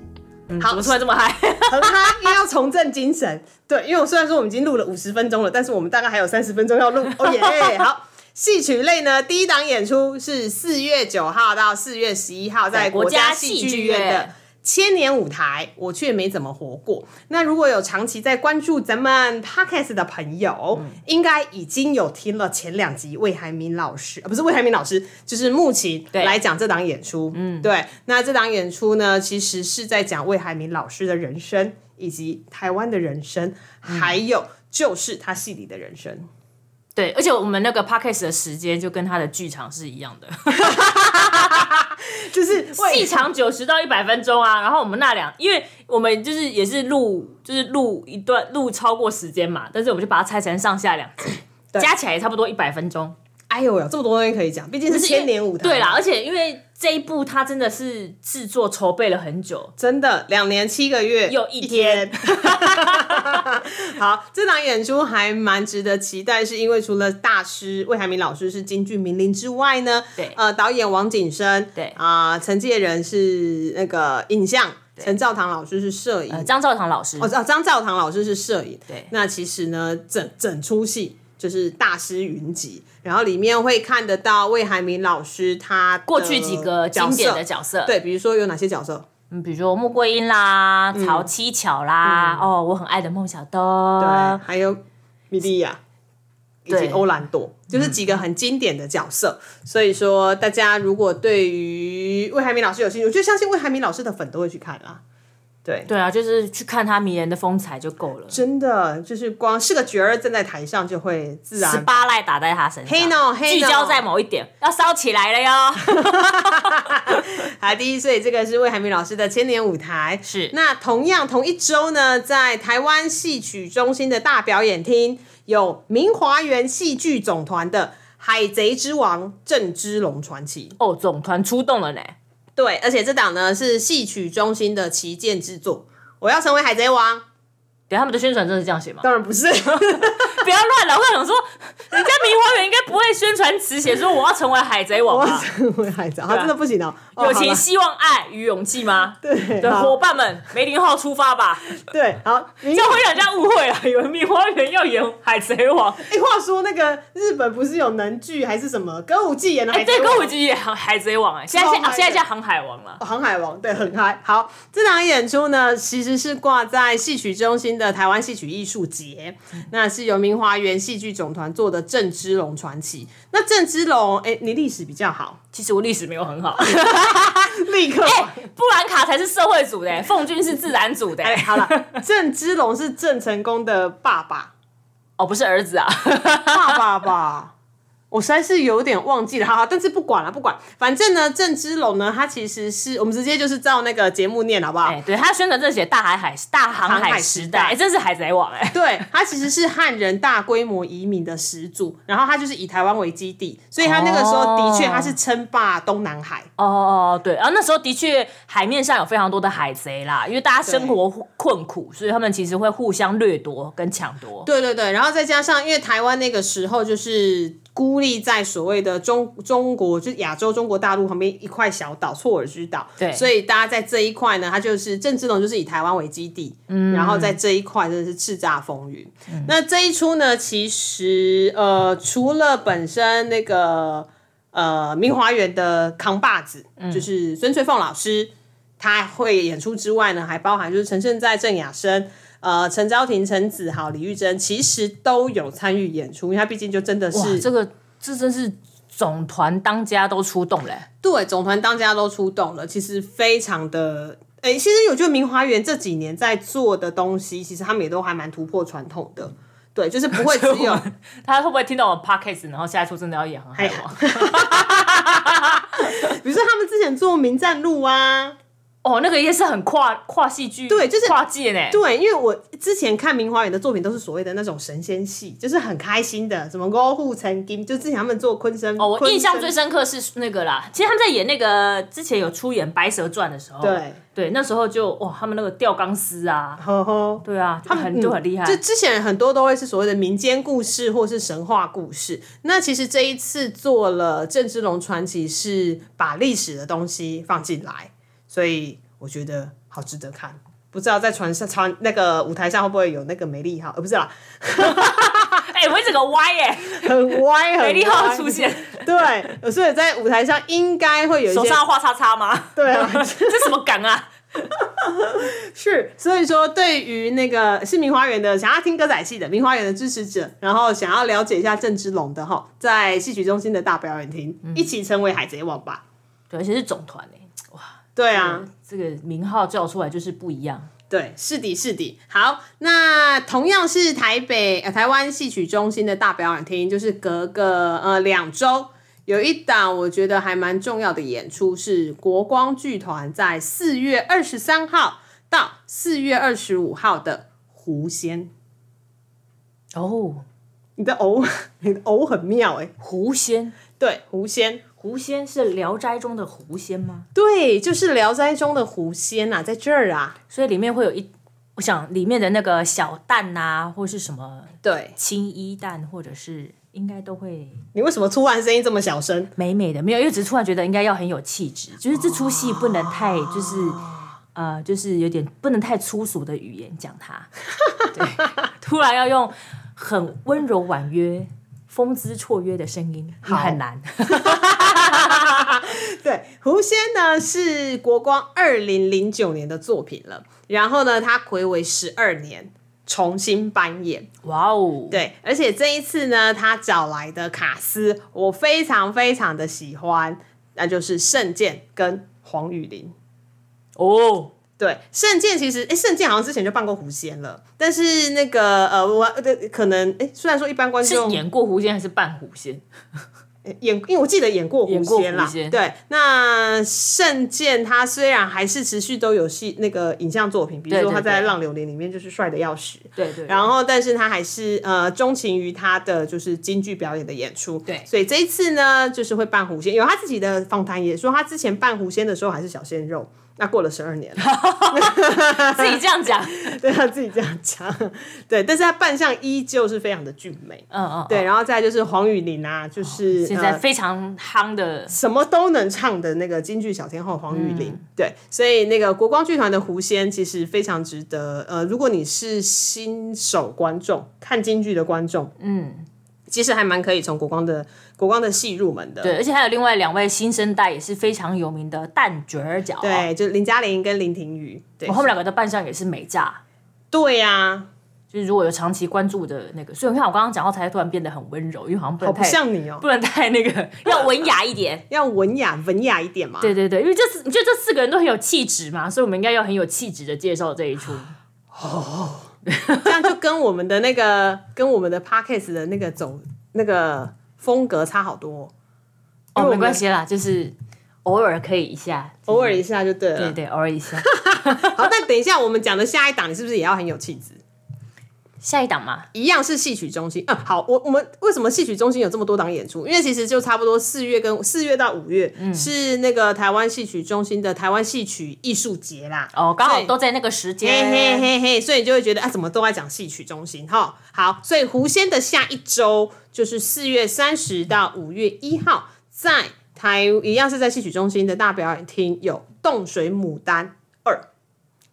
S2: 嗯怎么突然这么嗨？
S1: 很嗨，又要重振精神。对，因为我虽然说我们已经录了五十分钟了，但是我们大概还有三十分钟要录。哦耶！好，戏曲类呢，第一档演出是四月九号到四月十一号在
S2: 在国
S1: 国家
S2: 家
S1: 戏
S2: 戏剧
S1: 剧院的
S2: 院。
S1: 千年舞台，我却没怎么活过。那如果有长期在关注咱们 podcast 的朋友，
S2: 嗯
S1: 应该已经有听了前两集魏海敏老师，呃、不是魏海敏老师，就是木琴
S2: 对
S1: 来讲这档演出。嗯，对。那这档演出呢，其实是在讲魏海敏老师的人生，以及台湾的人生，
S2: 嗯
S1: 还有就是他戏里的人生。
S2: 对，而且我们那个 podcast 的时间就跟他的剧场是一样 的，
S1: 就是魏
S2: 戏场九十到一百分钟啊。然后我们那两，因为我们就是也是录，就是录一段录超过时间嘛，但是我们就把它拆成上下两集，加起来也差不多一百分钟。
S1: 哎呦，有这么多东西可以讲，毕竟是千年舞台。
S2: 对啦，而且因为这一部它真的是制作筹备了很久，
S1: 真的两年七个月
S2: 又一天。
S1: 好，这档演出还蛮值得期待，是因为除了大师魏海明老师是京剧名伶之外呢，
S2: 对
S1: 呃，导演王景生，
S2: 对
S1: 啊、承接人是那个影像。陈兆堂老师是摄影，
S2: 呃，张兆堂老师，
S1: 哦，张兆堂老师是摄影。
S2: 对
S1: 那其实呢，整整出戏就是大师云集，然后里面会看得到魏海明老师他
S2: 过
S1: 过
S2: 去几个经典的角色，
S1: 呃对，比如说有哪些角色？
S2: 嗯，比如说穆桂英啦、
S1: 嗯
S2: 曹七巧啦，哦，我很爱的孟小冬，
S1: 对，还有米莉亚。以及
S2: 对嗯
S1: 欧兰朵，就是几个很经典的角色。所以说，大家如果对于魏海明老师有兴趣，我就相信魏海明老师的粉都会去看啦。对，
S2: 对啊，就是去看他迷人的风采就够了。
S1: 真的就是光是个角儿站在台上就会自
S2: 十
S1: 然
S2: 八赖打在他身上，
S1: 黑呢黑
S2: 聚
S1: 呢
S2: 焦在某一点，要烧起来了哟。
S1: 好，第一，所以这个是魏海明老师的千年舞台。
S2: 是
S1: 那同样同一周呢，在台湾戏曲中心的大表演厅，有明华园戏剧总团的《海贼之王郑芝龙传奇》。
S2: 哦，总团出动了呢，
S1: 对，而且这档呢是戏曲中心的旗舰之作。我要成为海贼王？
S2: 对他们的宣传真的是这样写吗？
S1: 当然 不是，
S2: 不要乱了，我想说，人家明花园应该不会宣传词写说我要成为海贼王
S1: 我
S2: 吧
S1: 要？成为海贼王，
S2: 对啊
S1: 真的不 行哦。哦
S2: 友
S1: 好
S2: 情、
S1: 吧
S2: 希望、爱与勇气吗？
S1: 对
S2: 对，
S1: 好
S2: 伙伴们，梅林号出 发吧！
S1: 对好。明
S2: 这样会让人家误会了，以为明花园要演海贼王。
S1: 哎，话说那个日本不是有能剧还是什么歌舞伎演的
S2: 哎、
S1: 海贼
S2: 对，
S1: 王？
S2: 歌舞伎也航海贼王哎、现在
S1: 超
S2: 现
S1: 嗨的
S2: 现在叫航海王了。
S1: 哦航海王对，很嗨。好，这场演出呢，其实是挂在戏曲中心的台湾戏曲艺术节，那是由明华园戏剧总团做的《郑芝龙传奇》。那郑芝龙，哎、你历史比较好，
S2: 其实我历史没有很好，哎
S1: 立刻。
S2: 布兰卡才是社会组的、哎凤君是自然组的、哎
S1: 哎，好了，郑芝龙是郑成功的爸爸，
S2: 哦，不是儿 子啊，
S1: 爸爸吧。我实在是有点忘记了，好好，但是不管了，不管，反正呢，郑芝龙呢，他其实是我们直接就是照那个节目念，好不好？
S2: 哎、对他宣传这写大海海大航
S1: 航海
S2: 海
S1: 时
S2: 时
S1: 代
S2: 代，哎、真是海贼王哎、
S1: 对，他其实是汉人大规模移民的始祖，然后他就是以台湾为基地，所以他那个时候的确他是称霸东南海。
S2: 哦哦哦，对，然后那时候的确海面上有非常多的海贼啦，因为大家生活困苦，所以他们其实会互相掠夺跟抢夺。
S1: 对对对，然后再加上因为台湾那个时候就是孤立在所谓的中中国，就是亚洲中国大陆旁边一块小岛错尔之岛，
S2: 对
S1: 所以大家在这一块呢，它就是郑芝龙就是以台湾为基地，嗯，然后在这一块真的是叱咤风云。那这一出呢，其实呃，除了本身那个呃明华园的扛把子，
S2: 嗯
S1: 就是孙翠凤老师。他会演出之外呢，还包含就是陈胜在、郑雅生、呃陈昭廷、陈子豪、李玉珍，其实都有参与演出，因为他毕竟就真的
S2: 哇，
S1: 是
S2: 这个这真是总团当家都出动嘞、
S1: 对总团当家都出动了，其实非常的。诶，其实我觉得明华园这几年在做的东西，其实他们也都还蛮突破传统的，对，就是不会只 有
S2: 他会不会听到我们 podcast，然后下一出真的要演航海王？
S1: 比如说他们之前做《名战录》啊，
S2: 哦，那个也是很跨跨戏剧，
S1: 对就是
S2: 跨界呢。
S1: 对，因为我之前看明华园的作品都是所谓的那种神仙戏，就是很开心的，什么勾户成金，就之前他们做昆生
S2: 哦，我
S1: 昆
S2: 印象
S1: 生
S2: 最深刻是那个啦，其实他们在演那个之前有出演《白蛇传》的时候，
S1: 对，
S2: 对，那时候就哇，他们那个吊钢丝啊，
S1: 呵呵。
S2: 对啊，就很就很厉害。
S1: 哦嗯就之前很多都会是所谓的民间故事或是神话故事，那其实这一次做了《郑芝龙传奇》，是把历史的东西放进来，所以我觉得好值得看。不知道在船上、船那个舞台上会不会有那个美丽号？呃，不是啦，
S2: 哎、我一整个歪耶、
S1: 很歪，很
S2: 美丽
S1: 歪
S2: 号出现，
S1: 对，所以在舞台上应该会有一
S2: 手
S1: 些
S2: 上要画叉叉吗？
S1: 对啊，
S2: 这什么梗啊？
S1: 是，所以说对于那个是明花园的想要听歌仔戏的明花园的支持者，然后想要了解一下郑芝龙的哈，在戏曲中心的大表演厅、
S2: 嗯
S1: 一起成为海贼王吧。
S2: 对，而且是总团哎、
S1: 对啊，
S2: 这个名号叫出来就是不一样。
S1: 对，是的，是的。好，那同样是台北呃台湾戏曲中心的大表演厅，就是隔个呃两周有一档我觉得还蛮重要的演出，是国光剧团在四月二十三号到四月二十五号的《狐仙》。
S2: 哦，
S1: 你的偶， 你的偶很妙哎、
S2: 狐仙，
S1: 对，狐仙，
S2: 狐仙是《聊斋》中的狐仙吗？
S1: 对，就是《聊斋》中的狐仙呐、啊，在这儿啊。
S2: 所以里面会有一，我想里面的那个小蛋啊，或是什么
S1: 对，
S2: 青衣蛋，或者是应该都会
S1: 你为什么突然声音这么小声？
S2: 哦美美的，没有，因为只是突然觉得应该要很有气质，就是这出戏不能太就是。呃，就是有点不能太粗俗的语言讲他， 对，突然要用很温柔婉约、风姿绰约的声音，也
S1: 好
S2: 很难。
S1: 对，狐仙呢是国光二零零九年的作品了，然后呢，他暌违十二年重新扮演。
S2: 哇哦，
S1: 对，而且这一次呢，他找来的卡斯我非常非常的喜欢，那就是圣剑跟黄雨玲。
S2: 哦，
S1: 对，圣剑其实，哎，圣剑好像之前就扮过狐仙了，但是那个呃，我呃可能，哎，虽然说一般观
S2: 是
S1: 众
S2: 演过狐仙还是扮狐仙？
S1: 演，因为我记得演过狐
S2: 演过
S1: 仙啦
S2: 狐。仙
S1: 对，那圣剑他虽然还是持续都有戏那个影像作品，比如
S2: 对
S1: 说
S2: 对
S1: 他在《
S2: 对
S1: 浪流连》里面就是帅的要死，
S2: 对对，
S1: 然后，但是他还是呃钟情于他的就是京剧表演的演出，
S2: 对
S1: 所以这一次呢，就是会扮狐仙，有他自己的访谈也说，他之前扮狐仙的时候还是小鲜肉，那过了十二年 了，
S2: 自己这样 讲，嗯
S1: 对他自己这样讲，对，但是他扮相依旧是非常的俊美，
S2: 嗯嗯，嗯
S1: 对，，然后再来就是黄雨玲啊，就是、
S2: 现在
S1: 呃
S2: 非常夯的，
S1: 什么都能唱的那个京剧小天后黄雨
S2: 嗯
S1: 玲，对，所以那个国光剧团的狐仙其实非常值得。呃，如果你是新手观众，看京剧的观众，
S2: 嗯，
S1: 其实还蛮可以从国光的国光的戏入门的。
S2: 对，而且还有另外两位新生代也是非常有名的蛋卷儿角，
S1: 对，就是林嘉玲跟林庭瑜，对
S2: 我，后面两个的扮相也是美炸。
S1: 对啊呀、
S2: 就是如果有长期关注的那个，所以你看我刚刚讲话才突然变得很温柔，因为好像不
S1: 好
S2: 能
S1: 不
S2: 太
S1: 像你哦、
S2: 不能太 那个，要文雅一点。
S1: 要文雅文雅一点嘛。
S2: 对对对，因为这四，你觉得这四个人都很有气质嘛，所以我们应该要很有气质的介绍这一出。
S1: 这样就跟我们的那个跟我们的 podcast 的那个走那个风格差好多哦、因
S2: 哦，
S1: 为我
S2: 没
S1: 们
S2: 关，系啦，就是偶尔可以一下，
S1: 偶尔一下就对了。
S2: 对对，偶尔一下。
S1: 好，但等一下我们讲的下一档，你是不是也要很有气质？
S2: 下一档嘛，
S1: 一样是戏曲中心。嗯，好，我我们为什么戏曲中心有这么多档演出？因为其实就差不多四月跟四月到五月、
S2: 嗯
S1: 是那个台湾戏曲中心的台湾戏曲艺术节啦。
S2: 哦，刚好
S1: 对
S2: 都在那个时
S1: 嘿嘿
S2: 间。
S1: 嘿嘿，所以你就会觉得啊，怎么都在讲戏曲中心哈。好，所以狐仙的下一周就是四月三十到五月一号，在台一样是在戏曲中心的大表演厅有《冻水牡丹二》。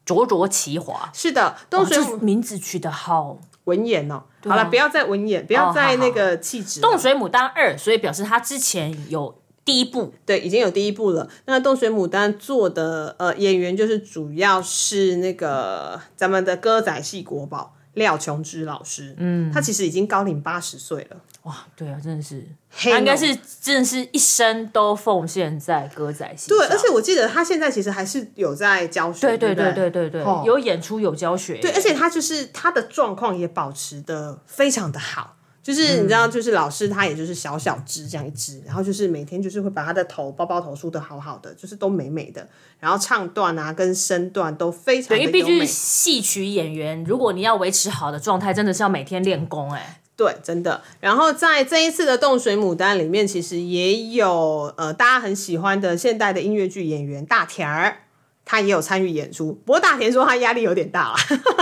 S2: 灼灼其华，
S1: 是的，《
S2: 哇
S1: 冻水
S2: 哦这
S1: 牡
S2: 名字取得好。
S1: 文言哦、
S2: 啊
S1: 好了，不要再文言，不要
S2: 哦
S1: 再
S2: 好
S1: 那个气质了。
S2: 冻水牡丹二，所以表示他之前有第一部
S1: 对，已经有第一部了。那《冻水牡丹》做的呃演员就是主要是那个咱们的歌仔戏国宝廖琼枝老师，嗯，他其实已经高龄八十岁了，
S2: 哇，对啊，真的是，
S1: 黑
S2: 他应该
S1: 龙
S2: 是真的是一生都奉献在歌仔戏上。
S1: 对，而且我记得他现在其实还是有在教学，
S2: 对对
S1: 不
S2: 对对对对，
S1: 哦
S2: 有演出有教学，
S1: 对，而且他就是他的状况也保持的非常的好。就是你知
S2: 嗯
S1: 道，就是老师他也就是小小只这样一只，然后就是每天就是会把他的头包包头梳的好好的，就是都美美的，然后唱段啊跟身段都非常的
S2: 对，因为毕
S1: 优
S2: 竟
S1: 美
S2: 是戏曲演员，如果你要维持好的状态，真的是要每天练功哎、
S1: 对，真的。然后在这一次的《冻水牡丹》里面，其实也有呃大家很喜欢的现代的音乐剧演员大田儿，他也有参与演出。不过大田说他压力有点大啦，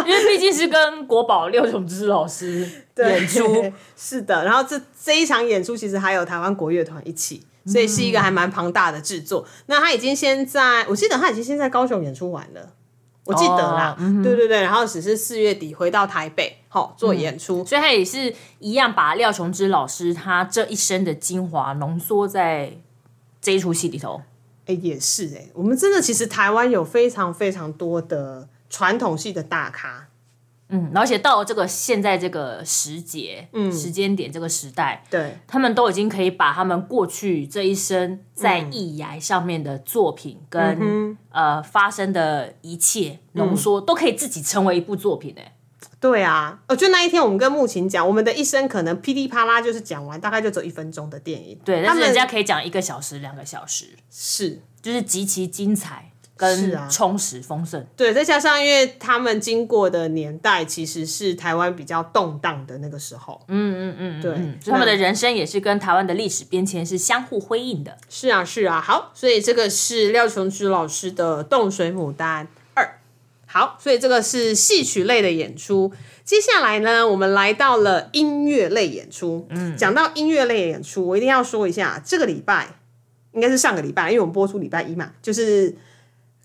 S2: 因为毕竟是跟国宝六种之老师演出，
S1: 是的。然后这这一场演出其实还有台湾国乐团一起。所以是一个还蛮庞大的制作。那他已经先在，我记得他已经先在高雄演出完了，我记得啦，
S2: 哦嗯
S1: 对对对。然后只是四月底回到台北，好、做演出。
S2: 所以他也是一样把廖琼之老师他这一生的精华浓缩在这一出戏里头。
S1: 哎、也是哎、我们真的其实台湾有非常非常多的传统系的大咖，
S2: 嗯，而且到了这个现在这个时节，嗯，时间点这个时代，
S1: 对嗯
S2: 他们都已经可以把他们过去这一生在艺涯上面的作品跟、呃发生的一切
S1: 嗯
S2: 浓缩，都可以自己成为一部作品哎、
S1: 对啊，哦，就那一天我们跟木琴讲，我们的一生可能噼里啪啦就是讲完，大概就走一分钟的电影，
S2: 对，
S1: 他
S2: 但是
S1: 们
S2: 人家可以讲一个小时、两个小时，
S1: 是
S2: 就是极其精彩
S1: 是
S2: 跟
S1: 啊
S2: 充实丰盛。
S1: 对，再加上因为他们经过的年代其实是台湾比较动荡的那个时候，嗯嗯嗯，对，
S2: 嗯，所以他们的人生也是跟台湾的历史变迁是相互辉映的。
S1: 是啊，是啊，好，所以这个是廖琼枝老师的《冻水牡丹二》。好，所以这个是戏曲类的演出。接下来呢，我们来到了音乐类演出。嗯，讲到音乐类演出，我一定要说一下，这个礼拜应该是上个礼拜，因为我们播出礼拜一嘛，就是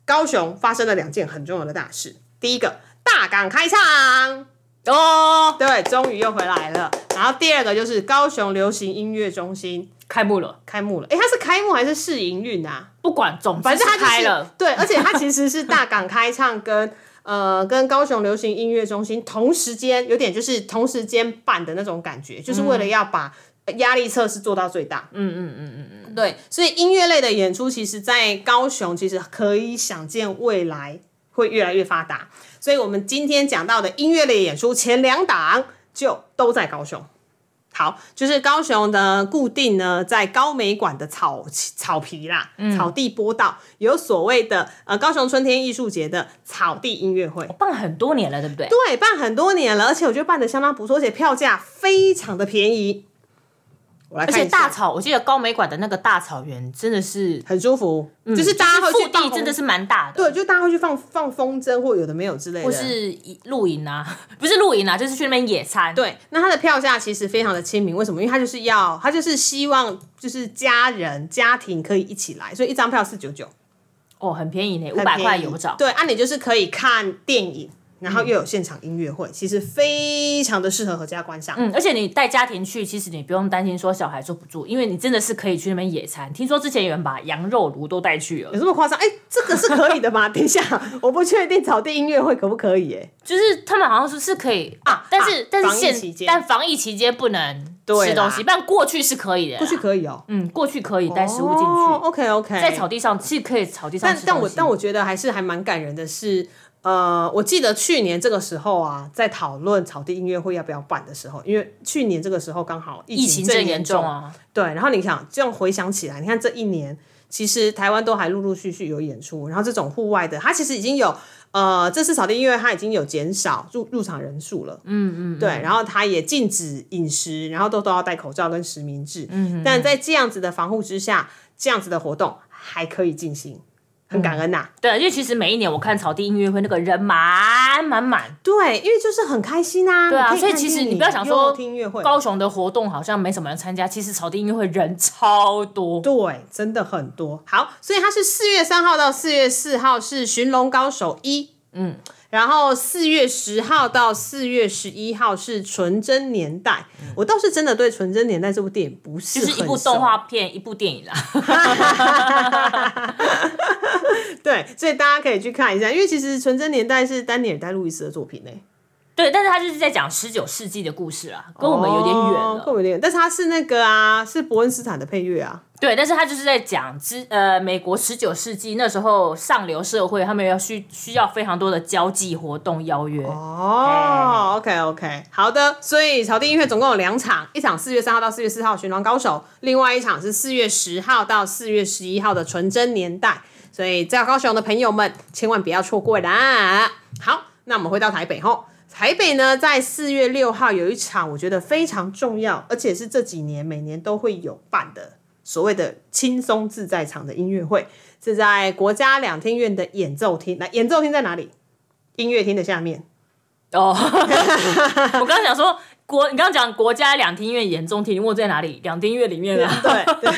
S1: 高雄发生了两件很重要的大事。第一个，大港开唱，
S2: 哦，
S1: 对，终于又回来了。然后第二个就是高雄流行音乐中心
S2: 开幕了，
S1: 开幕了，哎，它是开幕还是试营运啊？
S2: 不管，总之
S1: 反正它
S2: 是
S1: 就是
S2: 开了，
S1: 对，而且它其实是大港开唱跟呃跟高雄流行音乐中心同时间，有点就是同时间办的那种感觉，就是为了要把压力测试做到最大。嗯嗯嗯嗯嗯嗯，对，所以音乐类的演出，其实在高雄其实可以想见未来会越来越发达。所以我们今天讲到的音乐类演出前两档就都在高雄。好，就是高雄的固定呢，在高美馆的草草皮啦，
S2: 嗯
S1: 草地坡道有所谓的呃高雄春天艺术节的草地音乐会，
S2: 办很多年了，对不对？
S1: 对，办很多年了，而且我觉得办的相当不错，而且票价非常的便宜。我来
S2: 而
S1: 看
S2: 且
S1: 一下
S2: 大草，我记得高美馆的那个大草原真的是，
S1: 很舒服，就是大家会
S2: 腹
S1: 去放
S2: 地真
S1: 风
S2: 的嗯是蛮大的，
S1: 对，就大家会去放放风筝或有的没有之类的，
S2: 或是露营啊， 不是露营啊，就是去那边野餐。，
S1: 对，那它的票价其实非常的亲民，为什么？因为它就是要，它就是希望就是家人家庭可以一起来，所以一张票四九九，
S2: 哦，很便宜呢，五
S1: 很
S2: 百
S1: 便宜
S2: 块有不着。
S1: 对，啊，你就是可以看电影，然后又有现场音乐会，其实非常的适合合家观赏。
S2: 嗯嗯，而且你带家庭去，其实你不用担心说小孩坐不住，因为你真的是可以去那边野餐。听说之前有人把羊肉炉都带去了
S1: 有，这么夸张？哎、这个是可以的吗？等 一下，我不确定草地音乐会可不可以、哎，
S2: 就是他们好像说是可以啊，但是、
S1: 啊
S2: 但是
S1: 防疫
S2: 现
S1: 期间
S2: 但防疫期间不能
S1: 对
S2: 吃东西，
S1: 啦
S2: 但过去是可以的啦。
S1: 过去可以哦、
S2: 嗯，过去可以带食物进去，
S1: 哦，OK OK，
S2: 在草地上是可以草地上
S1: 但
S2: 吃
S1: 但
S2: 东
S1: 我
S2: 西
S1: 但我觉得还是还蛮感人的是，呃，我记得去年这个时候啊，在讨论草地音乐会要不要办的时候，因为去年这个时候刚好疫
S2: 疫情
S1: 正
S2: 正严重
S1: 重，
S2: 啊，
S1: 对。然后你想这样回想起来，你看这一年，其实台湾都还陆陆续续有演出，然后这种户外的，它其实已经有呃，这次草地音乐它已经有减少入入场人数了，嗯嗯，对。然后它也禁止饮食，然后都都要戴口罩跟实名制，嗯但在这样子的防护之下，这样子的活动还可以进行。很感恩呐、
S2: 对，因为其实每一年我看草地音乐会那个人满满满，
S1: 对，因为就是很开心啊。
S2: 对啊
S1: 你可以
S2: 所以
S1: 看
S2: 其实
S1: 电
S2: 你
S1: 影
S2: 不要想说
S1: 又听音乐会，
S2: 高雄的活动好像没什么人参加，其实草地音乐会人超多。
S1: 对，真的很多。好，所以它是四月三号到四月四号是《寻龙高手一》，嗯，然后四月十号到四月十一号是《纯真年代》我倒是真的对《纯真年代》这部电影不是
S2: 就
S1: 很
S2: 是一部
S1: 熟
S2: 动画片，一部电影 啦。啊
S1: 对，所以大家可以去看一下，因为其实《纯真年代》是丹尼尔戴路易斯的作品呢、
S2: 对，但是他就是在讲十九世纪的故事啦，跟我们有点远
S1: 哦
S2: 了。
S1: 跟我们有点远，但是它是那个啊，是伯恩斯坦的配乐啊，
S2: 对，但是他就是在讲之呃，美国十九世纪那时候上流社会，他们要需需要非常多的交际活动邀约。
S1: 哦，OK OK，好的。所以草地音乐总共有两场，一场四月三号到四月四号《寻龙高手》，另外一场是四月十号到四月十一号的《纯真年代》。所以在高雄的朋友们，千万不要错过啦！好，那我们回到台北吼。台北呢，在四月六号有一场，我觉得非常重要，而且是这几年每年都会有办的所谓的轻松自在场的音乐会，是在国家两厅院的演奏厅。那演奏厅在哪里？音乐厅的下面。
S2: 哦，我刚刚想说国，你刚刚讲国家两厅院严重厅，你问我在哪里？两厅院里面啊。
S1: 对对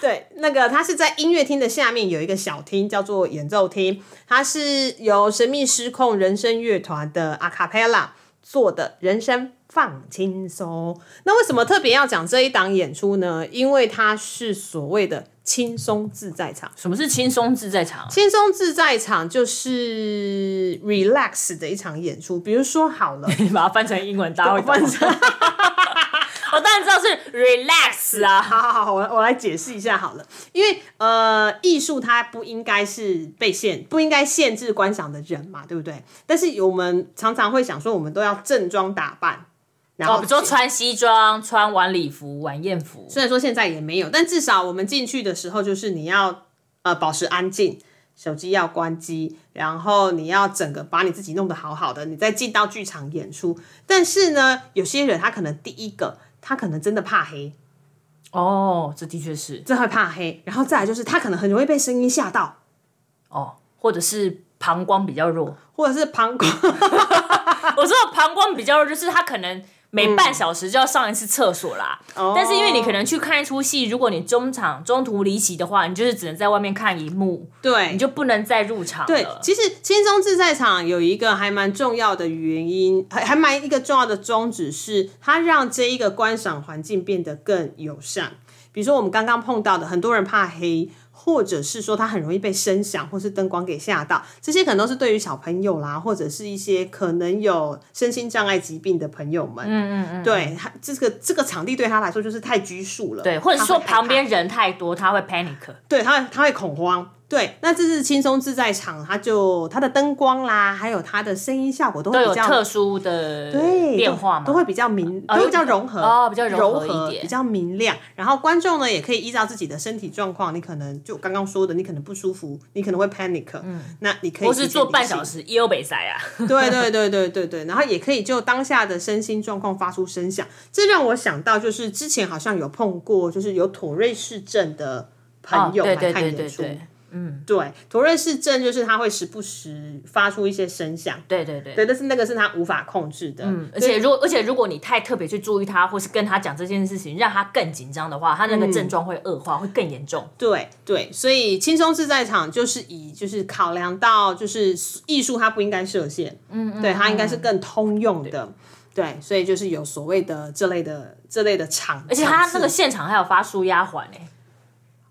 S1: 对，那个它是在音乐厅的下面有一个小厅，叫做演奏厅，它是由神秘失控人声乐团的阿卡贝拉做的人声。放轻松。那为什么特别要讲这一档演出呢？因为它是所谓的轻松自在场。
S2: 什么是轻松自在场？
S1: 轻松自在场就是 relax 的一场演出。比如说好了，
S2: 你把它翻成英文，大家会
S1: 我翻
S2: 成。 我当然知道是 relax 啊，
S1: 好好好，我来我来解释一下好了，因为呃，艺术它不应该是被限，不应该限制观赏的人嘛，对不对？但是我们常常会想说，我们都要正装打扮，然
S2: 哦，
S1: 后
S2: 比如说
S1: 去
S2: 穿西装、穿晚礼服、晚宴服，
S1: 虽然说现在也没有，但至少我们进去的时候，就是你要呃保持安静，手机要关机，然后你要整个把你自己弄得好好的，你再进到剧场演出。但是呢，有些人他可能第一个，他可能真的怕黑，
S2: 哦，这的确是
S1: 真的会怕黑，然后再来就是他可能很容易被声音吓到。
S2: 哦，或者是膀胱比较弱。
S1: 或者是膀胱，啊
S2: 我说的膀胱比较弱，就是他可能每半小时就要上一次厕所啦。
S1: 哦
S2: 但是因为你可能去看一出戏，如果你中场中途离席的话，你就是只能在外面看一幕，
S1: 对
S2: 你就不能再入场了。
S1: 对， 其实轻松自在场有一个还蛮重要的原因，还还蛮一个重要的宗旨是，它让这一个观赏环境变得更友善。比如说我们刚刚碰到的，很多人怕黑，或者是说他很容易被声响或是灯光给吓到，这些可能都是对于小朋友啦，或者是一些可能有身心障碍疾病的朋友们，嗯嗯嗯，对，他这个这个场地对他来说就是太拘束了，
S2: 对，或者是说
S1: 他会害怕
S2: 旁边人太多，他会 panic。
S1: 对，他会他会恐慌。对，那这是轻松自在场，它就它的灯光啦，还有它的声音效果都
S2: 都
S1: 会
S2: 有
S1: 比较
S2: 特殊的
S1: 对
S2: 变化
S1: 都
S2: 嘛，
S1: 都会比较明，
S2: 哦
S1: 都会比较融合
S2: 哦比较融
S1: 柔
S2: 合一点
S1: 比较明亮。然后观众呢，也可以依照自己的身体状况，你可能就刚刚说的，你可能不舒服，你可能会 panic，嗯，那你可以
S2: 或
S1: 提
S2: 是
S1: 前
S2: 做半
S1: 理性
S2: 小，时 U 北塞啊，
S1: 对对对对对对，然后也可以就当下的身心状况发出声响。这让我想到，就是之前好像有碰过，就是有妥瑞氏症的朋友
S2: 对
S1: 来
S2: 对
S1: 看
S2: 对
S1: 演
S2: 对
S1: 出。
S2: 对嗯
S1: 对，妥瑞氏症就是它会时不时发出一些声响，
S2: 对对对。
S1: 对，但是那个是它无法控制的，嗯
S2: 而且如果而且如果你太特别去注意他，或是跟他讲这件事情，让他更紧张的话，他那个症状会恶化，会更严重。
S1: 对对，所以轻松自在场就是以就是考量到就是艺术它不应该设限，嗯对，它应该是更通用的，对，所以就是有所谓的这类的这类的场，
S2: 而且他那个
S1: 场次
S2: 现场还有发舒压环诶，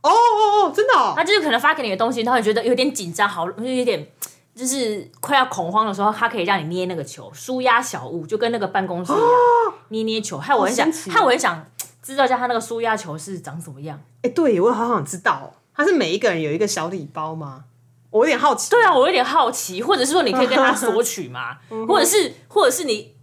S1: 哦哦哦，真的哦
S2: 他，就是可能发给你的东西，他会觉得有点紧张，好就有点就是快要恐慌的时候，他可以让你捏那个球，舒压小物，就跟那个办公室一样、捏捏球。害我很想
S1: 哦好神奇哦
S2: 害我很想知道一下他那个舒压球是长什么样。
S1: 哎，对我好想知道哦，它是每一个人有一个小礼包吗？我有点好奇，
S2: 对啊，我有点好奇，或者是说你可以跟他索 取嘛，
S1: 嗯
S2: 或者是或者是你，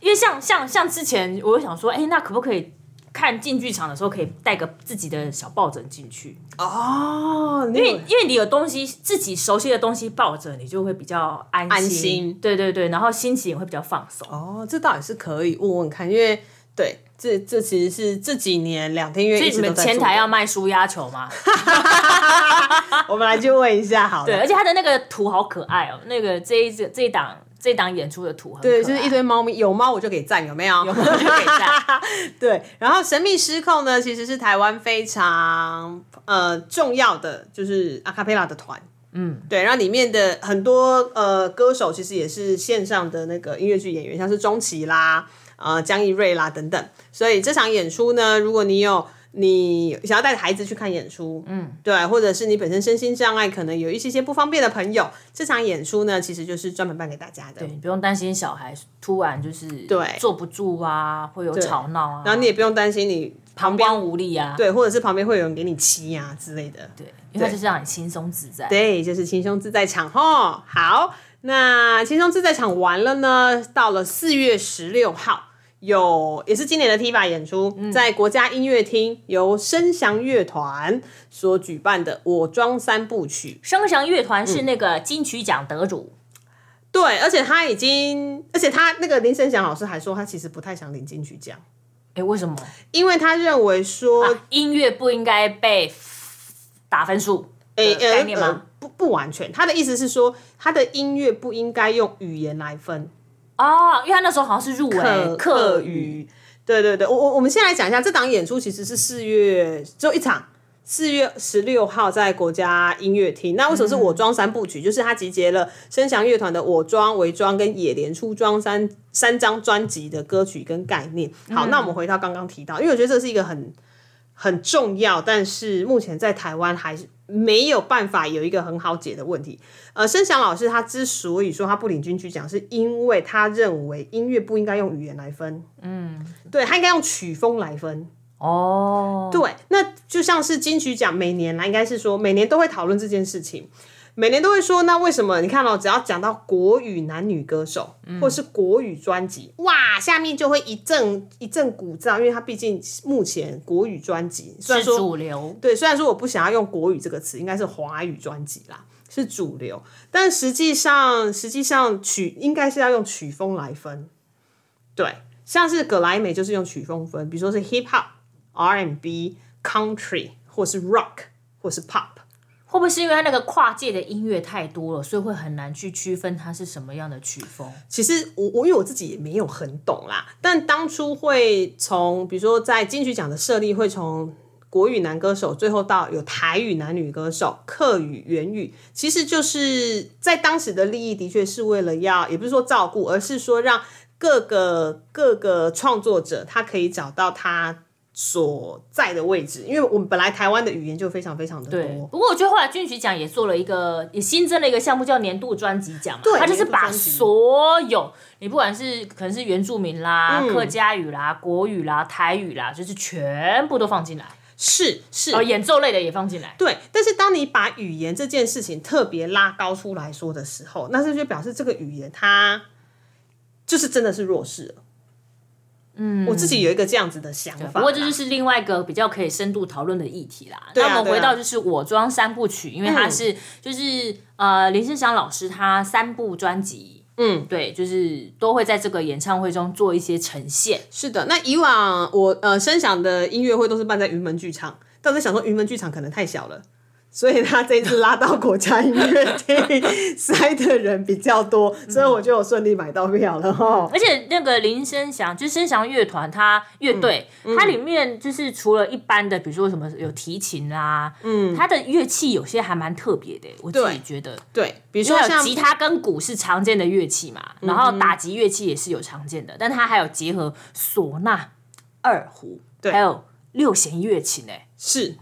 S2: 因为像像像之前我有想说，哎、那可不可以看进剧场的时候可以带个自己的小抱枕进去？
S1: 哦，因
S2: 因为因为你有东西自己熟悉的东西抱着，你就会比较安心。
S1: 安心
S2: 对对对，然后心情也会比较放松。
S1: 哦，这倒也是可以问问看，因为对，这这其实是这几年两天院
S2: 所
S1: 一
S2: 以你
S1: 直都
S2: 们
S1: 在
S2: 前
S1: 做
S2: 台
S1: 的
S2: 要卖舒压球 吗？
S1: 我们来去问一下好了。
S2: 对，而且它的那个图好可爱哦、那个这一这这一档这一档演出的图很可爱，
S1: 对，就是一 堆猫咪，有猫我就给赞，有没有？
S2: 有没有就可以赞
S1: 对，然后神秘失控呢，其实是台湾非常呃重要的，就是阿卡贝拉的团。嗯，对，然后里面的很多呃歌手其实也是线上的那个音乐剧演员，像是钟琪啦、呃江一瑞啦等等。所以这场演出呢，如果你有你想要带孩子去看演出，嗯，对，或者是你本身身心障碍，可能有一些些不方便的朋友，这场演出呢，其实就是专门办给大家的。
S2: 对，你不用担心小孩突然就是
S1: 对
S2: 坐不住啊，会有吵闹啊，
S1: 然后你也不用担心你
S2: 膀胱无力啊，
S1: 对，或者是旁边会有人给你漆啊之类的。
S2: 对，因为它就是让你轻松自在。
S1: 对，就是轻松自在场吼。好，那轻松自在场完了呢，到了四月十六号。有也是今年的 T 吧演出，
S2: 嗯
S1: 在国家音乐厅由声祥乐团所举办的《我装三部曲》，
S2: 声翔乐团
S1: 嗯
S2: 是那个金曲奖得主，
S1: 对，而且他已经，而且他那个林声祥老师还说，他其实不太想领金曲奖，
S2: 哎、为什么、
S1: 因为他认为说，
S2: 啊音乐不应该被打分数的
S1: 呃
S2: 概念吗？
S1: 呃不不完全，他的意思是说，他的音乐不应该用语言来分，
S2: 哦，因为他那时候好像是入围
S1: 呃客
S2: 客
S1: 呃客语。对对对，我我我们先来讲一下这档演出，其实是四月只有一场，四月十六号在国家音乐厅。那为什么是我装三部曲？就是它集结了声响乐团的《我装》、《伪装》跟《野莲出装》三三张专辑的歌曲跟概念。好，那我们回到刚刚提到，因为我觉得这是一个很很重要，但是目前在台湾还是没有办法有一个很好解的问题。呃，申翔老师他之所以说他不领军曲奖，是因为他认为音乐不应该用语言来分，嗯，对他应该用曲风来分。
S2: 嗯哦，
S1: 对，那就像是金曲奖每年啦，应该是说每年都会讨论这件事情，每年都会说，那为什么你看哦，只要讲到国语男女歌手、
S2: 嗯
S1: 或是国语专辑，哇，下面就会一阵一阵鼓噪，因为它毕竟目前国语专辑虽然
S2: 是
S1: 说
S2: 主流，
S1: 对，虽然说我不想要用国语这个词，应该是华语专辑啦，是主流，但实际上实际上曲应该是要用曲风来分。对，像是葛莱美就是用曲风分，比如说是 hip hop、R&B、country 或是 rock 或是 pop。
S2: 会不会是因为它那个跨界的音乐太多了，所以会很难去区分它是什么样的曲风？
S1: 其实我我因为我自己也没有很懂啦，但当初会从比如说在金曲奖的设立，会从国语男歌手，最后到有台语男女歌手、客语、原语，其实就是在当时的利益的确是为了要，也不是说照顾，而是说让各个各个创作者他可以找到他。所在的位置，因为我们本来台湾的语言就非常非常的
S2: 对，
S1: 多，
S2: 不过我觉得后来金曲奖也做了一个，也新增了一个项目叫年度专辑奖嘛，
S1: 对
S2: 它就是把
S1: 年度专辑
S2: 所有你不管是可能是原住民啦、
S1: 嗯
S2: 客家语啦、国语啦、台语啦，就是全部都放进来，
S1: 是是
S2: 哦，演奏类的也放进来，
S1: 对，但是当你把语言这件事情特别拉高出来说的时候，那是就表示这个语言它就是真的是弱势了。嗯，我自己有一个这样子的想法啦。
S2: 不过这就是另外一个比较可以深度讨论的议题啦。
S1: 啊
S2: 那我
S1: 对啊
S2: 们
S1: 嗯
S2: 回到就是《我庄三部曲》，因为它是、就是呃林声祥老师他三部专辑，
S1: 嗯，
S2: 对，就是都会在这个演唱会中做一些呈现。
S1: 是的。那以往我呃声响的音乐会都是办在云门剧场，但是想说云门剧场可能太小了。所以他这一次拉到国家音乐厅 塞的人比较多，所以我就有顺利买到票了哈。
S2: 而且那个林声祥，就是声祥乐团，它乐队，
S1: 嗯
S2: 它里面就是除了一般的，比如说什么有提琴啦、嗯，它的乐器有些还蛮特别的，我自己
S1: 对
S2: 觉得，
S1: 对，比如
S2: 就
S1: 说
S2: 还有
S1: 像嗯
S2: 吉他跟鼓是常见的乐器嘛，然后打击乐器也是有常见的，但它还有结合唢呐、二胡，还有六弦乐琴，哎，
S1: 是，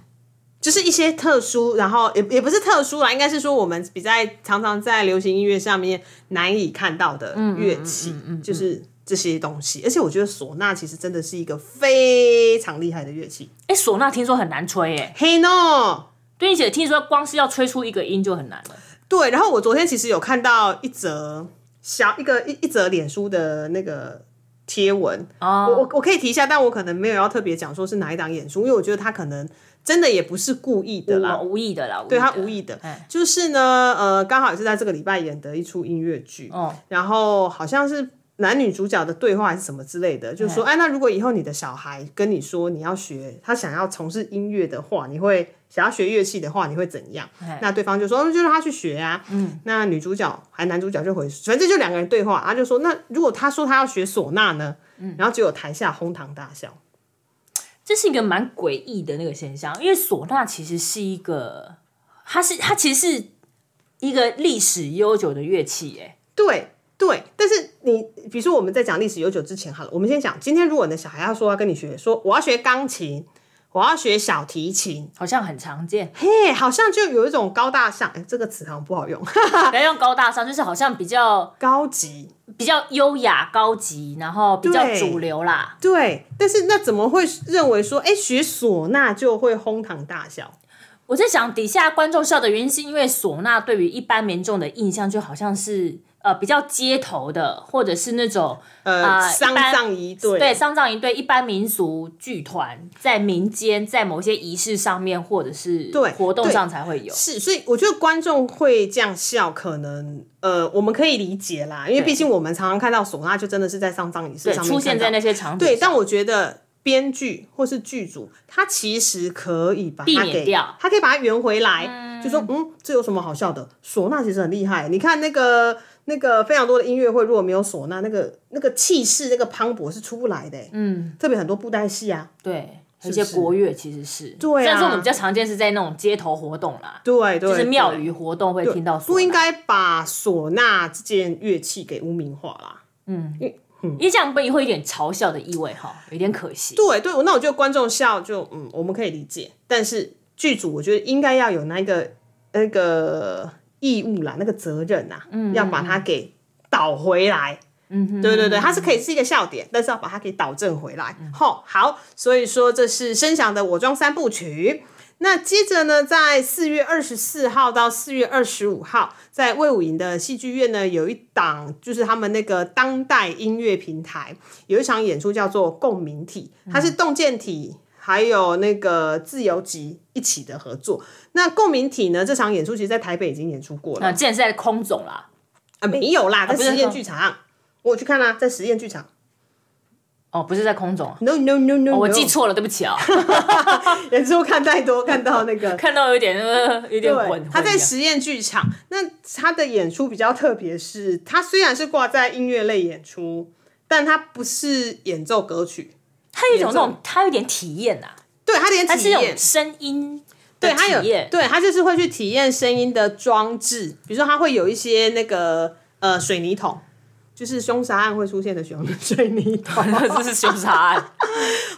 S1: 就是一些特殊，然后也也不是特殊啦，应该是说我们比在常常在流行音乐上面难以看到的乐器，就是这些东西。而且我觉得唢呐其实真的是一个非常厉害的乐器。
S2: 哎，唢呐听说很难吹，哎，
S1: 嘿 no，
S2: 并且听说光是要吹出一个音就很难了。
S1: 对。然后我昨天其实有看到一则小一个一一则脸书的那个。贴文，
S2: 哦
S1: 我我我可以提一下，但我可能没有要特别讲说是哪一档演出，因为我觉得他可能真的也不是故意的啦
S2: 我，无意的啦，
S1: 对
S2: 的
S1: 他无意的
S2: 哎，
S1: 就是呢，呃，刚好也是在这个礼拜演的一出音乐剧，
S2: 哦
S1: 然后好像是男女主角的对话还是什么之类的，就说，哎，那如果以后你的小孩跟你说你要学，他想要从事音乐的话，你会想要学乐器的话，你会怎样？
S2: 哎
S1: 那对方就说，哦就让他去学啊。嗯，那女主角还男主角就回，反正就两个人对话，他就说，那如果他说他要学唢呐呢？
S2: 嗯
S1: 然后结果台下哄堂大笑。
S2: 这是一个蛮诡异的那个现象，因为唢呐其实是一个，它是它其实是一个历史悠久的乐器，哎，
S1: 对对，但是你比如说我们在讲历史悠久之前好了，我们先讲今天如果你的小孩要说要跟你学，说我要学钢琴，我要学小提琴，
S2: 好像很常见，
S1: 嘿，好像就有一种高大上，哎，这个词好像不好用，
S2: 不要用高大上，就是好像比较
S1: 高级。
S2: 比较优雅、高级，然后比较
S1: 对
S2: 主流啦。
S1: 对，但是那怎么会认为说，哎，学唢呐就会哄堂大笑？
S2: 我在想，底下观众笑的原因是因为唢呐对于一般民众的印象就好像是呃比较街头的，或者是那种
S1: 呃，
S2: 啊
S1: 丧
S2: 一般
S1: 葬仪队，
S2: 对，丧葬一对一般民俗剧团在民间在某些仪式上面或者是
S1: 对
S2: 活动
S1: 对
S2: 上才会有。
S1: 是，所以我觉得观众会这样笑，可能呃，我们可以理解啦，因为
S2: 对
S1: 毕竟我们常常看到唢呐就真的是在丧葬仪式
S2: 对，
S1: 上面
S2: 出现
S1: 看到
S2: 在那些场景上。
S1: 对，但我觉得编剧或是剧组，他其实可以把
S2: 避
S1: 它
S2: 免
S1: 给
S2: 掉，
S1: 他可以把它圆回来，就说嗯，这有什么好笑的？唢呐其实很厉害，你看那个那个非常多的音乐会，如果没有唢呐，那个那个气势、那个磅礴是出不来的。嗯，特别很多布袋戏啊，
S2: 对有
S1: 不
S2: 一些
S1: 是
S2: 国乐其实是，
S1: 对
S2: 虽然
S1: 啊
S2: 说我们比较常见是在那种街头活动啦，
S1: 对对，
S2: 就是庙
S1: 对
S2: 宇活动会听到唢呐，
S1: 不应该把唢呐这件乐器给污名化啦。
S2: 因为这样被会有点嘲笑的意味哈，有点可惜。
S1: 对对，那我觉得观众笑就嗯，我们可以理解，但是剧组我觉得应该要有那个那个义务啦，那个责任啊，嗯要把它给导回来。嗯哼，对对对，它是可以是一个笑点，但是要把它给导正回来。吼、好，所以说这是声响的《我装三部曲》。那接着呢，在四月二十四号到四月二十五号，在魏武营的戏剧院呢，有一档就是他们那个当代音乐平台有一场演出叫做《共鸣体》，
S2: 嗯
S1: 它是洞见体还有那个自由集一起的合作。那《共鸣体》呢，这场演出其实在台北已经演出过了
S2: 那既然是在空总啦，
S1: 啊，没有啦，在
S2: 不是
S1: 实验啊
S2: 空
S1: 剧场，我有去看啦、在实验剧场。
S2: 哦，不是在空中啊，
S1: No no no no，, no
S2: 我 记，错了，对不起啊，
S1: 演出看太多，看到那 个。
S2: 看到有点呃有点混
S1: 对，。他在
S2: 混
S1: 实验剧场。那他的演出比较特别是，他虽然是挂在音乐类演出，但他不是演奏歌曲，
S2: 他有一种那
S1: 严
S2: 种，他有点体验呐、啊，
S1: 对他连
S2: 他
S1: 体
S2: 是一
S1: 验
S2: 种，声音的
S1: 对他有
S2: 体验，
S1: 对他就是会去体验声音的装置，比如说他会有一些那个呃水泥桶，就是凶杀案会出现的水水泥桶，
S2: 这是凶杀案。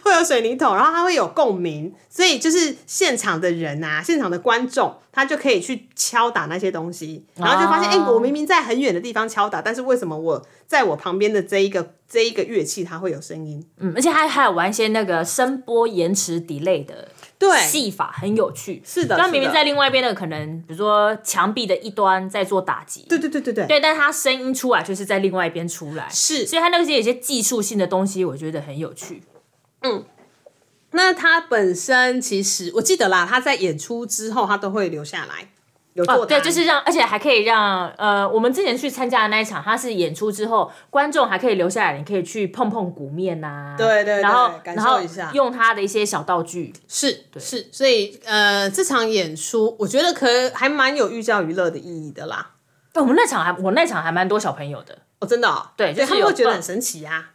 S1: 会有水泥桶，然后它会有共鸣，所以就是现场的人啊，现场的观众，他就可以去敲打那些东西，然后就发现，
S2: 哦
S1: 哎、我明明在很远的地方敲打，但是为什么我在我旁边的这一个这一个乐器它会有声音？
S2: 嗯，而且还还有玩一些那个声波延迟 delay 的
S1: 对
S2: 戏法，很有趣。
S1: 是的
S2: 他
S1: 是
S2: 明明
S1: 的
S2: 在另外一边的，可能比如说墙壁的一端在做打击，
S1: 对对对对对，
S2: 对，但他声音出来就是在另外一边出来，
S1: 是
S2: 所以他那些有些技术性的东西，我觉得很有趣。
S1: 那他本身其实我记得啦，他在演出之后，他都会留下来有座
S2: 哦，
S1: 谈、
S2: 对，就是让，而且还可以让，呃，我们之前去参加的那一场，他是演出之后，观众还可以留下来，你可以去碰碰鼓面呐、
S1: 对对对
S2: 然后
S1: 感
S2: 然后
S1: 受一下
S2: 用他的一些小道具，
S1: 是是，所以呃，这场演出我觉得可还蛮有寓教于乐的意义的啦。
S2: 我们那场还我那场还蛮多小朋友的，
S1: 哦，真的、哦，
S2: 对就是
S1: 他们会
S2: 有
S1: 觉得
S2: 放
S1: 很神奇啊呀、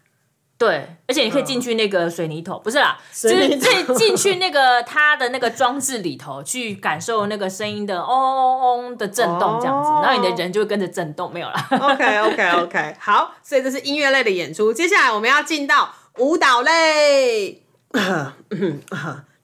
S2: 对，而且你可以进去那个水泥桶，不是啦，就
S1: 水
S2: 是
S1: 泥桶
S2: 进进去那个它的那个装置里头去感受那个声音的嗡嗡嗡的震动这样子，
S1: 哦
S2: 然后你的人就会跟着震动，没有啦。
S1: OK OK OK，好，所以这是音乐类的演出。接下来我们要进到舞蹈类，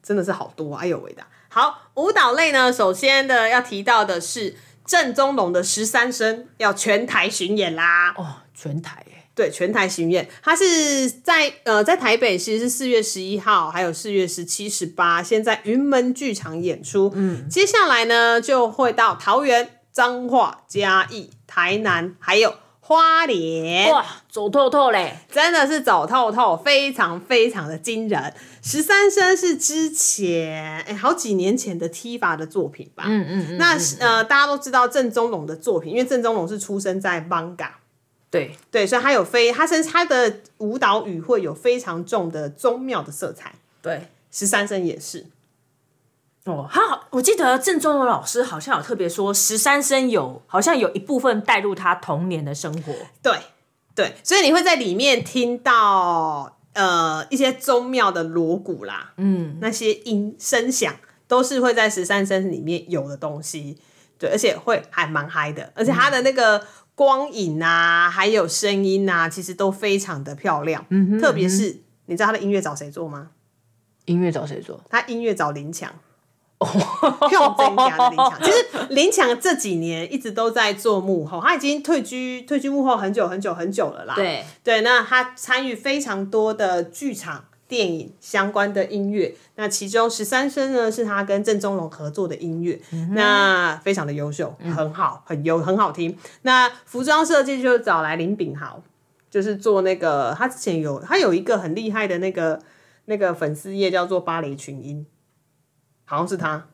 S1: 真的是好多啊，哎呦喂的。好，舞蹈类呢，首先的要提到的是郑宗龙的《十三声》要全台巡演啦。
S2: 哦，全台耶，
S1: 对，全台巡演，它是在呃在台北其实是四月十一号，还有四月十七、十八，先在云门剧场演出。嗯，接下来呢就会到桃园、彰化、嘉义、台南，还有花莲。
S2: 哇，走透透嘞，
S1: 真的是走透透，非常非常的惊人。十三生是之前哎、好几年前的 T 法的作品吧？嗯嗯那呃大家都知道郑宗龙的作品，因为郑宗龙是出生在 manga，
S2: 对，
S1: 对，所以他有非他身他的舞蹈语汇有非常重的宗庙的色彩。
S2: 对。
S1: 十三生也是，
S2: 哦，他好，我记得郑中荣老师好像有特别说，十三生有好像有一部分带入他童年的生活，
S1: 对对，所以你会在里面听到呃一些宗庙的锣鼓啦，嗯，那些音声响都是会在十三声里面有的东西，对，而且会还蛮嗨的，而且它的那个光影啊，还有声音啊，其实都非常的漂亮，嗯特别是你知道他的音乐找谁做吗？
S2: 音乐找谁做？
S1: 他音乐找林强。用真假的林 强，其实林强这几年一直都在做幕后，他已经退居退居幕后很久很久很久了啦。
S2: 对
S1: 对，那他参与非常多的剧场、电影相关的音乐，那其中《十三声》呢是他跟郑中龙合作的音乐，那非常的优秀，很好，很优，很好听。那服装设计就找来林炳豪，就是做那个他之前有他有一个很厉害的那个那个粉丝页叫做芭蕾群英，好像是他。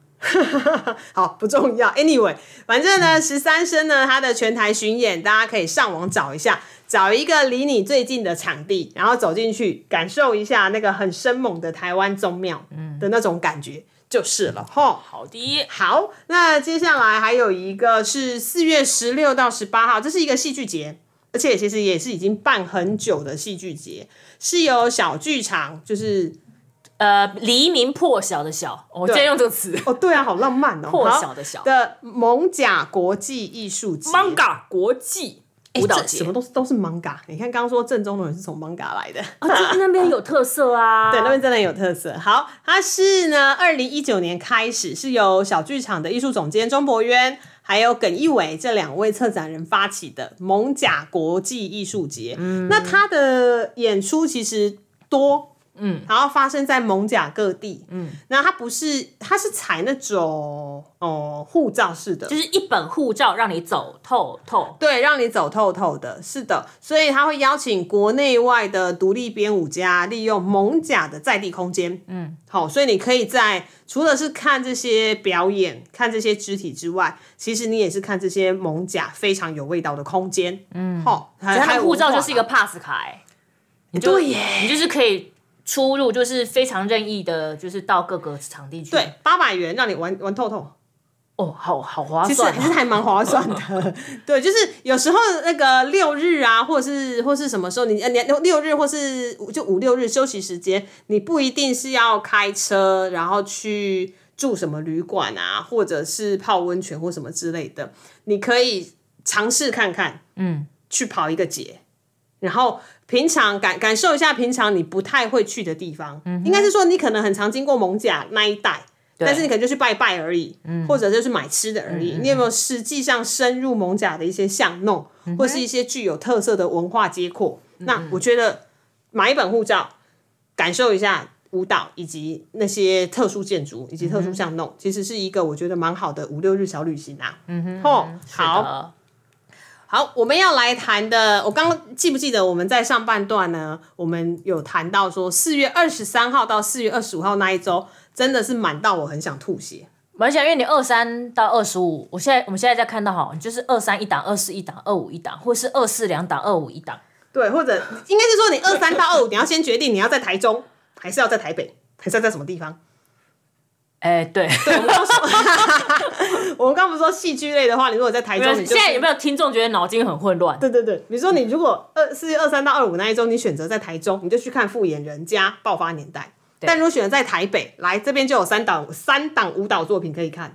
S1: 好，不重要。Anyway，反正呢，十三声呢，它的全台巡演，大家可以上网找一下，找一个离你最近的场地，然后走进去，感受一下那个很生猛的台湾宗庙
S2: 嗯
S1: 的那种感觉，就是了。吼，
S2: 好的，
S1: 好，那接下来还有一个是四月十六到十八号，这是一个戏剧节，而且其实也是已经办很久的戏剧节，是由小剧场，就是
S2: 呃，黎明破晓的晓，我今天用这个词，
S1: 哦，对啊，好浪漫哦，
S2: 破
S1: 好
S2: 晓的晓
S1: 的蒙甲国际艺术节
S2: manga 国际舞蹈
S1: 这
S2: 节
S1: 什么都是都是 manga。你看刚刚说正宗的人是从 manga 来的，
S2: 啊，这那边有特色 啊，
S1: 对，那边真的很有特色。好，它是呢，二零一九年开始是由小剧场的艺术总监钟博渊。还有耿一伟这两位策展人发起的蒙甲国际艺术节，那它的演出其实多，嗯，然后发生在蒙甲各地，嗯，那它不是，它是采那种哦护照式的，
S2: 就是一本护照让你走透透。
S1: 对，让你走透透的，是的，所以他会邀请国内外的独立编舞家，利用蒙甲的在地空间，嗯，好，所以你可以在除了是看这些表演、看这些肢体之外，其实你也是看这些蒙甲非常有味道的空间，嗯，好，
S2: 只
S1: 还
S2: 是
S1: 还
S2: 它
S1: 有
S2: 的护照
S1: 文化
S2: 就是一个
S1: 吧
S2: pass 卡、欸，你就
S1: 对耶
S2: 你就是可以出入，就是非常任意的，就是到各个场地去。
S1: 对，八百元让你玩玩透透，
S2: 哦，好好划
S1: 其实
S2: 算
S1: 还
S2: 哦、
S1: 是还蛮划算的。 对，就是有时候那个六日啊，或者是或是什么时候你呃你六日或是就五六日休息时间，你不一定是要开车，然后去住什么旅馆啊，或者是泡温泉或什么之类的，你可以尝试看看，嗯，去跑一个节。然后平常感感受一下平常你不太会去的地方，应该是说你可能很常经过蒙甲那一带，但是你可能就去拜拜而已，或者就是买吃的而已。你有没有实际上深入蒙甲的一些巷弄，或是一些具有特色的文化街廓？那我觉得买一本护照，感受一下舞蹈以及那些特殊建筑以及特殊巷弄，其实是一个我觉得蛮好的五六日小旅行啊。嗯哼，吼，好。
S2: 好，
S1: 好，我们要来谈的，我刚刚记不记得我们在上半段呢？我们有谈到说，四月二十三号到四月二十五号那一周，真的是满到我很想吐血。
S2: 蛮想，因为你二三到二十五，我现在我们现在在看到哈，你就是二三一档，二四一档，二五一档，或是二四两档，二五一档。
S1: 对，或者应该是说，你二三到二五，你要先决定你要在台中，还是要在台北，还是要在什么地方？
S2: 哎、对，
S1: 我们刚不是说戏剧类的话，你如果在台中，你就
S2: 现在有
S1: 是
S2: 没有听众觉得脑筋很混乱？
S1: 对对对，你说你如果二四月二三到二五那一周，你选择在台中，你就去看《复眼人家》《爆发年代》。但如果选择在台北，来这边就有三档三档舞蹈作品可以看，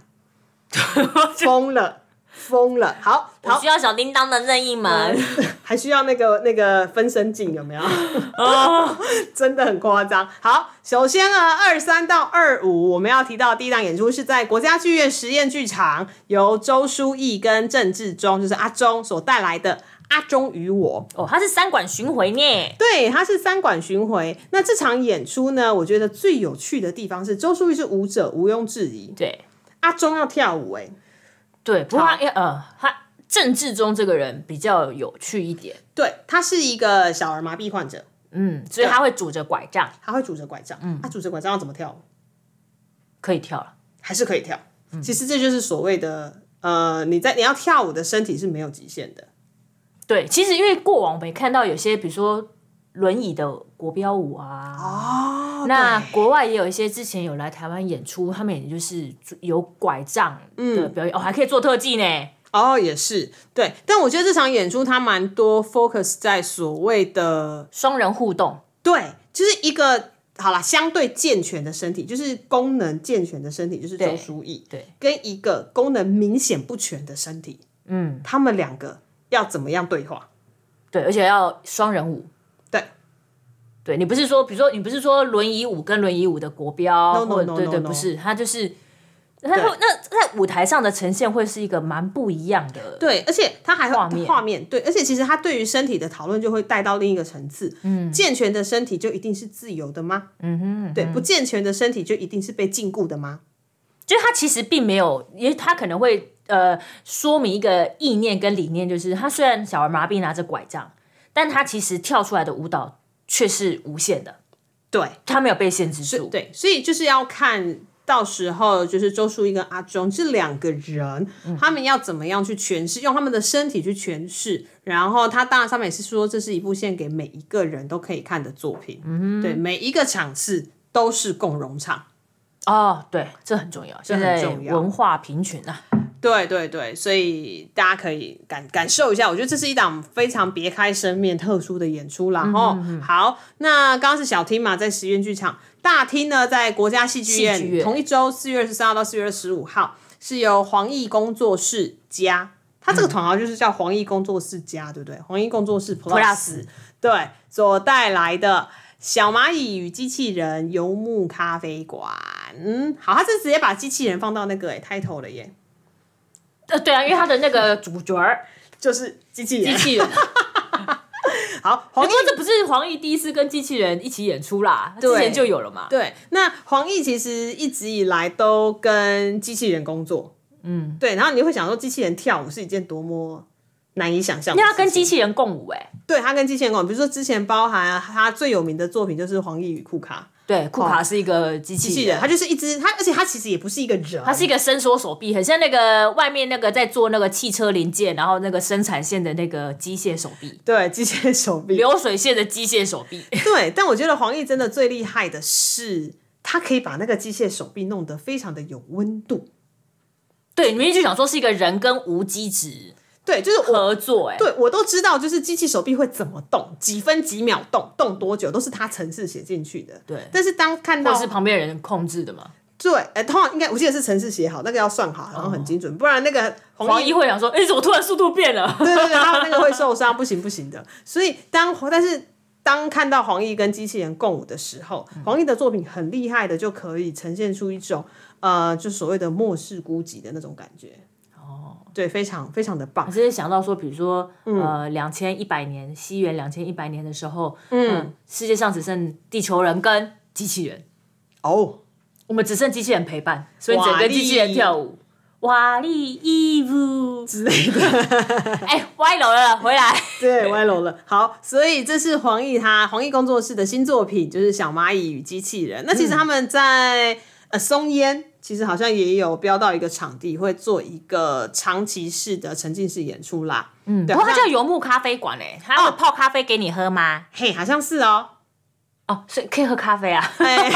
S1: 疯了疯了！好好，
S2: 要小叮当的任意门。
S1: 还需要那个那个分身镜有没 有？
S2: 哦，
S1: 真的很夸张。好，首先呢，二三到二五我们要提到的第一档演出是在国家剧院实验剧场，由周书毅跟郑志忠，就是阿忠所带来的《阿忠与我》。
S2: 哦，它是三馆巡回呢。
S1: 对，它是三馆巡回。那这场演出呢，我觉得最有趣的地方是周书毅是舞者，毋庸置疑。
S2: 对
S1: 阿忠要跳舞、欸，哎，
S2: 对，不过他呃，他郑志忠这个人比较有趣一点，
S1: 对，他是一个小儿麻痹患者，
S2: 嗯，所以他会拄着拐杖，
S1: 他会拄着拐杖。嗯，他拄着拐杖要怎么跳舞？
S2: 可以跳了。
S1: 还是可以跳。其实这就是所谓的呃，你在你要跳舞的身体是没有极限的。
S2: 对，其实因为过往我们也看到有些，比如说轮椅的国标舞啊，
S1: 哦，
S2: 那国外也有一些之前有来台湾演出，他们也就是有拐杖的表演，哦，还可以做特技呢。
S1: 哦也是对，但我觉得这场演出它蛮多 focus 在所谓的
S2: 双人互动，
S1: 对，就是一个好啦，相对健全的身体，就是功能健全的身体，就是周
S2: 对
S1: 书毅，
S2: 对，
S1: 跟一个功能明显不全的身体，嗯，他们两个要怎么样对话？
S2: 对，而且要双人舞。
S1: 对，
S2: 对你不是说，比如说你不是说轮椅舞跟轮椅舞的国
S1: No,
S2: 标
S1: no,
S2: 或者
S1: no,
S2: 对
S1: no,
S2: 对
S1: no.
S2: 不是，它就是。它会那在舞台上的呈现会是一个蛮不一样的，
S1: 对，而且他还
S2: 画面
S1: 画面对，而且其实他对于身体的讨论就会带到另一个层次。嗯，健全的身体就一定是自由的吗？嗯哼，对，不健全的身体就一定是被禁锢的吗？
S2: 就是他其实并没有，因为他可能会呃说明一个意念跟理念，就是他虽然小儿麻痹拿着拐杖，但他其实跳出来的舞蹈却是无限的，
S1: 对，
S2: 他没有被限制住。
S1: 对，所以就是要看到时候就是周淑一跟阿忠这两个人，他们要怎么样去诠释，用他们的身体去诠释。然后他当然上面也是说，这是一部献给每一个人都可以看的作品。嗯，对，每一个场次都是共融场。
S2: 哦，对，这很重要，现在
S1: 很重要
S2: 文化平权啊，
S1: 对对对，所以大家可以感感受一下，我觉得这是一档非常别开生面、特殊的演出
S2: 嗯
S1: 啦。哦、好，那刚刚是小厅嘛，在实验剧场，大厅呢在国家戏剧
S2: 戏剧
S1: 院，
S2: 院
S1: 同一周四月二十三号到四月二十五号，是由黄奕工作室加。他
S2: 嗯
S1: 这个团好像就是叫黄奕工作室加，对不对？黄奕工作室 Plus 对所带来的小蚂蚁与机器人游牧咖啡馆，嗯，好，他是直接把机器人放到那个诶 title 了耶，
S2: 呃，对啊，因为他的那个主角儿
S1: 就是机器人。
S2: 机器人， 不
S1: 好，黄奕
S2: 过这不是黄奕第一次跟机器人一起演出啦，之前就有了嘛。
S1: 对，那黄奕其实一直以来都跟机器人工作，嗯，对，然后你会想说机器人跳舞是一件多么。难以想象的
S2: 因
S1: 事情，
S2: 为他跟机器人共舞、欸，哎，
S1: 对他跟机器人工作，比如说之前包含他最有名的作品就是《黄奕与库卡》，
S2: 对，库卡是一个机
S1: 机器
S2: 器
S1: 人，
S2: 人，
S1: 它就是一只它，而且它其实也不是一个人，
S2: 它是一个伸缩手臂，很像那个外面那个在做那个汽车零件，然后那个生产线的那个机械手臂，
S1: 对机械手臂。
S2: 流水线的机械手臂。
S1: 对，但我觉得黄奕真的最厉害的是，他可以把那个机械手臂弄得非常的有温度。
S2: 对，你明明就想说是一个人跟无机质
S1: 对，就是我。
S2: 合作、欸，哎，
S1: 对，我都知道，就是机器手臂会怎么动，几分几秒动，动多久都是他程式写进去的。
S2: 对
S1: 但是当看到
S2: 或是旁边的人控制的嘛。
S1: 对，呃，通常应该我记得是程式写好，那个要算好，然后很精准，不然那个黄
S2: 哦黄
S1: 奕
S2: 奕会想说，哎、怎么突然速度变了？
S1: 对对对，他那个会受伤，不行不行的。所以当但是当看到黄奕跟机器人共舞的时候，
S2: 嗯
S1: 黄奕的作品很厉害的，就可以呈现出一种呃，就所谓的末世孤寂的那种感觉。哦，对，非常非常的棒
S2: 我。之前想到说，比如说，
S1: 嗯
S2: 呃，两千一百年，西元两千一百年的时候，嗯、世界上只剩地球人跟机器人，
S1: 哦，
S2: 我们只剩机器人陪伴，所以整
S1: 瓦
S2: 个
S1: 力
S2: 机器人跳舞。瓦力伊舞之类的， 哎、歪楼了，回来。
S1: 对，歪楼了。好，所以这是黄奕他黄奕工作室的新作品，就是《小蚂蚁与机器人》。那其实他们在、呃松烟。其实好像也有标到一个场地，会做一个长期式的沉浸式演出啦。嗯，对，
S2: 不过它
S1: 好像
S2: 叫游牧咖啡馆哎、它
S1: 哦
S2: 有泡咖啡给你喝吗？
S1: 嘿，好像是哦。
S2: 哦，所以可以喝咖啡啊，
S1: 哎，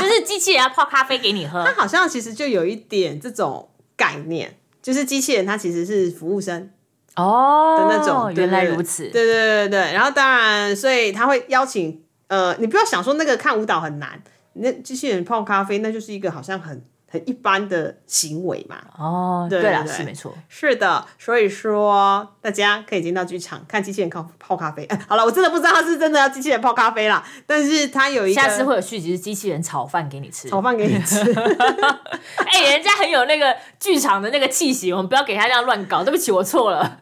S2: 就是机器人要泡咖啡给你 喝
S1: 它。 好像其实就有一点这种概念，就是机器人它其实是服务生
S2: 哦
S1: 的那种。对
S2: 原来
S1: 对对
S2: 如此。
S1: 对对对对对。然后当然，所以他会邀请呃，你不要想说那个看舞蹈很难，那机器人泡咖啡那就是一个好像很很一般的行为嘛。
S2: 哦，
S1: 对
S2: 对了，
S1: 对对
S2: 是没错。
S1: 是的，所以说大家可以进到剧场看机器人泡 泡咖啡。好了，我真的不知道他是真的要机器人泡咖啡啦，但是他有一个
S2: 下次会有续集是机器人炒饭给你吃。
S1: 炒饭给你吃。
S2: 哎、人家很有那个剧场的那个气息，我们不要给他这样乱搞。对不起，我错了。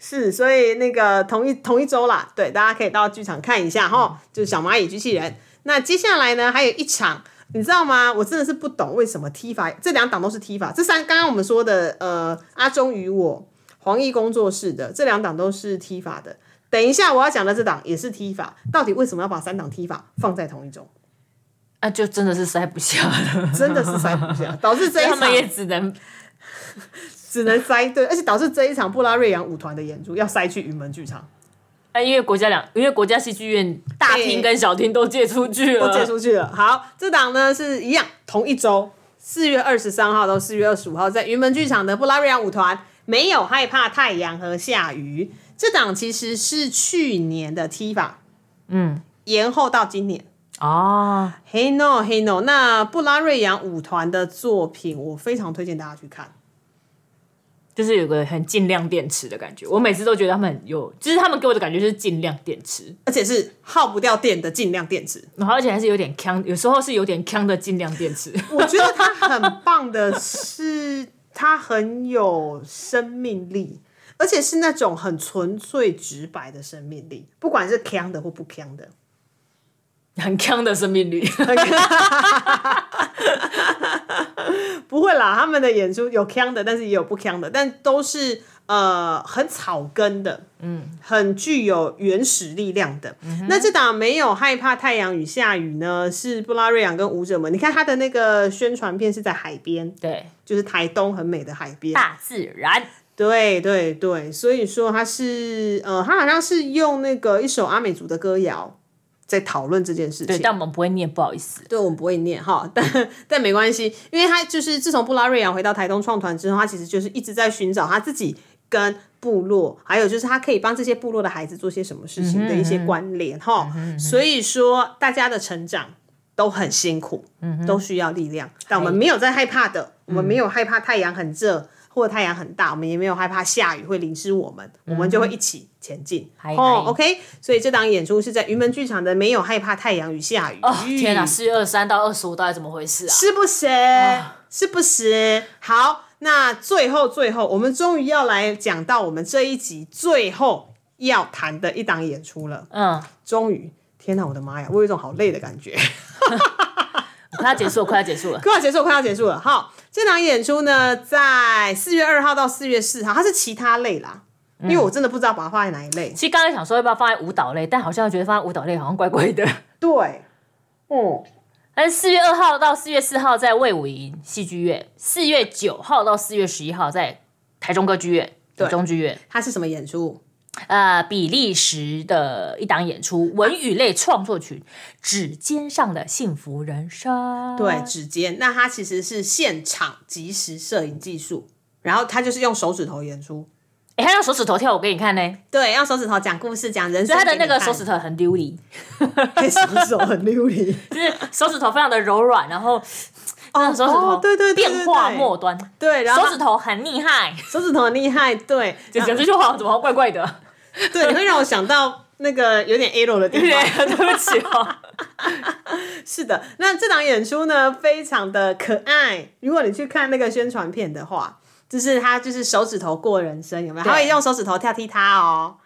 S1: 是，所以那个同一同一周啦，对，大家可以到剧场看一下哈，
S2: 嗯
S1: 就是小蚂蚁机器人。那接下来呢，还有一场，你知道吗？我真的是不懂为什么踢法这两档都是踢法，这三刚刚我们说的呃，阿忠与我黄奕工作室的这两档都是踢法的。等一下我要讲的这档也是踢法，到底为什么要把三档踢法放在同一周？
S2: 那、啊就真的是塞不下了，
S1: 真的是塞不下，导致这一
S2: 他
S1: 场
S2: 们也只能
S1: 只能塞对，而且导致这一场布拉瑞扬舞团的演出要塞去云门剧场。
S2: 啊，因为国家两，因为国家戏剧院大厅跟小厅都借出去了，
S1: 都借出去了。好，这档呢是一样，同一周，四月二十三号到四月二十五号，在云门剧场的布拉瑞扬舞团，没有害怕太阳和下雨。这档其实是去年的踢法，
S2: 嗯，
S1: 延后到今年。
S2: 哦，
S1: 嘿 no 嘿 no，那布拉瑞扬舞团的作品，我非常推荐大家去看。
S2: 就是有个很尽量电池的感觉。我每次都觉得他们很有，就是他们给我的感觉就是尽量电池，
S1: 而且是耗不掉电的尽量电池，
S2: 然后而且还是有点呛，有时候是有点呛的尽量电池。
S1: 我觉得它很棒的是，它很有生命力，而且是那种很纯粹、直白的生命力，不管是强的或不强的。
S2: 很强的生命力，
S1: 不会啦，他们的演出有腔的，但是也有不腔的，但都是呃很草根的，嗯，很具有原始力量的。那这档没有害怕太阳与下雨呢，是布拉瑞扬跟舞者们。你看他的那个宣传片是在海边，
S2: 对，
S1: 就是台东很美的海边，
S2: 大自然，
S1: 对对对，所以说他是呃，他好像是用那个一首阿美族的歌谣在讨论这件事
S2: 对，
S1: 情。
S2: 但我们不会念，不好意思。
S1: 对，我们不会念哈， 但但没关系，因为他就是自从布拉瑞扬回到台东创团之后，他其实就是一直在寻找他自己跟部落，还有就是他可以帮这些部落的孩子做些什么事情的一些关联哈。
S2: 嗯
S1: 所以说，大家的成长都很辛苦，都需要力
S2: 嗯
S1: 量，但我们没有在害怕的，我们没有害怕太阳很热。或者太阳很大，我们也没有害怕下雨会淋湿我们，我们就会一起前进。
S2: 嗯嗨
S1: 哦
S2: 嗨
S1: ，OK，所以这档演出是在云门剧场的《没有害怕太阳与下雨》。哎
S2: 哦，天哪，四月二三到二十五到底怎么回事啊？
S1: 是不是？是不是？好，那最后最后，我们终于要来讲到我们这一集最后要谈的一档演出了。
S2: 嗯，
S1: 终于，天哪，我的妈呀，我有一种好累的感觉。
S2: 快要结束了，快要结束了。
S1: 快要结束，快要结束了。好，这档演出呢，在四月二号到四月四号，它是其他类啦，因为我真的不知道把它放在哪一类。
S2: 其实刚才想说要不要放在舞蹈类，但好像觉得放在舞蹈类好像怪怪的。
S1: 对，嗯，
S2: 但是四月二号到四月四号在魏武营戏剧院，四月九号到四月十一号在台中歌剧院、台中剧院，
S1: 它是什么演出？
S2: 呃，比利时的一档演出，文娱类创作曲《指尖上的幸福人生》。
S1: 对，指尖。那它其实是现场即时摄影技术，然后它就是用手指头演出。
S2: 哎、他用手指头跳舞给你看呢，
S1: 对，用手指头讲故事，讲人
S2: 所
S1: 生
S2: 以
S1: 给
S2: 他
S1: 你看。
S2: 的那个手指头很流利，
S1: 对，手指头很溜利。
S2: 就是手指头非常的柔软，然后那
S1: 哦
S2: 手指头
S1: 哦对对对对对
S2: 变化末端，
S1: 对，然后
S2: 手
S1: 它
S2: 指头很厉害，
S1: 手指头很厉害，对，
S2: 就
S1: 然后
S2: 讲这句话怎么怪 怪的？
S1: 对，你会让我想到那个有点 arrow 的地
S2: 对，
S1: 方。
S2: 对不起 哦。
S1: 是的，那这档演出呢，非常的可爱。如果你去看那个宣传片的话，就是他就是手指头过人生，有没有？
S2: 对
S1: 他会用手指头跳踢踏哦，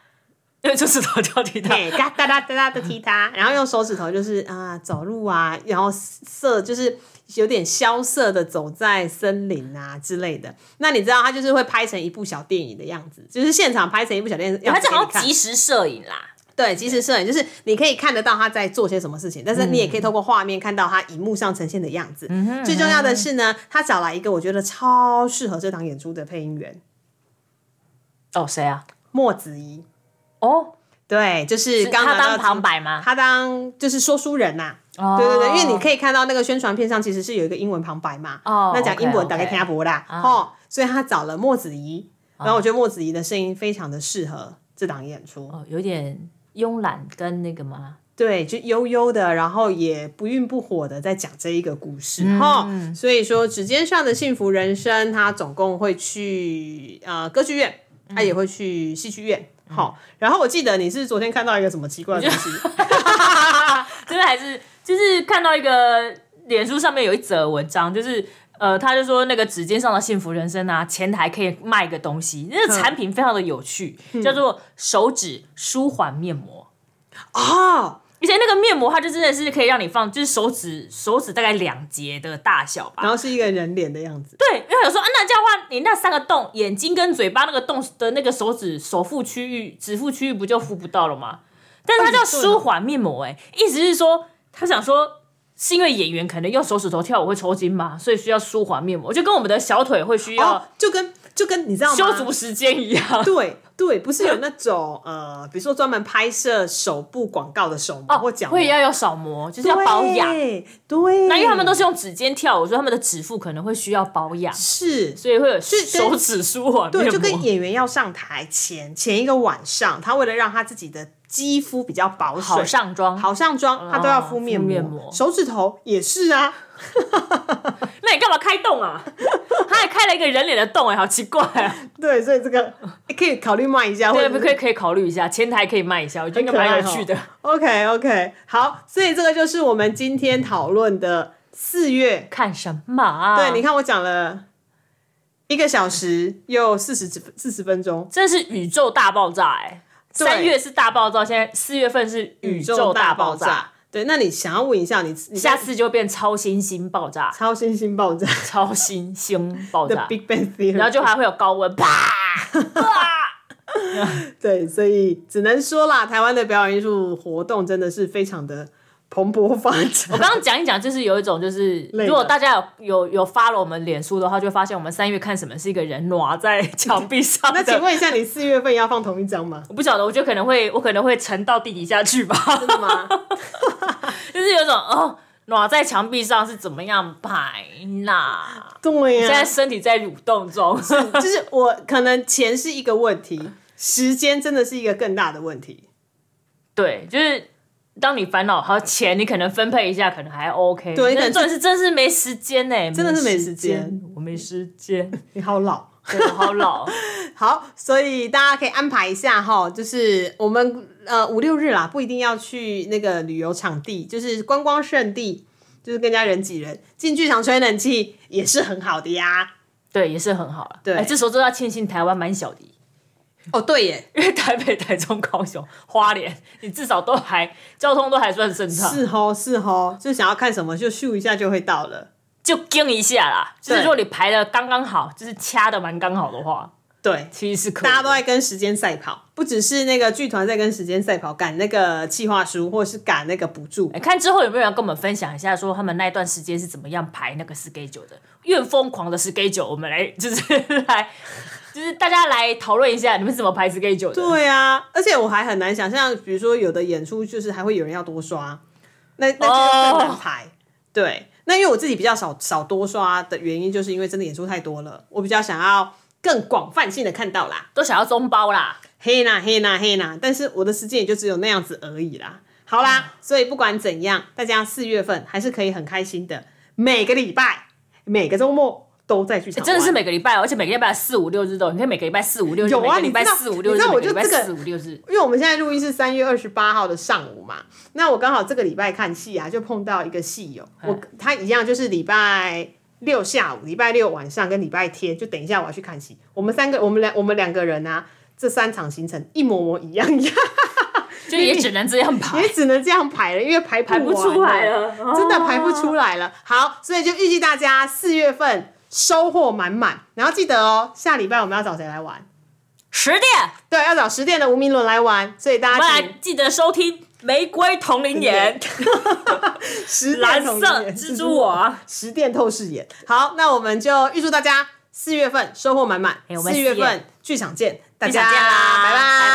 S2: 因为就是头跳踢踏，
S1: 嘿，哒哒哒哒哒的踢踏，然后用手指头就是啊、走路啊，然后色就是有点萧瑟的走在森林啊之类的。那你知道他就是会拍成一部小电影的样子，就是现场拍成一部小电影的样
S2: 它
S1: 子
S2: 这
S1: 给你看。
S2: 好像即时摄影啦，
S1: 对，即时摄影就是你可以看得到他在做些什么事情，但是你也
S2: 嗯
S1: 可以透过画面看到他荧幕上呈现的样子。最重
S2: 嗯
S1: 要的是呢，他找来一个我觉得超适合这档演出的配音员
S2: 哦，谁啊？
S1: 莫子仪。
S2: 哦，
S1: 对，就是
S2: 是
S1: 刚
S2: 他
S1: 拿到
S2: 当旁
S1: 金
S2: 白吗
S1: 他当就是说书人呐、
S2: 哦
S1: 对对对，因为你可以看到那个宣传片上其实是有一个英文旁白嘛，
S2: 哦啊
S1: 那讲英文
S2: OK，OK
S1: 大概听不啦，哦，所以他找了莫子仪，
S2: 啊
S1: 然后我觉得莫子仪的声音非常的适合这档演出。
S2: 哦，有点慵懒跟那个嘛，
S1: 对，就悠悠的，然后也不愠不火的在讲这一个故事
S2: 嗯
S1: 哈、所以说，《指尖上的幸福人生》，它总共会去呃歌剧院，
S2: 嗯
S1: 它也会去戏剧院。好、然后我记得你是昨天看到一个什么奇怪的东西，
S2: 嗯就是还是就是看到一个脸书上面有一则文章，就是。呃，他就说那个指尖上的幸福人生啊，前台可以卖一个东
S1: 嗯
S2: 西，那个产品非常的有趣，叫做手指舒缓面膜。
S1: 哦，
S2: 而且那个面膜，它就真的是可以让你放，就是手指手指大概两节的大小吧
S1: 然。后是一个人脸的样子，
S2: 对，因为有时候啊，那这样的话，你那三个洞，眼睛跟嘴巴那个洞的那个手指手腹区域、指腹区域不就敷不到了吗？但
S1: 哦
S2: 是它叫
S1: 啊
S2: 舒缓面膜、欸，意思是说，他想说是因为演员可能用手指头跳舞会抽筋嘛，所以需要舒缓面膜，就跟我们的小腿会需
S1: 哦
S2: 要，
S1: 就跟就跟你知道吗？
S2: 修足时间一样。
S1: 对对，不是有那种呃，比如说专门拍摄手部广告的手模或脚模，
S2: 哦会要有手膜，就是要保养。
S1: 对，对，
S2: 那因为他们都是用指尖跳舞，所以他们的指腹可能会需要保养，
S1: 是
S2: 所以会有
S1: 是跟
S2: 手指舒缓面
S1: 对，
S2: 膜。
S1: 就跟演员要上台前前一个晚上，他为了让他自己的肌肤比较保水、
S2: 好上妆，
S1: 好上妆，他都要敷面膜，
S2: 敷面膜
S1: 手指头也是啊。
S2: 那你干嘛开洞 啊？他还开了一个人脸的洞哎、好奇怪啊！
S1: 对，所以这个可以考虑卖一下，
S2: 对，
S1: 或者
S2: 不
S1: 是
S2: 可以可以考虑一下，前台可以卖一下，我觉得应该蛮有趣的。
S1: OK OK，好，所以这个就是我们今天讨论的四月。
S2: 看什么、啊？
S1: 对，你，看我讲了一个小时又四十四十分钟，
S2: 真是宇宙大爆炸哎、
S1: 对
S2: 三月是大爆炸，现在四月份是宇宙大爆炸，。
S1: 对，那你想要问一下你，你
S2: 下次就变超新星爆炸，
S1: 超新星爆炸
S2: 超新星爆
S1: 的
S2: 炸，
S1: Big Bang Theory，
S2: 啊然后就还会有高温，啪！
S1: 对，所以只能说啦，台湾的表演艺术活动真的是非常的蓬勃发
S2: 我
S1: 展。
S2: 刚刚讲一讲，就是有一种就是，
S1: 累了
S2: 如果大家有有有发了我们脸书的话，就会发现我们三月看什么是一个人挪在墙壁上
S1: 那
S2: 的
S1: 请问一下，你四月份要放同一张吗？
S2: 我不晓得，我觉得可能会，我可能会沉到地底下去吧，
S1: 真的吗？
S2: 就是有一种哦，暖在墙壁上是怎么样拍啦？
S1: 对呀、
S2: 现在身体在蠕动中，
S1: 就是我可能钱是一个问题，时间真的是一个更大的问题。
S2: 对，就是当你烦恼好钱，你可能分配一下，可能还 OK。
S1: 对可
S2: 但是
S1: 能
S2: 重点是真是没时间呢、
S1: 真的是没时间
S2: 间，我没时间，
S1: 你好老，
S2: 对我好老，
S1: 好，所以大家可以安排一下哈，就是我们呃五六日啦，不一定要去那个旅游场地，就是观光胜地，就是更加人挤人，进剧场吹冷气也是很好的呀。
S2: 对，也是很好了。
S1: 对
S2: 哎这时候就要庆幸台湾蛮小的。
S1: 哦，对耶，
S2: 因为台北、台中、高雄、花莲，你至少都还交通都还算顺畅，
S1: 是吼是吼，就想要看什么就咻一下就会到了。
S2: 就跟一下啦。就是
S1: 对
S2: 如果你排的刚刚好，就是掐的蛮刚好的话，
S1: 对，
S2: 其实是可以
S1: 大家都在跟时间赛跑，不只是那个剧团在跟时间赛跑，赶那个企划书，或者是赶那个补助
S2: 哎。看之后有没有人跟我们分享一下，说他们那一段时间是怎么样排那个 schedule 的？越疯狂的 schedule，我们来就是 来，就是大家来讨论一下，你们是怎么排 schedule 的？
S1: 对啊，而且我还很难想象，比如说有的演出就是还会有人要多刷，那那这
S2: 哦
S1: 就更难排。对，那因为我自己比较少少多刷的原因，就是因为真的演出太多了，我比较想要更广泛性的看到啦。
S2: 都想要中包啦，
S1: 嘿啦嘿啦嘿啦，但是我的时间也就只有那样子而已啦。好
S2: 嗯
S1: 啦，所以不管怎样，大家四月份还是可以很开心的，每个礼拜、每个周末都在剧场、
S2: 欸
S1: 玩
S2: 真的是每个礼拜哦，而且每个礼拜四五六日都有，你可以每个礼拜四五六日，
S1: 有啊
S2: 每个礼拜
S1: 你知道
S2: 四五六日，
S1: 你知道我就
S2: 每个礼
S1: 这
S2: 拜
S1: 个
S2: 四五六日，
S1: 因为我们现在录音是三月二十八号的上午嘛，那我刚好这个礼拜看戏啊，就碰到一个戏友，我他一样就是礼拜六下午、礼拜六晚上跟礼拜天，就等一下我要去看戏。我们三个，我们两我们两个人啊，这三场行程一模模一样一样，
S2: 就也只能这样排
S1: 也，只能这样排了，因为排
S2: 排不
S1: 完
S2: 出来了，
S1: 真的排不出来了。好，所以就预计大家四月份收获满满，然后记得哦，下礼拜我们要找谁来玩？
S2: 十点，
S1: 对，要找十店的吴明伦来玩，所以大
S2: 我们
S1: 家
S2: 来
S1: 请
S2: 记得收听《玫瑰同龄眼》
S1: 十
S2: 蓝
S1: 店同
S2: 色
S1: 眼
S2: 蜘蛛网。
S1: 十店透视眼。好，那我们就预祝大家四月份收获满满
S2: 哎，我们
S1: 四月
S2: 四月
S1: 份剧场见，大
S2: 剧场见
S1: 家
S2: 啦
S1: 拜拜。